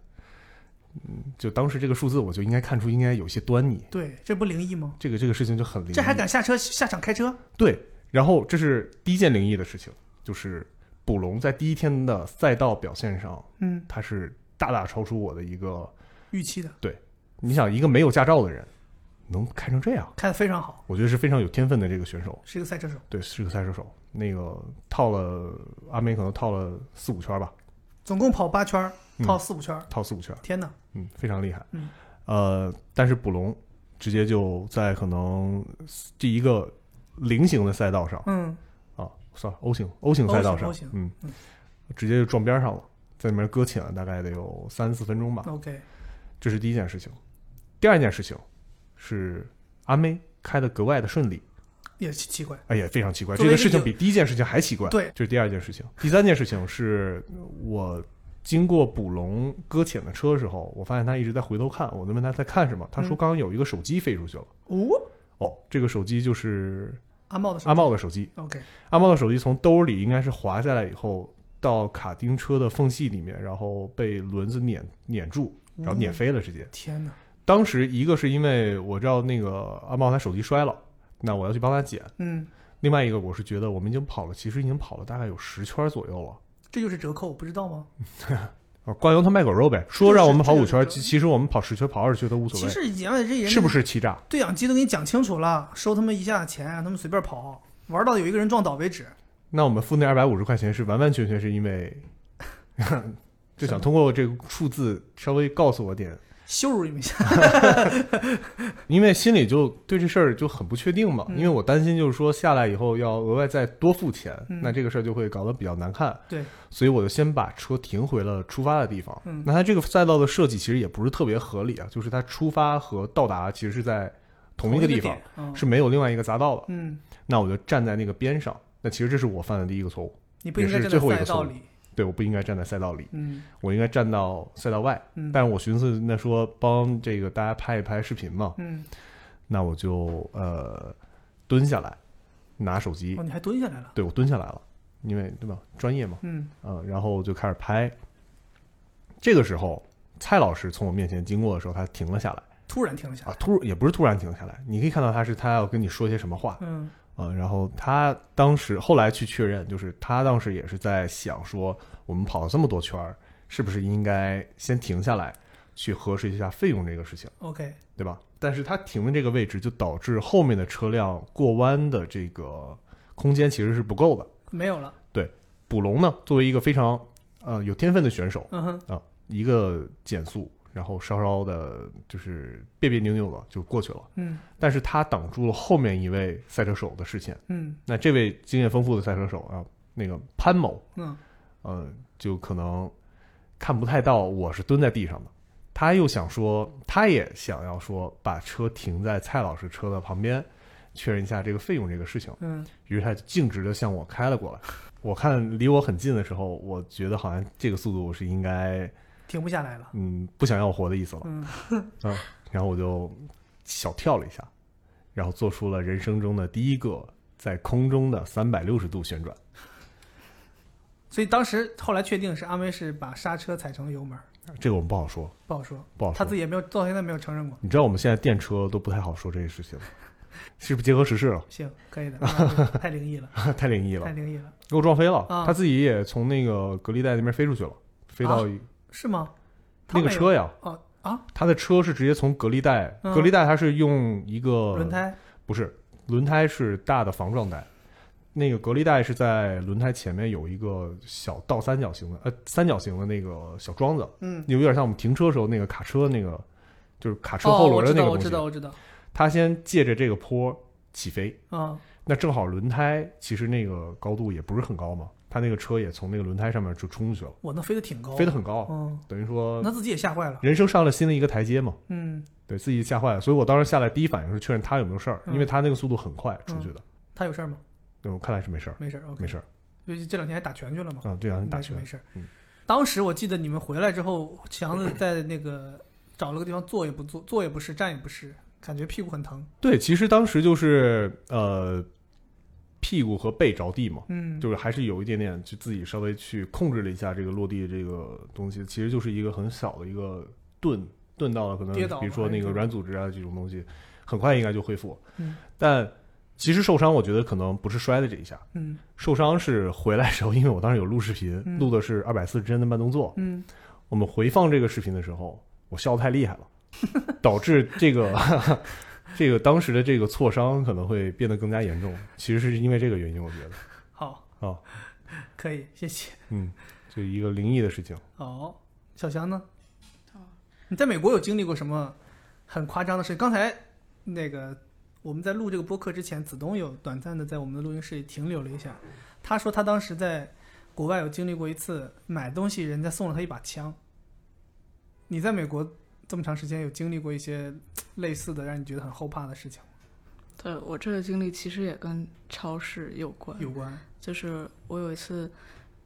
Speaker 9: 嗯，就当时这个数字我就应该看出应该有些端倪，
Speaker 2: 对，这不灵异吗？
Speaker 9: 这个这个事情就很灵异，
Speaker 2: 这还敢下车下场开车？
Speaker 9: 对，然后这是第一件灵异的事情，就是捕龙在第一天的赛道表现上，
Speaker 2: 嗯，
Speaker 9: 它是大大超出我的一个
Speaker 2: 预期的，
Speaker 9: 对。你想，一个没有驾照的人能开成这样，
Speaker 2: 开的非常好，
Speaker 9: 我觉得是非常有天分的这个选手，
Speaker 2: 是一个赛车手。
Speaker 9: 对，是个赛车手。那个套了阿梅可能套了四五圈吧，
Speaker 2: 总共跑八圈儿，
Speaker 9: 嗯
Speaker 2: 套四五圈儿。
Speaker 9: 套四五圈，
Speaker 2: 天哪！
Speaker 9: 嗯，非常厉害。
Speaker 2: 嗯，
Speaker 9: 呃，但是捕龙直接就在可能第一个菱形的赛道上，
Speaker 2: 嗯，
Speaker 9: 啊，算了 O 型 O 型赛道
Speaker 2: O
Speaker 9: 上
Speaker 2: 型，
Speaker 9: 嗯，直接就撞边上了，在里面搁浅了大概得有三四分钟吧。
Speaker 2: OK
Speaker 9: 这是第一件事情。第二件事情是阿妹开的格外的顺利，
Speaker 2: 也奇奇怪，
Speaker 9: 哎呀，非常奇怪，
Speaker 2: 作
Speaker 9: 这
Speaker 2: 为
Speaker 9: 个
Speaker 2: 一个
Speaker 9: 事情
Speaker 2: 有
Speaker 9: 比第一件事情还奇怪。
Speaker 2: 对
Speaker 9: 这是第二件事情。第三件事情是我经过捕龙搁浅的车的时候，我发现他一直在回头看，我就问他在看什么，他说
Speaker 2: 嗯
Speaker 9: 刚刚有一个手机飞出去了。
Speaker 2: 哦，
Speaker 9: 哦，这个手机就是
Speaker 2: 阿茂的手机哦
Speaker 9: 阿茂的手机。
Speaker 2: OK
Speaker 9: 阿茂的手机从兜里应该是滑下来以后，到卡丁车的缝隙里面，然后被轮子碾碾住，然后碾飞了，直接。
Speaker 2: 哦天哪！
Speaker 9: 当时一个是因为我知道那个阿茂他手机摔了，那我要去帮他捡。
Speaker 2: 嗯，
Speaker 9: 另外一个我是觉得我们已经跑了，其实已经跑了大概有十圈左右了。
Speaker 2: 这就是折扣，不知道吗？
Speaker 9: 啊，挂羊头卖狗肉呗，说让我们跑五圈，其其实我们跑十圈、跑二十圈都无所
Speaker 2: 其
Speaker 9: 谓。
Speaker 2: 实也这人
Speaker 9: 是不是欺诈？
Speaker 2: 对讲机都给你讲清楚了，收他们一下钱，让他们随便跑，玩到有一个人撞倒为止。
Speaker 9: 那我们付那二百五十块钱是完完全全是因为， 就想通过这个数字稍微告诉我点，
Speaker 2: 羞辱你们一下。
Speaker 9: 因为心里就对这事儿就很不确定嘛，因为我担心就是说下来以后要额外再多付钱，
Speaker 2: 嗯
Speaker 9: 那这个事儿就会搞得比较难看。
Speaker 2: 对，
Speaker 9: 所以我就先把车停回了出发的地方。
Speaker 2: 嗯
Speaker 9: 那它这个赛道的设计其实也不是特别合理啊，就是它出发和到达其实是在同一个地方
Speaker 2: 同一个，点嗯
Speaker 9: 是没有另外一个匝道的。
Speaker 2: 嗯，
Speaker 9: 那我就站在那个边上，那其实这是我犯的第一个错误，
Speaker 2: 你不应该
Speaker 9: 也是
Speaker 2: 站在
Speaker 9: 最后一个错误
Speaker 2: 赛道里。
Speaker 9: 对，我不应该站在赛道里，
Speaker 2: 嗯，
Speaker 9: 我应该站到赛道外。
Speaker 2: 嗯
Speaker 9: 但是我寻思那说帮这个大家拍一拍视频嘛，
Speaker 2: 嗯，
Speaker 9: 那我就呃蹲下来拿手机。
Speaker 2: 哦，你还蹲下来了。
Speaker 9: 对我蹲下来了，因为对吧，专业嘛，
Speaker 2: 嗯，
Speaker 9: 呃，然后就开始拍。这个时候，蔡老师从我面前经过的时候，他停了下来，
Speaker 2: 突然停了下
Speaker 9: 啊，突也不是突然停下来，你可以看到他是他要跟你说些什么话，
Speaker 2: 嗯，
Speaker 9: 呃，然后他当时后来去确认，就是他当时也是在想说，我们跑了这么多圈儿，是不是应该先停下来，去核实一下费用这个事情，
Speaker 2: OK，
Speaker 9: 对吧？但是他停的这个位置，就导致后面的车辆过弯的这个空间其实是不够的，
Speaker 2: 没有了。
Speaker 9: 对，捕龙呢，作为一个非常呃有天分的选手，
Speaker 2: 嗯哼
Speaker 9: 啊，一个减速，然后稍稍的，就是别别扭扭的就过去了，
Speaker 2: 嗯，
Speaker 9: 但是他挡住了后面一位赛车手的视线，
Speaker 2: 嗯，
Speaker 9: 那这位经验丰富的赛车手啊，那个潘某，
Speaker 2: 嗯，
Speaker 9: 呃，就可能看不太到我是蹲在地上的。他又想说，他也想要说把车停在蔡老师车的旁边，确认一下这个费用这个事情。
Speaker 2: 嗯，
Speaker 9: 于是他就径直的向我开了过来。我看离我很近的时候，我觉得好像这个速度是应该，
Speaker 2: 停不下来了。
Speaker 9: 嗯，不想要活的意思了。
Speaker 2: 嗯，
Speaker 9: 嗯，然后我就小跳了一下，然后做出了人生中的第一个在空中的三百六十度旋转。
Speaker 2: 所以当时后来确定是阿梅是把刹车踩成了油门儿，
Speaker 9: 这个我们不好说，
Speaker 2: 不好说，
Speaker 9: 不好说
Speaker 2: 他自己也没有到现在没有承认过。
Speaker 9: 你知道我们现在电车都不太好说这些事 情，是不是结合时事了？，
Speaker 2: 行，可以的，啊太灵异了
Speaker 9: 太灵异了，
Speaker 2: 太灵异了，
Speaker 9: 给我撞飞了，
Speaker 2: 啊
Speaker 9: 他自己也从那个隔离带那边飞出去了，飞到一、
Speaker 2: 是吗？
Speaker 9: 那个
Speaker 2: 啊他没有
Speaker 9: 车呀
Speaker 2: 哦啊，
Speaker 9: 他的车是直接从隔离带，
Speaker 2: 嗯
Speaker 9: 隔离带它是用一个
Speaker 2: 轮胎，
Speaker 9: 不是轮胎是大的防撞带，那个隔离带是在轮胎前面有一个小倒三角形的，呃，三角形的那个小桩子，
Speaker 2: 嗯
Speaker 9: 有点像我们停车时候那个卡车那个，就是卡车后轮的那个
Speaker 2: 哦我
Speaker 9: 东
Speaker 2: 知
Speaker 9: 西。
Speaker 2: 道，我知道，我知道。
Speaker 9: 他先借着这个坡起飞，
Speaker 2: 嗯，
Speaker 9: 那正好轮胎其实那个高度也不是很高嘛，他那个车也从那个轮胎上面就冲出去了，
Speaker 2: 我那飞得挺高，
Speaker 9: 飞得很高，
Speaker 2: 嗯，
Speaker 9: 等于说
Speaker 2: 那自己也吓坏了，
Speaker 9: 人生上了新的一个台阶嘛，
Speaker 2: 嗯，
Speaker 9: 对自己吓坏了，所以我当时下来第一反应是确认他有没有事儿，
Speaker 2: 嗯
Speaker 9: 因为他那个速度很快出去的，
Speaker 2: 他有事儿吗？
Speaker 9: 对我看来是没事儿，
Speaker 2: 没事儿，OK
Speaker 9: 没事儿，
Speaker 2: 就这两天还打拳去了嘛，
Speaker 9: 啊，这两天打
Speaker 2: 应该是
Speaker 9: 拳
Speaker 2: 没事儿，
Speaker 9: 嗯，
Speaker 2: 当时我记得你们回来之后，强子在那个找了个地方坐也不坐，坐也不是，站也不是，感觉屁股很疼。
Speaker 9: 对，其实当时就是呃，屁股和背着地嘛，
Speaker 2: 嗯
Speaker 9: 就是还是有一点点，就自己稍微去控制了一下这个落地的这个东西，其实就是一个很小的一个顿顿到了可能，
Speaker 13: 跌倒
Speaker 9: 比如说
Speaker 13: 了
Speaker 9: 那个
Speaker 13: 还是
Speaker 9: 软组织啊这种东西，很快应该就恢复。
Speaker 13: 嗯
Speaker 9: 但其实受伤，我觉得可能不是摔的这一下，
Speaker 2: 嗯，
Speaker 9: 受伤是回来的时候，因为我当时有录视频，
Speaker 2: 嗯
Speaker 9: 录的是二百四十帧的慢动作，
Speaker 2: 嗯，
Speaker 9: 我们回放这个视频的时候，我笑得太厉害了，导致这个这个当时的这个挫伤可能会变得更加严重。其实是因为这个原因，我觉得
Speaker 2: 好，
Speaker 9: 啊，
Speaker 2: 可以，谢谢。
Speaker 9: 嗯，就一个灵异的事情。
Speaker 2: 哦，小翔呢？你在美国有经历过什么很夸张的事？刚才那个我们在录这个播客之前，子东有短暂的在我们的录音室里停留了一下。他说他当时在国外有经历过一次买东西，人家送了他一把枪。你在美国这么长时间，有经历过一些类似的让你觉得很后怕的事情吗？
Speaker 15: 对我这个经历其实也跟超市有关，
Speaker 2: 有关。
Speaker 15: 就是我有一次，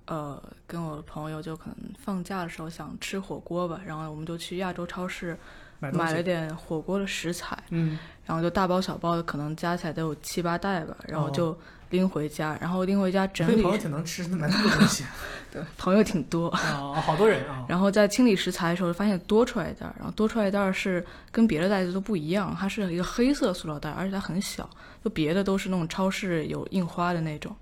Speaker 15: 呃，跟我的朋友就可能放假的时候想吃火锅吧，然后我们就去亚洲超市
Speaker 2: 买东西
Speaker 15: 买了点火锅的食材，
Speaker 2: 嗯，
Speaker 15: 然后就大包小包的，可能加起来得有七八袋吧，然后
Speaker 2: 哦
Speaker 15: 就拎回家，然后拎回家整
Speaker 2: 所以
Speaker 15: 理。
Speaker 2: 朋友挺能吃，买那么多东 西。
Speaker 15: 对， 朋友挺多
Speaker 2: 哦，好多人啊。
Speaker 15: 然后在清理食材的时候，发现多出来一袋儿，然后多出来一袋儿是跟别的袋子都不一样，它是一个黑色塑料袋，而且它很小，就别的都是那种超市有印花的那种。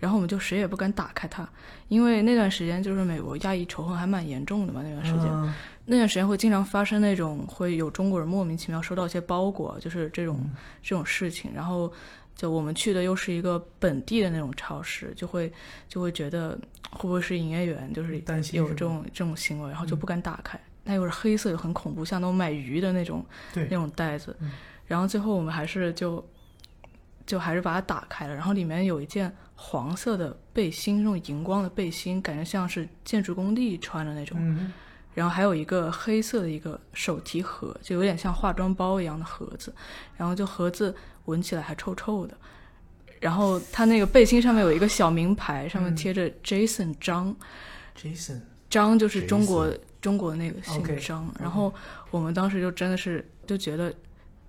Speaker 15: 然后我们就谁也不敢打开它，因为那段时间就是美国亚裔仇恨还蛮严重的嘛，那段时间。
Speaker 2: 嗯
Speaker 15: 那段时间会经常发生那种会有中国人莫名其妙收到一些包裹，就是这种、
Speaker 2: 嗯
Speaker 15: 这种事情。然后就我们去的又是一个本地的那种超市，就会就会觉得会不会是营业员就是
Speaker 2: 担心嗯
Speaker 15: 有
Speaker 2: 是
Speaker 15: 这
Speaker 2: 吧
Speaker 15: 种这种行为，然后就不敢打开。那又是黑色，又很恐怖，像那种买鱼的那种
Speaker 2: 对
Speaker 15: 那种袋子。
Speaker 2: 嗯
Speaker 15: 然后最后我们还是就就还是把它打开了，然后里面有一件黄色的背心，那种荧光的背心，感觉像是建筑工地穿的那种。
Speaker 2: 嗯
Speaker 15: 然后还有一个黑色的一个手提盒，就有点像化妆包一样的盒子，然后就盒子闻起来还臭臭的。然后它那个背心上面有一个小名牌，上面贴着 Jason 张，
Speaker 2: ，Jason，
Speaker 15: 张就是中国中国那个
Speaker 2: OK，嗯
Speaker 15: 姓张。然后我们当时就真的是就觉得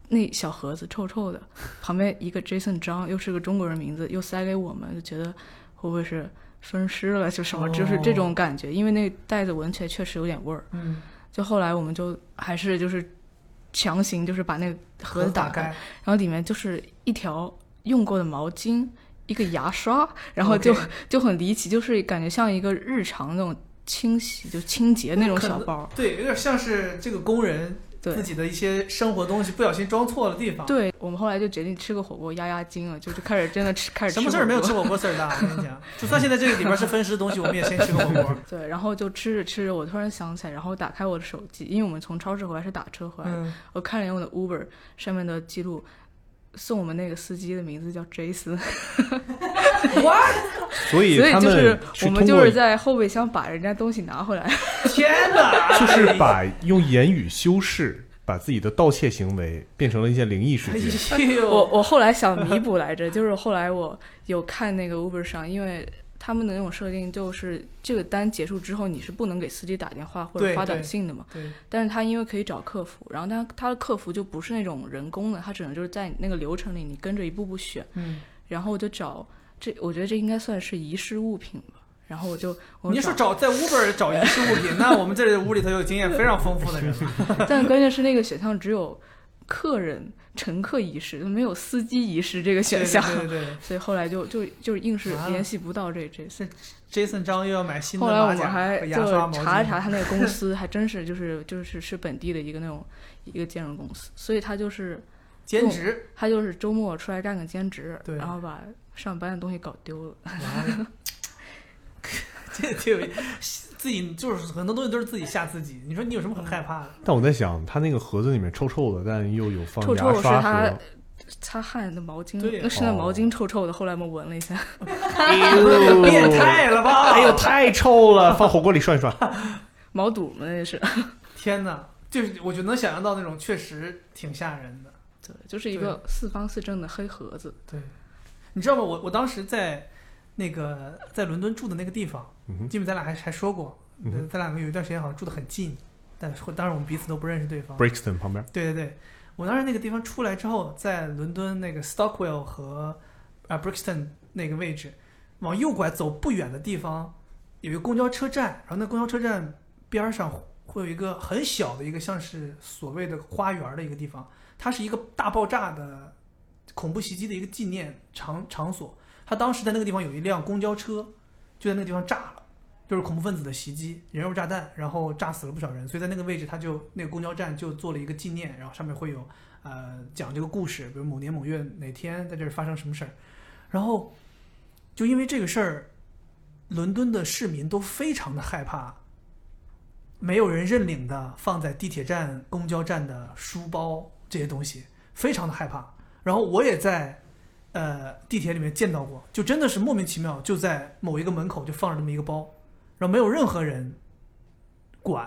Speaker 15: 那小盒子臭臭的，旁边一个 Jason 张又是个中国人名字，又塞给我们，就觉得会不会是分尸了，就什么，就是这种感觉。因为那袋子闻起来确实有点味儿。
Speaker 2: 哦嗯，
Speaker 15: 就后来我们就还是就是强行就是把那个盒子打开，
Speaker 2: 盒子打开
Speaker 15: 然后里面就是一条用过的毛巾，一个牙刷，然后就
Speaker 2: OK
Speaker 15: 就很离奇，就是感觉像一个日常那种清洗就清洁那种
Speaker 2: 可
Speaker 15: 小
Speaker 2: 能
Speaker 15: 包。
Speaker 2: 对，有点像是这个工人
Speaker 15: 对
Speaker 2: 自己的一些生活东西不小心装错了地方。，
Speaker 15: 对我们后来就决定吃个火锅压压惊了，就就开始真的吃开始
Speaker 2: 什么事儿没有吃火 锅事儿大？我跟你讲， 就算现在这个里边是分尸的东西，我们也先吃个火锅。
Speaker 15: 对，然后就吃着吃着，我突然想起来，然后打开我的手机，因为我们从超市回来是打车回来的，
Speaker 2: 嗯
Speaker 15: 我看了一眼我的 Uber 上面的记录，送我们那个司机的名字叫 Jason。What？
Speaker 9: 所以他
Speaker 15: 就
Speaker 9: 们
Speaker 15: 是
Speaker 9: 是
Speaker 15: 我们
Speaker 9: 通
Speaker 15: 就
Speaker 9: 过
Speaker 15: 是在后备箱把人家东西拿回来。
Speaker 2: 天哪！
Speaker 9: 就是把用言语修饰把自己的盗窃行为变成了一些灵异事
Speaker 15: 哎
Speaker 9: 件。
Speaker 15: 我我后来想弥补来着，就是后来我有看那个 Uber 上，因为他们的那种设定就是这个单结束之后你是不能给司机打电话或者
Speaker 2: 对
Speaker 15: 发短
Speaker 2: 对
Speaker 15: 信的嘛。
Speaker 2: 对，
Speaker 15: 但是他因为可以找客服，然后他他的客服就不是那种人工的，他只能就是在你那个流程里你跟着一步步选。
Speaker 2: 嗯，
Speaker 15: 然后我就找这，我觉得这应该算是遗失物品吧。然后我就我
Speaker 2: 你说找在 Uber 找遗失物品，那我们这屋里头有经验非常丰富的人了。
Speaker 15: 但关键是那个选项只有客人、乘客遗失，没有司机遗失这个选项。
Speaker 2: 对对对对
Speaker 15: 所以后来就就就是硬是
Speaker 2: 啊
Speaker 15: 联系不到这这次。
Speaker 2: Jason 张又要买新的
Speaker 15: 后来我
Speaker 2: 马
Speaker 15: 们
Speaker 2: 甲
Speaker 15: 还
Speaker 2: 和
Speaker 15: 就
Speaker 2: 牙刷、毛巾
Speaker 15: 查了查他那个 公司，还真是就是就是是本地的一个那种一个兼容公司，所以他就是
Speaker 2: 兼
Speaker 15: 用
Speaker 2: 职，
Speaker 15: 他就是周末出来干个兼职，然后把上班的东西搞丢了。
Speaker 2: 这这有自己就是很多东西都是自己吓自己。你说你有什么很害怕的？
Speaker 9: 但我在想，他那个盒子里面臭臭的，但又有放
Speaker 15: 臭臭
Speaker 9: 牙
Speaker 15: 是
Speaker 9: 刷
Speaker 15: 他
Speaker 9: 和
Speaker 15: 擦汗的毛巾，
Speaker 2: 对呀啊
Speaker 15: 那是那毛巾臭臭的。后来我们闻了 一下，哎
Speaker 2: 变态了吧
Speaker 9: 哎呦，太臭了，放火锅里涮一涮。
Speaker 15: 毛肚嘛，那是。
Speaker 2: 天哪，就是我就能想象到那种确实挺吓人的。
Speaker 15: 对，就是一个四方四正的黑盒子。
Speaker 2: 对，你知道吗？我我当时在那个在伦敦住的那个地方，记不记得咱俩还还说过，
Speaker 9: 嗯哼
Speaker 2: 呃咱俩有一段时间好像住的很近，但是当然我们彼此都不认识对方。
Speaker 9: Brixton 旁边
Speaker 2: 对对对，我当时那个地方出来之后，在伦敦那个 Stockwell 和啊 Brixton 那个位置，往右拐走不远的地方有一个公交车站，然后那公交车站边儿上会有一个很小的一个像是所谓的花园儿的一个地方，它是一个大爆炸的恐怖袭击的一个纪念场场所。他当时在那个地方有一辆公交车，就在那个地方炸了，就是恐怖分子的袭击，人肉炸弹，然后炸死了不少人。所以在那个位置，他就那个公交站就做了一个纪念，然后上面会有呃讲这个故事，比如某年某月哪天在这儿发生什么事儿。然后就因为这个事儿，伦敦的市民都非常的害怕，没有人认领的放在地铁站、公交站的书包这些东西，非常的害怕。然后我也在呃地铁里面见到过，就真的是莫名其妙，就在某一个门口就放着这么一个包，然后没有任何人管，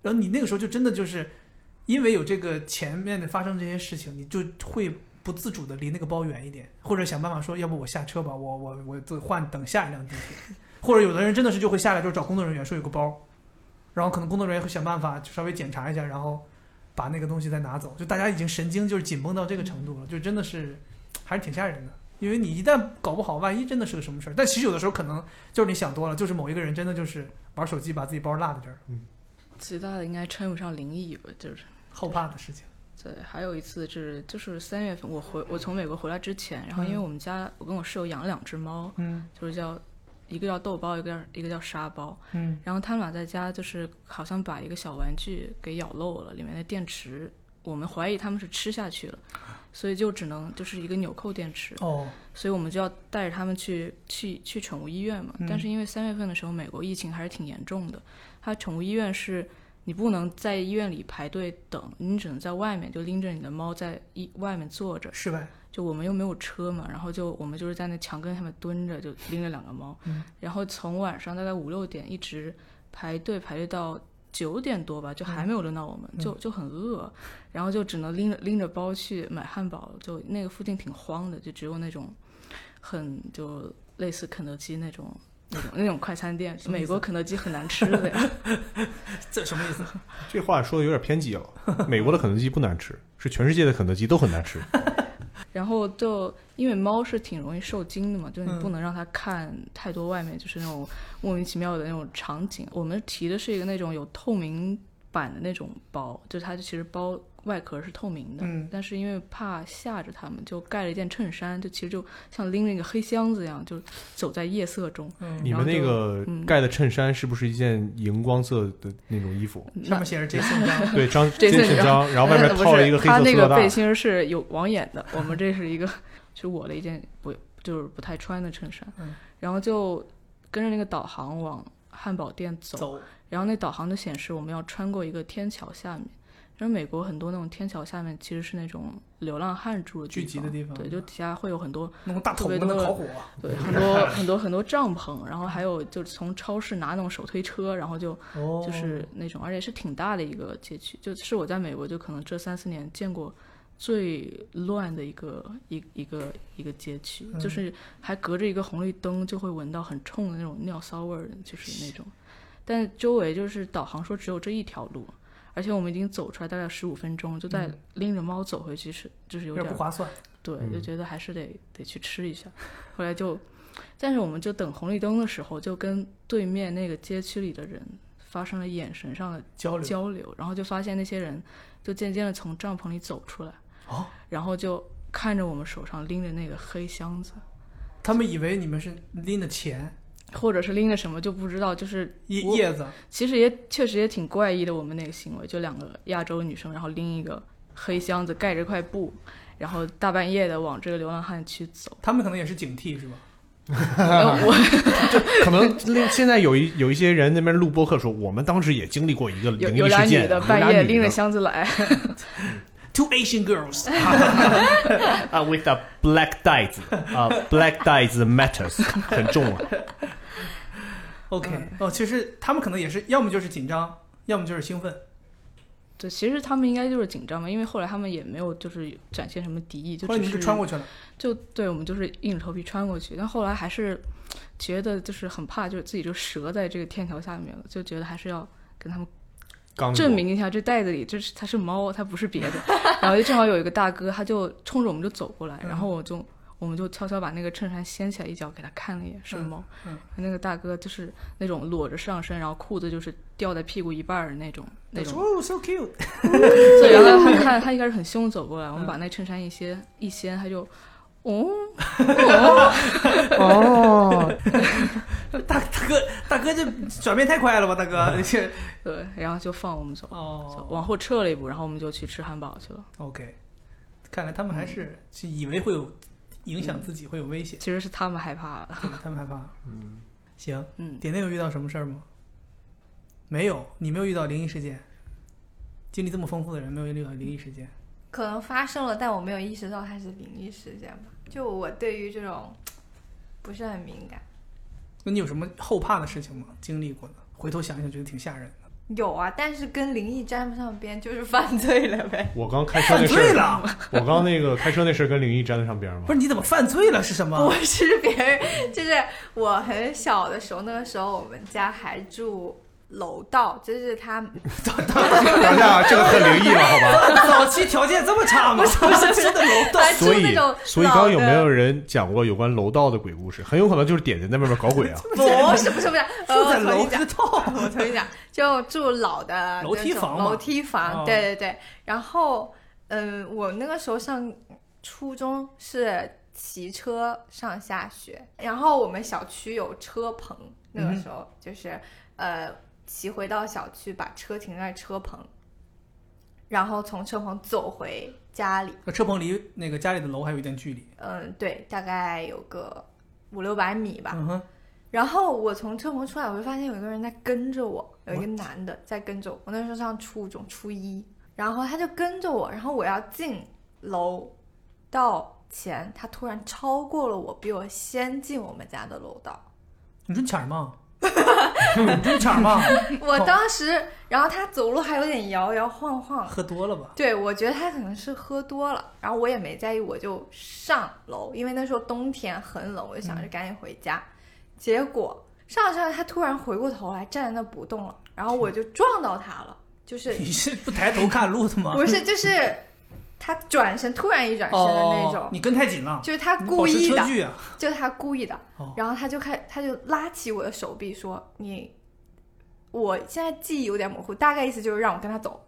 Speaker 2: 然后你那个时候就真的就是因为有这个前面的发生这些事情，你就会不自主的离那个包远一点，或者想办法说，要不我下车吧，我我我自换等下一辆地铁，或者有的人真的是就会下来就找工作人员说有个包，然后可能工作人员会想办法就稍微检查一下，然后把那个东西再拿走，就大家已经神经就是紧绷到这个程度了，就真的是还是挺吓人的。因为你一旦搞不好，万一真的是个什么事儿，但其实有的时候可能就是你想多了，就是某一个人真的就是玩手机把自己包落在这儿，嗯，
Speaker 15: 其他的应该称不上灵异吧，就是
Speaker 2: 后怕的事情。
Speaker 15: 对，还有一次是就是三月份我回我从美国回来之前，然后
Speaker 2: 嗯
Speaker 15: 因为我们家我跟我室友养了两只猫，
Speaker 2: 嗯，
Speaker 15: 就是叫一个叫豆包，一个叫一个叫沙包，
Speaker 2: 嗯
Speaker 15: 然后他们俩在家就是好像把一个小玩具给咬漏了，里面的电池我们怀疑他们是吃下去了，所以就只能就是一个纽扣电池
Speaker 2: 哦，
Speaker 15: 所以我们就要带着他们去去去宠物医院嘛。
Speaker 2: 嗯
Speaker 15: 但是因为三月份的时候美国疫情还是挺严重的，它宠物医院是你不能在医院里排队等，你只能在外面就拎着你的猫在医外面坐着。
Speaker 2: 室外。
Speaker 15: 就我们又没有车嘛，然后就我们就是在那墙根下面蹲着，就拎着两个猫，
Speaker 2: 嗯
Speaker 15: 然后从晚上大概五六点一直排队排队到九点多吧，就还没有轮到我们，
Speaker 2: 嗯
Speaker 15: 就就很饿，然后就只能拎着拎着包去买汉堡，就那个附近挺荒的，就只有那种很就类似肯德基那种。那种那种快餐店，
Speaker 2: 么意思
Speaker 15: 美国肯德基很难吃的呀。
Speaker 2: 这什么意思？
Speaker 9: 这话说的有点偏激了。美国的肯德基不难吃，是全世界的肯德基都很难 吃。
Speaker 15: 然后就因为猫是挺容易受惊的嘛，就是你
Speaker 2: 嗯
Speaker 15: 不能让它看太多外面就是那种莫名其妙的那种场景。我们提的是一个那种有透明板的那种包，就是它其实包外壳是透明的，
Speaker 2: 嗯
Speaker 15: 但是因为怕吓着它们，就盖了一件衬衫，就其实就像拎着一个黑箱子一样，就走在夜色中。
Speaker 9: 你们
Speaker 15: 然后
Speaker 9: 那
Speaker 15: 就
Speaker 9: 个
Speaker 15: 嗯
Speaker 9: 盖的衬衫是不是一件荧光色的那种衣服？
Speaker 2: 上面写着 Jason 张
Speaker 9: 对张 Jason
Speaker 15: Jason
Speaker 9: 张然后外面
Speaker 15: 不是
Speaker 9: 套了一个黑色
Speaker 15: 他 那
Speaker 9: 塑料
Speaker 15: 个
Speaker 9: 袋
Speaker 15: 背心儿是有网眼的， 我们这是一个是我的一件不就是不太穿的衬衫，
Speaker 2: 嗯
Speaker 15: 然后就跟着那个导航往汉堡店走，
Speaker 2: 走
Speaker 15: 然后那导航就显示我们要穿过一个天桥下面。然后美国很多那种天桥下面其实是那种流浪汉住的
Speaker 2: 聚集的地方
Speaker 15: 对，就底下会有很多
Speaker 2: 那种大
Speaker 15: 特别
Speaker 2: 桶子
Speaker 15: 多的
Speaker 2: 烤火
Speaker 15: 对，很多 很多很多帐篷，然后还有就是从超市拿那种手推车，然后就、
Speaker 2: 哦
Speaker 15: 就是那种，而且是挺大的一个街区，就是我在美国就可能这三四年见过最乱的一个一一个一个街区，
Speaker 2: 嗯
Speaker 15: 就是还隔着一个红绿灯就会闻到很冲的那种尿骚味儿，就是那种，但周围就是导航说只有这一条路。而且我们已经走出来大概十五分钟，就在
Speaker 2: 嗯
Speaker 15: 拎着猫走回去是，就是有
Speaker 2: 有点
Speaker 15: 点
Speaker 2: 不划算。
Speaker 15: 对，
Speaker 2: 嗯
Speaker 15: 就觉得还是得得去吃一下。后来就，但是我们就等红绿灯的时候，就跟对面那个街区里的人发生了眼神上的
Speaker 2: 交流
Speaker 15: 交流，然后就发现那些人就渐渐的从帐篷里走出来，
Speaker 2: 哦，
Speaker 15: 然后就看着我们手上拎着那个黑箱子，
Speaker 2: 他们以为你们是拎的钱，
Speaker 15: 或者是拎着什么就不知道，就是
Speaker 2: 叶
Speaker 15: 我
Speaker 2: 叶子。
Speaker 15: 其实也确实也挺怪异的，我们那个行为，就两个亚洲女生，然后拎一个黑箱子，盖着块布，然后大半夜的往这个流浪汉区走。
Speaker 2: 他们可能也是警惕，是吧？
Speaker 15: 呃
Speaker 9: 可能另现在有一有一些人那边录播客说，我们当时也经历过一个
Speaker 15: 有
Speaker 9: 灵
Speaker 15: 有
Speaker 9: 异
Speaker 15: 俩
Speaker 9: 事
Speaker 15: 女
Speaker 9: 件，
Speaker 15: 的
Speaker 9: 有
Speaker 15: 半
Speaker 9: 俩
Speaker 15: 夜
Speaker 9: 女
Speaker 15: 拎着
Speaker 9: 的
Speaker 15: 箱子来，
Speaker 2: two Asian girls
Speaker 16: 啊，with a black dyes 啊，black dyes matters 很重啊。
Speaker 15: 嗯
Speaker 2: OK，哦，其实他们可能也是，要么就是紧张，要么就是兴奋。
Speaker 15: 对，其实他们应该就是紧张吧，因为后来他们也没有就是展现什么敌意，就
Speaker 2: 后来
Speaker 15: 只
Speaker 2: 你们
Speaker 15: 是
Speaker 2: 就穿过去了，
Speaker 15: 就对我们就是硬着头皮穿过去，但后来还是觉得就是很怕，就是自己就折在这个天桥下面了，就觉得还是要跟他们
Speaker 16: 刚果
Speaker 15: 证明一下这袋子里这是它是猫，它不是别的。然后就正好有一个大哥，他就冲着我们就走过来，
Speaker 16: 嗯
Speaker 15: 然后我就我们就悄悄把那个衬衫掀起来一角给他看了一眼，是
Speaker 2: 嗯
Speaker 15: 猫。
Speaker 2: 嗯
Speaker 15: 那个大哥就是那种裸着上身，然后裤子就是掉在屁股一半儿的那种那种。
Speaker 2: 哦，so cute。
Speaker 15: 所以然后他他他一开始很凶走过来，我们把那衬衫一掀一掀，他就 哦
Speaker 2: 哦， 大大哥大哥这转变太快了吧，大哥，而且
Speaker 15: 对，然后就放我们走，
Speaker 2: 哦，
Speaker 15: 往后撤了一步，然后我们就去吃汉堡去了。嗯
Speaker 2: OK，看来他们还是就以为会有影响自己，会有危险。
Speaker 15: 其实是他们害怕了，
Speaker 2: 他们害怕。
Speaker 12: 嗯，
Speaker 2: 行，
Speaker 15: 嗯，
Speaker 2: 点点有遇到什么事儿吗？没有，你没有遇到灵异事件。经历这么丰富的人，没有遇到灵异事件。
Speaker 14: 可能发生了，但我没有意识到它是灵异事件吧。就我对于这种不是很敏感。
Speaker 2: 那你有什么后怕的事情吗？经历过的，回头想一想，觉得挺吓人的。
Speaker 14: 有啊，但是跟灵异沾不上边，就是犯罪了呗。
Speaker 9: 我刚开车那事
Speaker 2: 犯罪
Speaker 9: 儿
Speaker 2: 了，
Speaker 9: 我刚那个开车那事儿跟灵异沾得上边儿吗？
Speaker 2: 不是你怎么犯罪了？是什么
Speaker 14: 不？是别人，就是我很小的时候，那个时候我们家还住楼道，就是 他
Speaker 9: 等一下，这个很灵异了，好吧？
Speaker 2: 早期条件这么差 吗？不是 真的楼道，
Speaker 9: 所以，所以刚刚有没有人讲过有关楼道的鬼故事？很有可能就是点点在外面搞鬼 啊。
Speaker 14: 不是不是不是，呃
Speaker 2: 住在
Speaker 14: 我重
Speaker 2: 楼
Speaker 14: 新讲， 我重新讲，就住老的
Speaker 2: 楼梯
Speaker 14: 那种
Speaker 2: 房嘛
Speaker 14: 楼梯
Speaker 2: 哦
Speaker 14: 房，对对对。然后，嗯，我那个时候上初中是骑车上下学，然后我们小区有车棚，那
Speaker 2: 嗯
Speaker 14: 个时候就是、呃骑回到小区，把车停在车棚，然后从车棚走回家里，
Speaker 2: 那车棚离那个家里的楼还有一段距离。
Speaker 14: 嗯，对，大概有个五六百米吧。
Speaker 2: 嗯哼，
Speaker 14: 然后我从车棚出来，我就发现有一个人在跟着我，有一个男的在跟着我。我那时候上初中初一，然后他就跟着我，然后我要进楼道前，他突然超过了我，比我先进我们家的楼道。
Speaker 2: 你准抢吗？ 你准抢吗？
Speaker 14: 我当时，然后他走路还有点摇摇晃晃，
Speaker 2: 喝多了吧？
Speaker 14: 对，我觉得他可能是喝多了，然后我也没在意，我就上楼，因为那时候冬天很冷，我就想
Speaker 2: 嗯
Speaker 14: 着赶紧回家。结果上着上着，他突然回过头来站在那不动了，然后我就撞到他了，就是
Speaker 2: 你 是不抬头看路的吗？
Speaker 14: 不是就是他转身突然一转身的那种，
Speaker 2: 哦你跟太紧了
Speaker 14: 就是他
Speaker 2: 你
Speaker 14: 故
Speaker 2: 保持
Speaker 14: 意
Speaker 2: 车
Speaker 14: 的，
Speaker 2: 距啊
Speaker 14: 就是他故意的，然后他就开他就拉起我的手臂说你。我现在记忆有点模糊，大概意思就是让我跟他走，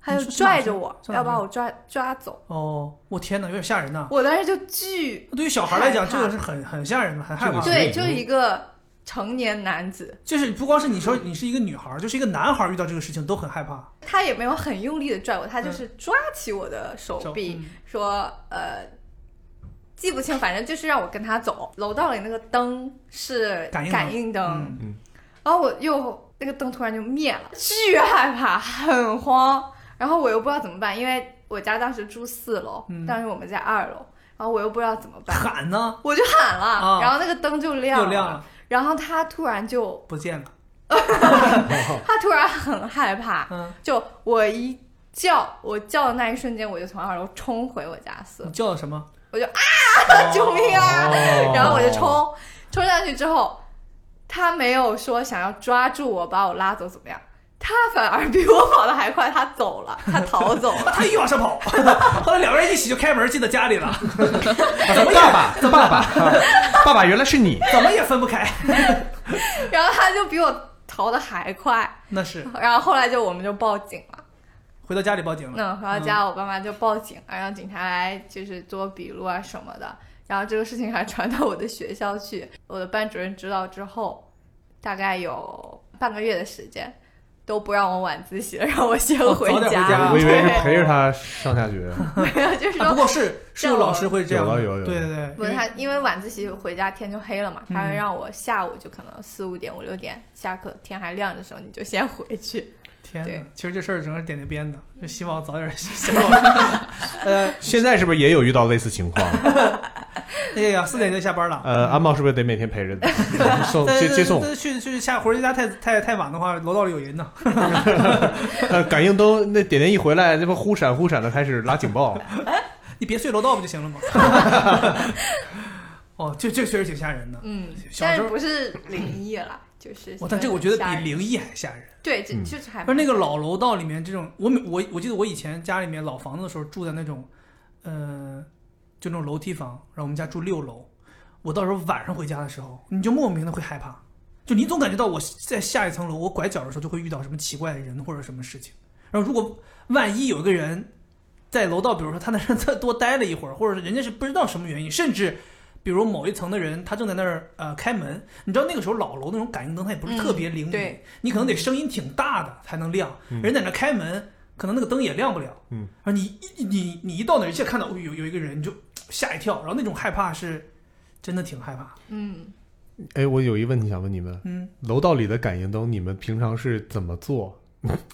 Speaker 14: 他
Speaker 2: 你
Speaker 14: 就是
Speaker 2: 上哪
Speaker 14: 拽
Speaker 2: 去
Speaker 14: 着我，
Speaker 2: 上哪
Speaker 14: 要把
Speaker 2: 去
Speaker 14: 我抓抓走。
Speaker 2: 哦，我天哪，有点吓人呐！
Speaker 14: 我当时就巨
Speaker 2: 对于小孩来讲，
Speaker 14: 害
Speaker 2: 这
Speaker 14: 怕
Speaker 2: 个是很很吓人的，很害怕。
Speaker 14: 对，就是一个成年男子，
Speaker 2: 就是不光是你说你是一个女孩儿，就是一个男孩儿遇到这个事情都很害怕。
Speaker 14: 他也没有很用力的拽我，他就是抓起我的手臂，说呃。记不清，反正就是让我跟他走。楼道里那个灯是
Speaker 2: 感应
Speaker 14: 感应灯，
Speaker 9: 嗯，
Speaker 14: 然后我又那个灯突然就灭了，巨害怕，很慌。然后我又不知道怎么办，因为我家当时住四楼，
Speaker 2: 嗯
Speaker 14: 当时我们在二楼，然后我又不知道怎么 办，
Speaker 2: 喊呢？
Speaker 14: 我就喊了，
Speaker 2: 啊
Speaker 14: 然后那个灯就亮
Speaker 2: 又亮了
Speaker 14: 然后他突然就
Speaker 2: 不见 了，
Speaker 14: 他突然很害怕，
Speaker 2: 嗯
Speaker 14: 就我一叫，我叫的那一瞬间，我就从二楼冲回我家四楼
Speaker 2: 你，叫了什么？
Speaker 14: 我就啊， 救命啊！然后我就冲，冲上去之后，他没有说想要抓住我把我拉走怎么样，他反而比我跑的还快，他走了，他逃走了，
Speaker 2: 他一往上跑，后来两个人一起就开门进到家里了。
Speaker 9: 爸爸，爸爸，爸爸原来是你，
Speaker 2: 怎么也分不开。
Speaker 14: 然后他就比我逃的还快，
Speaker 2: 那 是
Speaker 14: 然后后来就我们就报警了。
Speaker 2: 回到家里报警了。
Speaker 14: 嗯，回到家，我爸妈就报警了，让警察来就是做笔录啊什么的。然后这个事情还传到我的学校去，我的班主任知道之后，大概有半个月的时间，都不让我晚自习了，让我先回
Speaker 2: 早点回
Speaker 14: 家。
Speaker 2: 家
Speaker 9: 啊我以为是
Speaker 14: 对
Speaker 9: 陪着他上下 学。
Speaker 14: 就是
Speaker 2: 啊
Speaker 14: 说
Speaker 2: 不过是是有
Speaker 14: 让我
Speaker 2: 老师会这样的，
Speaker 9: 有了有了有了
Speaker 2: 对对对，
Speaker 14: 不是他，因为晚自习回家天就黑了嘛，他会让我下午就可能四五点、五六点下课，天还亮的时候你就先回去。
Speaker 2: 天
Speaker 14: 对
Speaker 2: 哪，其实这事儿整个是点点编的，就希望早点 希望。呃，
Speaker 9: 现在是不是也有遇到类似情况？
Speaker 2: 哎呀，四点就下班了。
Speaker 9: 呃，安茂是不是得每天陪 着送
Speaker 2: 但
Speaker 9: 接接送？
Speaker 2: 但去去下回家太太太晚的话，楼道里有人呢。
Speaker 9: 呃，感应灯那点点一回来，那不忽闪忽闪的开始拉警 报。
Speaker 2: 你别睡楼道不就行了吗？ 哦，这这确实挺吓人的。
Speaker 14: 嗯，
Speaker 2: 小
Speaker 14: 但
Speaker 2: 时
Speaker 14: 是
Speaker 2: 候哦
Speaker 14: 不是灵异了，就是
Speaker 2: 哇，但这个我觉得
Speaker 14: 吓人
Speaker 2: 比灵异还吓人。
Speaker 14: 对，这就是还
Speaker 2: 不是那个老楼道里面这种，我每我我记得我以前家里面老房子的时候住在那种，呃，就那种楼梯房，然后我们家住六楼，我到时候晚上回家的时候，你就莫名的会害怕，就你总感觉到我在下一层楼，我拐角的时候就会遇到什么奇怪的人或者什么事情，然后如果万一有一个人在楼道，比如说他在那儿 再多待了一会儿，或者是人家是不知道什么原因，甚至。比如某一层的人，他正在那儿呃开门，你知道那个时候老楼那种感应灯它也不是特别灵敏，你可能得声音挺大的才能亮，
Speaker 9: 嗯
Speaker 2: 人在那开门，可能那个灯也亮不了。
Speaker 9: 嗯，
Speaker 2: 然后你一你你一到那儿，一下看到哦有有一个人，你就吓一跳，然后那种害怕是真的挺害怕。
Speaker 14: 嗯，
Speaker 9: 哎，我有一个问题想问你们，
Speaker 2: 嗯，
Speaker 9: 楼道里的感应灯，你们平常是怎么做？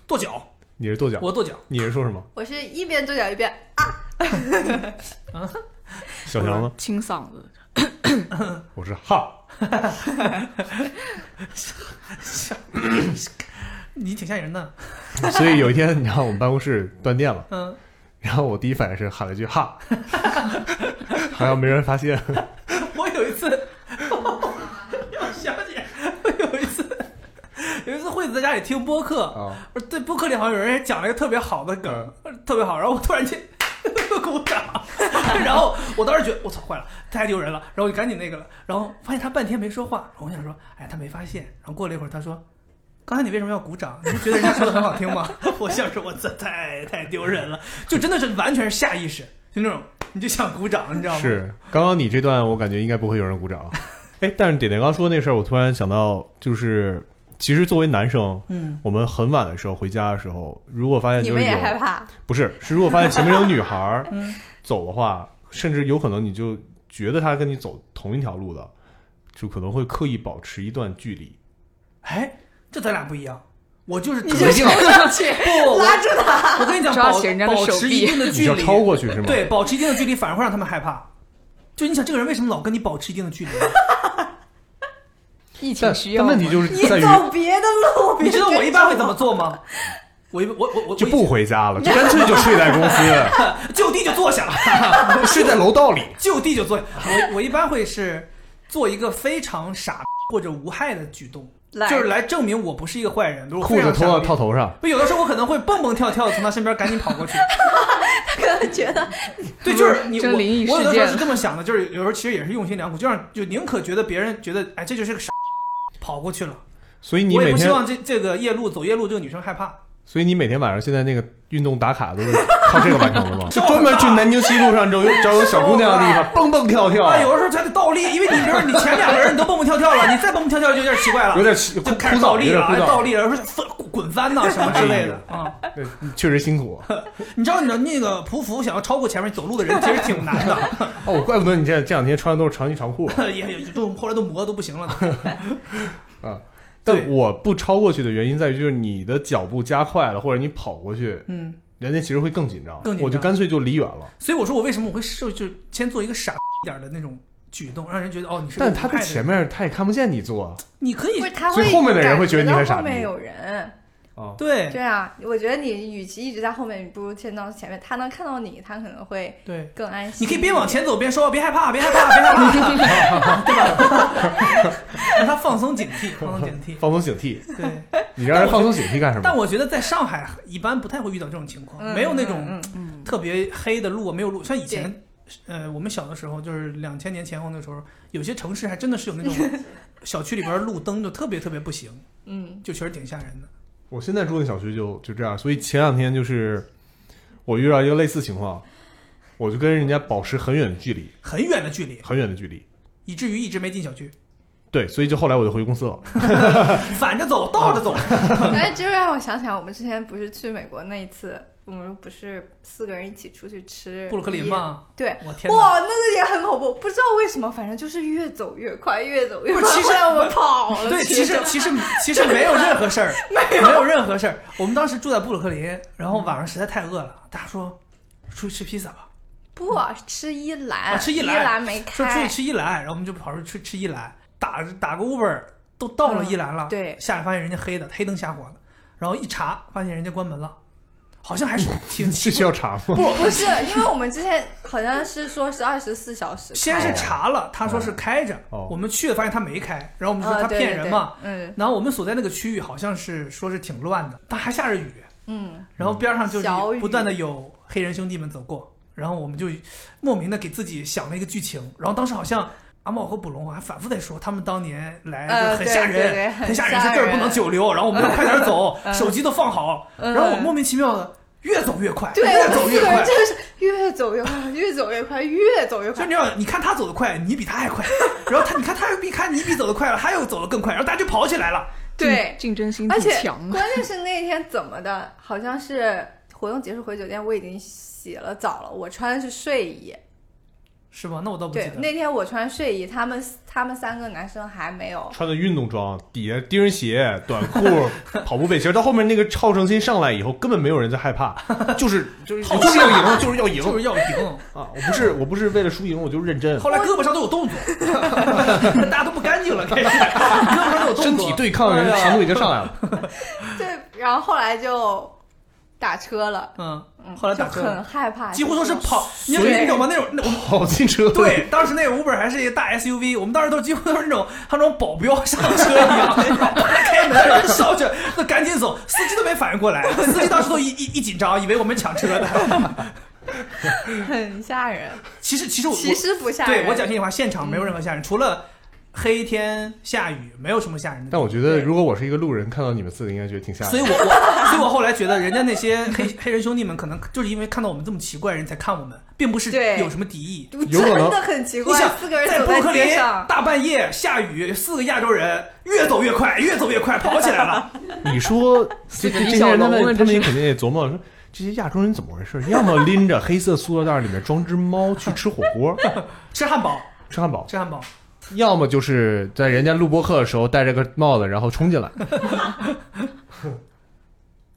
Speaker 2: 跺脚，
Speaker 9: 你是跺脚，
Speaker 2: 我跺脚，
Speaker 9: 你是说 什么？
Speaker 14: 我是一边跺脚一边啊
Speaker 2: 啊
Speaker 9: 小强呢？
Speaker 15: 清嗓子，
Speaker 9: 我是哈，
Speaker 2: 你挺吓人的，
Speaker 9: 所以有一天，你知道我们办公室断电了，
Speaker 2: 嗯，
Speaker 9: 然后我第一反应是喊了一句哈，好像没人发 现。
Speaker 2: 我有一次，要想起来， 我有一次，有一次惠子在家里听播客，我说对播客里好像有人讲了一个特别好的梗，特别好，然后我突然间鼓掌， 然后我当时觉得我操坏了，太丢人了，然后我就赶紧那个了，然后发现他半天没说话，然后我想说，哎，他没发现，然后过了一会儿他说。刚才你为什么要鼓掌？你是觉得人家说的很好听吗？ 我想说，我这太太丢人了，就真的是完全是下意识，就那种你就想鼓掌，你知道吗？
Speaker 9: 是，刚刚你这段我感觉应该不会有人鼓 掌。哎，但是点点刚说那事儿，我突然想到，就是其实作为男生，
Speaker 2: 嗯，
Speaker 9: 我们很晚的时候回家的时候，如果发现
Speaker 14: 你
Speaker 9: 就是
Speaker 14: 们也
Speaker 9: 有
Speaker 14: 害怕？
Speaker 9: 不是，是如果发现前面有女孩 儿
Speaker 14: 嗯
Speaker 9: 走的话，甚至有可能你就觉得她跟你走同一条路的，就可能会刻意保持一段距离。
Speaker 2: 哎，这咱俩不一样，我就是
Speaker 9: 你就冲上去
Speaker 2: 不
Speaker 9: 拉住他
Speaker 2: 我跟你讲，
Speaker 9: 抓
Speaker 2: 保
Speaker 9: 起人家的
Speaker 2: 保
Speaker 9: 手
Speaker 2: 持
Speaker 9: 臂
Speaker 2: 一定的距
Speaker 9: 你就
Speaker 2: 离，
Speaker 9: 超过去是吗
Speaker 2: 对，保持一定的距离反而会让他们害怕。就你想，这个人为什么老跟你保持一定的距离？
Speaker 15: 疫
Speaker 9: 情需要但问题吗就是在于
Speaker 14: 别的路
Speaker 2: 你知道我一般会怎么做吗？我一我我我
Speaker 9: 就不回家 了，就干脆就睡在公司，
Speaker 2: 司， 就地就坐下，
Speaker 9: 睡在楼道里。
Speaker 2: 就地就坐下。我我一般会是做一个非常傻或者无害的举动，
Speaker 9: 来
Speaker 2: 就是来证明我不是一个坏人。比如我
Speaker 9: 裤
Speaker 2: 非
Speaker 9: 子
Speaker 2: 常
Speaker 9: 脱
Speaker 2: 傻
Speaker 9: 到套头上，
Speaker 2: 不，有的时候我可能会蹦蹦跳跳的从他身边赶紧跑过去。
Speaker 14: 他可能觉得
Speaker 2: 对，就是你
Speaker 15: 真
Speaker 2: 我
Speaker 15: 灵异
Speaker 2: 我有
Speaker 15: 事
Speaker 2: 的时
Speaker 15: 件
Speaker 2: 候是这么想的，就是有时候其实也是用心良苦，就让就宁可觉得别人觉得哎这就是个傻，跑过去了。
Speaker 9: 所以你
Speaker 2: 我
Speaker 9: 每
Speaker 2: 也不希
Speaker 9: 天，
Speaker 2: 望这这个夜路走夜路这个女生害怕。
Speaker 9: 所以你每天晚上现在那个运动打卡都是靠这个完成的吗？
Speaker 2: 就专门去
Speaker 9: 南京西路上找有找有小姑娘的地 方，蹦蹦跳跳
Speaker 2: 啊，有的时候还得倒立，因为你比如说你前两个人你都蹦蹦跳跳了，你再蹦蹦跳跳就有点奇怪了，
Speaker 9: 有点奇
Speaker 2: 就开
Speaker 9: 枯
Speaker 2: 始
Speaker 9: 燥
Speaker 2: 倒立了，啊哎
Speaker 9: 有点枯燥
Speaker 2: 倒立了，说翻滚翻呐、什么之类的啊。
Speaker 9: 对确实辛苦。
Speaker 2: 你知道你的那个匍匐想要超过前面走路的人，其实挺难的。
Speaker 9: 哦，我怪不得你这这两天穿的都是长衣长裤
Speaker 2: 也也都后来都磨得都不行了。
Speaker 9: 啊。但我不超过去的原因在于，就是你的脚步加快了，或者你跑过去，
Speaker 2: 嗯，
Speaker 9: 人家其实会更紧张，
Speaker 2: 更紧张
Speaker 9: 我就干脆就离远了。
Speaker 2: 所以我说我为什么我会是就先做一个傻 一点的那种举动，让人觉得哦你是个
Speaker 9: 但
Speaker 2: 无
Speaker 9: 他
Speaker 2: 害
Speaker 9: 在
Speaker 2: 的
Speaker 9: 前
Speaker 2: 人，
Speaker 9: 面，他也看不见你做，
Speaker 2: 你可以
Speaker 14: 不是他
Speaker 9: 所
Speaker 14: 会
Speaker 9: 以后面的人会觉得你很
Speaker 14: 感
Speaker 9: 傻
Speaker 14: 到
Speaker 9: 逼
Speaker 14: 后面有人。
Speaker 9: 哦
Speaker 2: 对
Speaker 14: 对啊，我觉得你与其一直在后面，你不如先到前面。他能看到你，他可能会
Speaker 2: 对
Speaker 14: 更安心。
Speaker 2: 你可以边往前走边说别害怕别害怕别害 怕，对吧？ 让他放松警惕，放松警惕。
Speaker 9: 放松警惕。
Speaker 2: 对，
Speaker 9: 你让人放松警惕干什么
Speaker 2: 但？我觉得在上海一般不太会遇到这种情况，
Speaker 9: 嗯
Speaker 2: 没有那种特别黑的路啊，没有路。像以前，呃，我们小的时候，就是两千年前后那时候，有些城市还真的是有那种 小区里边路灯就特别特别不行，
Speaker 14: 嗯，
Speaker 2: 就确实挺吓人的。
Speaker 9: 我现在住的小区就就这样，所以前两天就是我遇到一个类似情况，我就跟人家保持很远的距离，
Speaker 2: 很远的距离，
Speaker 9: 很远的距离。
Speaker 2: 以至于一直没进小区，
Speaker 9: 对，所以就后来我就回公司了。
Speaker 2: 反着走，倒着走。
Speaker 14: 哎，这就让我想起来，我们之前不是去美国那一次，我们不是四个人一起出去吃
Speaker 2: 布鲁克林
Speaker 14: 夜
Speaker 2: 吗
Speaker 14: 对，
Speaker 2: 我天哪
Speaker 14: 哇，那个也很恐怖，不知道为什么，反正就是越走越快，越走越
Speaker 2: 不
Speaker 14: 快，
Speaker 2: 是，其实
Speaker 14: 后来我们跑了。
Speaker 2: 对，其实其实 其实没有任何事儿，没有任何事儿。我们当时住在布鲁克林，然后晚上实在太饿了，大家说出去吃披萨吧，
Speaker 14: 不吃一兰，
Speaker 2: 啊吃一
Speaker 14: 哎一
Speaker 2: 兰，
Speaker 14: 没
Speaker 2: 说出
Speaker 14: 开
Speaker 2: 去，吃一兰，然后我们就跑出去吃一兰，打打个 Uber 都到
Speaker 14: 嗯
Speaker 2: 了一兰了，对，下来发现人家黑的，黑灯瞎火的，然后一查发现人家关门了，好像还是挺
Speaker 9: 这需要查吗？
Speaker 14: 不不是，因为我们之前好像是说是二十四小时开的，
Speaker 2: 先是查了，他说是开着，我们去了发现他没开，然后我们就说
Speaker 14: 啊
Speaker 2: 他
Speaker 14: 对
Speaker 2: 骗
Speaker 14: 对
Speaker 2: 人
Speaker 14: 对
Speaker 2: 嘛，
Speaker 14: 嗯
Speaker 2: 然后我们所在那个区域好像是说是挺乱的，但还下着雨，
Speaker 14: 嗯，
Speaker 2: 然后边上就是不断的有黑人兄弟们走过，然后我们就莫名的给自己想了一个剧情，然后当时好像阿茂和捕龙还反复在说他们当年来
Speaker 16: 呃
Speaker 2: 就很吓
Speaker 16: 对对对
Speaker 2: 人，
Speaker 16: 很
Speaker 2: 很吓
Speaker 16: 吓
Speaker 2: 说这儿
Speaker 16: 人
Speaker 2: 不能 久留，然后我们要快点走，
Speaker 16: 嗯
Speaker 2: 手机都放好，
Speaker 14: 嗯
Speaker 2: 然后我莫名其妙的越走越快，
Speaker 14: 对，
Speaker 2: 越
Speaker 14: 我
Speaker 2: 走
Speaker 14: 们
Speaker 2: 越
Speaker 14: 四个
Speaker 2: 快
Speaker 14: 人，真的是越走越快，越走越快，越走越
Speaker 2: 就
Speaker 14: 快。
Speaker 2: 你知道，你看他走得快，你比他还快，然后他你看他又比看你比走得快了，他又走得更快，然后大家就跑起来了。
Speaker 14: 对
Speaker 15: 竞争心
Speaker 14: 而
Speaker 15: 挺
Speaker 14: 且
Speaker 15: 强啊。
Speaker 14: 关键是那天怎么的，好像是活动结束回酒店，我已经洗了澡了，我穿的是睡衣。
Speaker 2: 是吗？那我倒不记
Speaker 14: 对
Speaker 2: 得，。
Speaker 14: 那天我穿睡衣，他们他们三个男生还 没有。
Speaker 9: 穿的运动装，底下钉儿鞋、短裤、跑步背心儿，到后面那个好胜心上来以后，根本没有人在害 怕，就是就是我就是要赢，就是要赢，
Speaker 2: 就是要赢
Speaker 9: 啊！我不是我不是为了输赢，我就认真。
Speaker 2: 后来胳膊上都有动作，大家都不干净了，开始胳膊上都有动作，哎
Speaker 9: 身体对抗人强度已经上来了。
Speaker 14: 对，然后后来就打车了，
Speaker 2: 嗯，后来打
Speaker 14: 就
Speaker 2: 车
Speaker 14: 很害怕，
Speaker 2: 几乎说是跑，你
Speaker 14: 所以
Speaker 2: 你懂吗？那种那种
Speaker 9: 跑进车里
Speaker 2: 对，当时那个 Uber 还是一个大 SUV，我们当时都几乎都是那种他那种保镖上车一样， 开门然后上去，那赶紧走，司机都没反应过来，司机当时都一一一紧张，以为我们抢车的。
Speaker 14: 很吓人。
Speaker 2: 其实其实我
Speaker 14: 其实不吓人嗯
Speaker 2: 对我讲心里话，现场没有任何吓人，除了黑天下雨，没有什么吓人的地方。
Speaker 9: 但我觉得，如果我是一个路人，看到你们四个，应该觉得挺吓人。
Speaker 2: 所以我我，所以我后来觉得，人家那些黑黑人兄弟们，可能就是因为看到我们这么奇怪，人才看我们，并不是有什么敌意。
Speaker 9: 有可能真的
Speaker 14: 很奇
Speaker 2: 你
Speaker 14: 怪
Speaker 2: 想
Speaker 14: 四个人
Speaker 2: 在
Speaker 14: 走
Speaker 2: 布
Speaker 14: 在
Speaker 2: 鲁克
Speaker 14: 街
Speaker 2: 林
Speaker 14: 上
Speaker 2: 大半夜下雨，四个亚洲人越走越快，越走越快，跑起来了。
Speaker 9: 你 说这这这些人，他们他们肯定也琢磨说，这些亚洲人怎么回事？ 要么拎着黑色塑料袋里面装只猫去吃火锅、
Speaker 2: 吃汉堡、
Speaker 9: 吃汉堡，
Speaker 2: 吃汉堡。
Speaker 9: 要么就是在人家录播课的时候戴着个帽子，然后冲进来。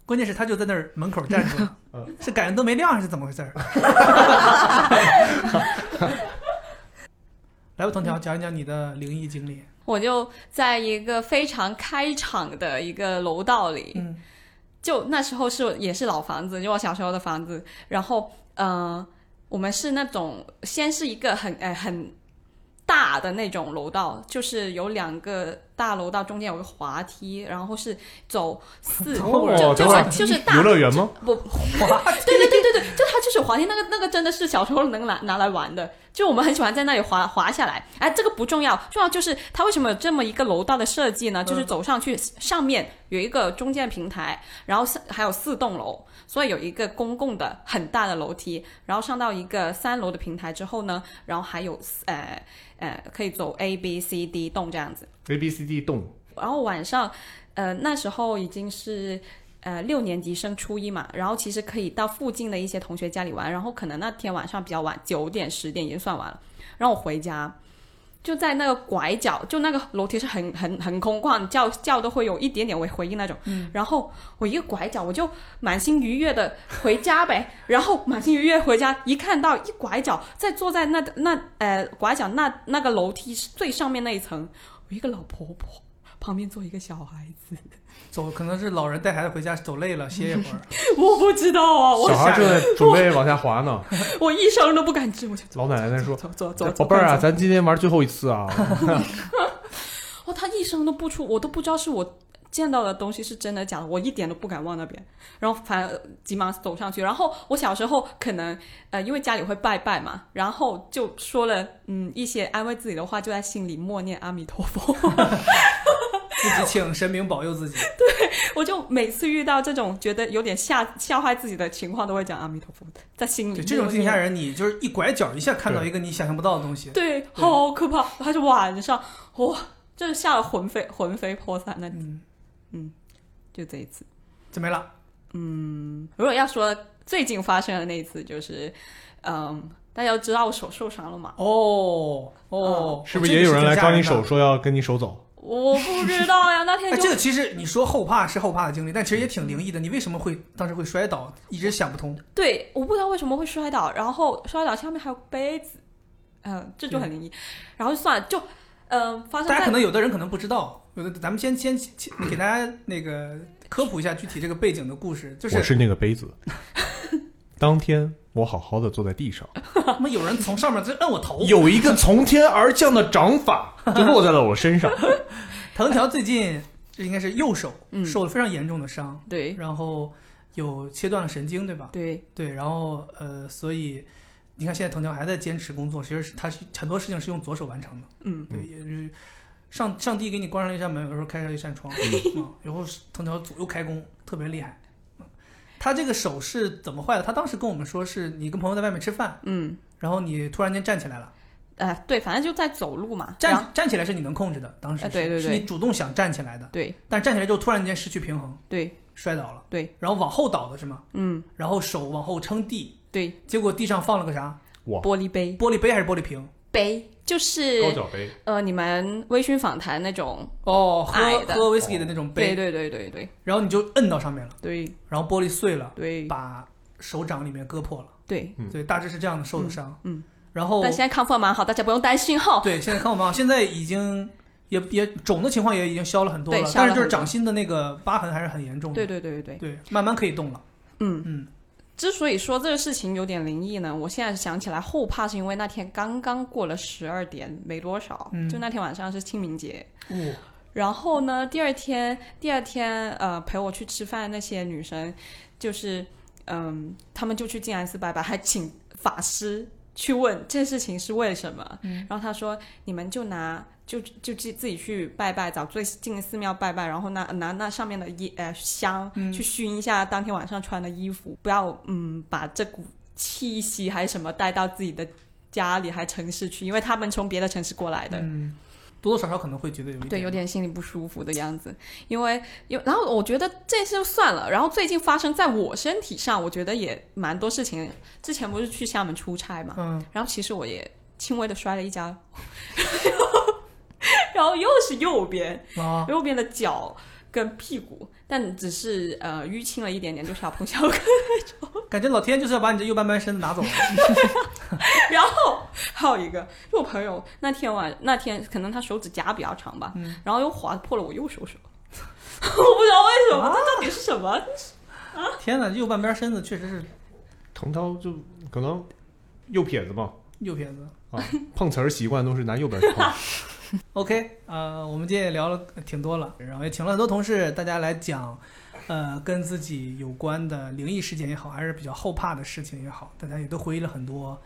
Speaker 2: 关键是他就在那儿门口站着，
Speaker 9: 嗯
Speaker 2: 是感觉灯没亮还是怎么回事儿？ 来吧，藤条，讲一讲你的灵异经历。
Speaker 10: 我就在一个非常开敞的一个楼道里，
Speaker 2: 嗯
Speaker 10: 就那时候是也是老房子，就我小时候的房子。然后，呃，我们是那种先是一个很呃很大的那种楼道，就是有两个大楼道，中间有个滑梯，然后是走四
Speaker 9: 哦
Speaker 10: 就就
Speaker 9: 等会儿
Speaker 10: 是就是大
Speaker 9: 游乐园吗？
Speaker 10: 不，对对对对对，就它就是滑梯，那个那个真的是小时候能拿拿来玩的，就我们很喜欢在那里滑滑下来。哎，这个不重要，重要就是它为什么有这么一个楼道的设计呢？就是走上去上面有一个中间平台，然后四还有四栋楼，所以有一个公共的很大的楼梯，然后上到一个三楼的平台之后呢，然后还有呃呃可以走 A B C D 栋这样子。
Speaker 9: A B C D 动，
Speaker 10: 然后晚上，呃，那时候已经是呃六年级升初一嘛，然后其实可以到附近的一些同学家里玩，然后可能那天晚上比较晚，九点十点已经算晚了，然后我回家。就在那个拐角，就那个楼梯是很很很空旷，叫叫都会有一点点回回音那种。
Speaker 11: 嗯
Speaker 10: 然后我一个拐角，我就满心愉悦的回家呗。 然后满心愉悦回家，一看到一拐角，再坐在那那呃拐角那那个楼梯最上面那一层，我一个老婆婆旁边坐一个小孩子，
Speaker 2: 走，可能是老人带孩子回家走累了，歇一会儿。
Speaker 10: 我不知道啊，我
Speaker 9: 小孩正在准备往下滑呢。
Speaker 10: 我一声都不敢吱，我就
Speaker 9: 老奶奶在说：“
Speaker 10: 走
Speaker 9: 宝贝儿啊，咱今天玩最后一次啊。
Speaker 10: 哦，他一声都不出，我都不知道是我见到的东西是真的假的，我一点都不敢往那边。然后反正急忙走上去。然后我小时候可能呃，因为家里会拜拜嘛，然后就说了嗯一些安慰自己的话，就在心里默念阿弥陀佛。
Speaker 2: 自己请神明保佑 自己。
Speaker 10: 我就每次遇到这种觉得有点吓吓坏自己的情况，都会讲阿弥陀佛，在心里。
Speaker 2: 对，这种惊吓人，你就是一拐角一下看到一个你想象不到的东西。
Speaker 10: 对，好可怕！还是晚上，哇，就是吓得魂飞魂飞魄散那
Speaker 2: 嗯
Speaker 10: 嗯，就这一次
Speaker 2: 就没了。
Speaker 10: 嗯，如果要说最近发生的那一次就是，嗯，大家都知道我手受伤了嘛。嗯
Speaker 2: 哦哦，
Speaker 9: 是不是也有人来
Speaker 2: 帮
Speaker 9: 抓你手，？说要跟你手走？
Speaker 10: 我不知道 呀，那天
Speaker 2: 哎，
Speaker 10: 就
Speaker 2: 这个其实你说后怕是后怕的经历，但其实也挺灵异的。你为什么会当时会摔倒？一直想不通。
Speaker 10: 对，我不知道为什么会摔倒，然后摔倒下面还有杯子，嗯，这就很灵异。然后就算了，就嗯、发生
Speaker 2: 大家
Speaker 10: 在
Speaker 2: 可能有的人可能不知道，有的咱们先先先给大家那个科普一下具体这个背景的故事，就是
Speaker 9: 我是那个杯子。当天我好好的坐在地上，
Speaker 2: 他妈有人从上面在摁我头，
Speaker 9: 有一个从天而降的掌法就落在了我身上。
Speaker 2: 藤条最近这应该是右手受了非常严重的伤，
Speaker 10: 嗯对，
Speaker 2: 然后有切断了神经，对吧？
Speaker 10: 对
Speaker 2: 对，然后呃，所以你看现在藤条还在坚持工作，其实是他是很多事情是用左手完成的，
Speaker 10: 嗯
Speaker 2: 对，也就是上上帝给你关上一扇门，有时候开上一扇窗，嗯，然后藤条左右开弓，特别厉害。嗯他这个手是怎么坏的？他当时跟我们说，是你跟朋友在外面吃饭，
Speaker 10: 嗯，
Speaker 2: 然后你突然间站起来了，
Speaker 10: 呃对，反正就在走路嘛，然后
Speaker 2: 站站起来是你能控制的，当时是、
Speaker 10: 呃对对
Speaker 2: 是
Speaker 10: 对
Speaker 2: 你主动想站起来的，
Speaker 10: 对，
Speaker 2: 但站起来之后突然间失去平衡，
Speaker 10: 对，
Speaker 2: 摔倒了，
Speaker 10: 对，
Speaker 2: 然后往后倒的是吗？
Speaker 10: 嗯，
Speaker 2: 然后手往后撑地，
Speaker 10: 对，
Speaker 2: 结果地上放了个啥？
Speaker 9: 哇，
Speaker 10: 玻璃杯，
Speaker 2: 玻璃杯还是玻璃瓶？
Speaker 10: 杯就是
Speaker 2: 高脚杯
Speaker 10: 呃，你们微醺访谈那种
Speaker 2: 哦，喝
Speaker 10: 矮的
Speaker 2: 喝 whisky 的那种杯，
Speaker 10: 对对对对对，
Speaker 2: 然后你就摁到上面了，
Speaker 10: 对，
Speaker 2: 然后玻璃碎了，
Speaker 10: 对，
Speaker 2: 把手掌里面割破了，
Speaker 10: 对
Speaker 2: 对，大致是这样的受的伤，
Speaker 10: 嗯，
Speaker 2: 然后
Speaker 10: 但现在康复得蛮好，大家不用担心哈。
Speaker 2: 哦对，现在看我们啊，现在已经也也肿的情况也已经消了很多
Speaker 10: 对
Speaker 2: 了，
Speaker 10: 消了
Speaker 2: 但是就是
Speaker 10: 很多
Speaker 2: 掌心的那个疤痕还是很严重的，
Speaker 10: 对对对对
Speaker 2: 对，慢慢可以动了。
Speaker 10: 嗯
Speaker 2: 嗯，
Speaker 10: 之所以说这个事情有点灵异呢，我现在想起来后怕是因为那天刚刚过了十二点没多少，
Speaker 17: 嗯
Speaker 10: 就那天晚上是清明节，
Speaker 2: 哦，
Speaker 10: 然后呢，第二天，第二天，呃，陪我去吃饭的那些女生，就是，嗯，她们就去静安寺拜拜，还请法师去问这件事情是为什么。
Speaker 17: 嗯
Speaker 10: 然后他说，你们就拿，就就自自己去拜拜，找最近的寺庙拜拜，然后拿拿那上面的衣呃香、
Speaker 17: 嗯
Speaker 10: 去熏一下当天晚上穿的衣服，不要嗯把这股气息还是什么带到自己的家里还城市去，因为他们从别的城市过来的。
Speaker 2: 嗯，多多少少可能会觉得有一点
Speaker 10: 对，有点心里不舒服的样子，因为因为然后我觉得这件事就算了，然后最近发生在我身体上，我觉得也蛮多事情。之前不是去厦门出差嘛，
Speaker 2: 嗯，
Speaker 10: 然后其实我也轻微的摔了一跤， 然后又是右边，
Speaker 2: 啊
Speaker 10: 右边的脚跟屁股，但只是呃淤青了一点点，就小碰小磕。
Speaker 2: 感觉老天就是要把你这右半半身子拿走了。
Speaker 10: 然后还有一个，就我朋友那天晚那天可能他手指甲比较长吧，
Speaker 2: 嗯
Speaker 10: 然后又划破了我右手手， 啊我不知道为什么，这到底是什么？
Speaker 2: 天哪，右半边身子确实是
Speaker 9: 藤涛就可能右撇子嘛，
Speaker 2: 右撇子。
Speaker 9: 啊，碰瓷儿习惯都是拿右边碰。
Speaker 2: OK，呃，我们今天也聊了挺多了，然后也请了很多同事，大家来讲，呃，跟自己有关的灵异事件也好，还是比较后怕的事情也好，大家也都回忆了很多。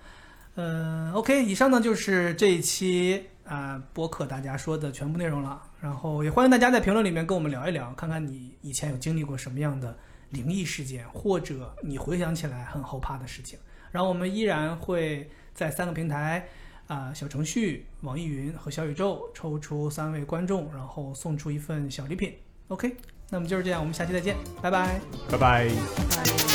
Speaker 2: 嗯、o k 以上呢就是这一期啊、呃播客大家说的全部内容了。然后也欢迎大家在评论里面跟我们聊一聊，看看你以前有经历过什么样的灵异事件，或者你回想起来很后怕的事情。然后我们依然会在三个平台啊、小程序、网易云和小宇宙抽出三位观众，然后送出一份小礼品。OK，那么就是这样，我们下期再见，拜拜。
Speaker 9: 拜拜。
Speaker 2: 拜拜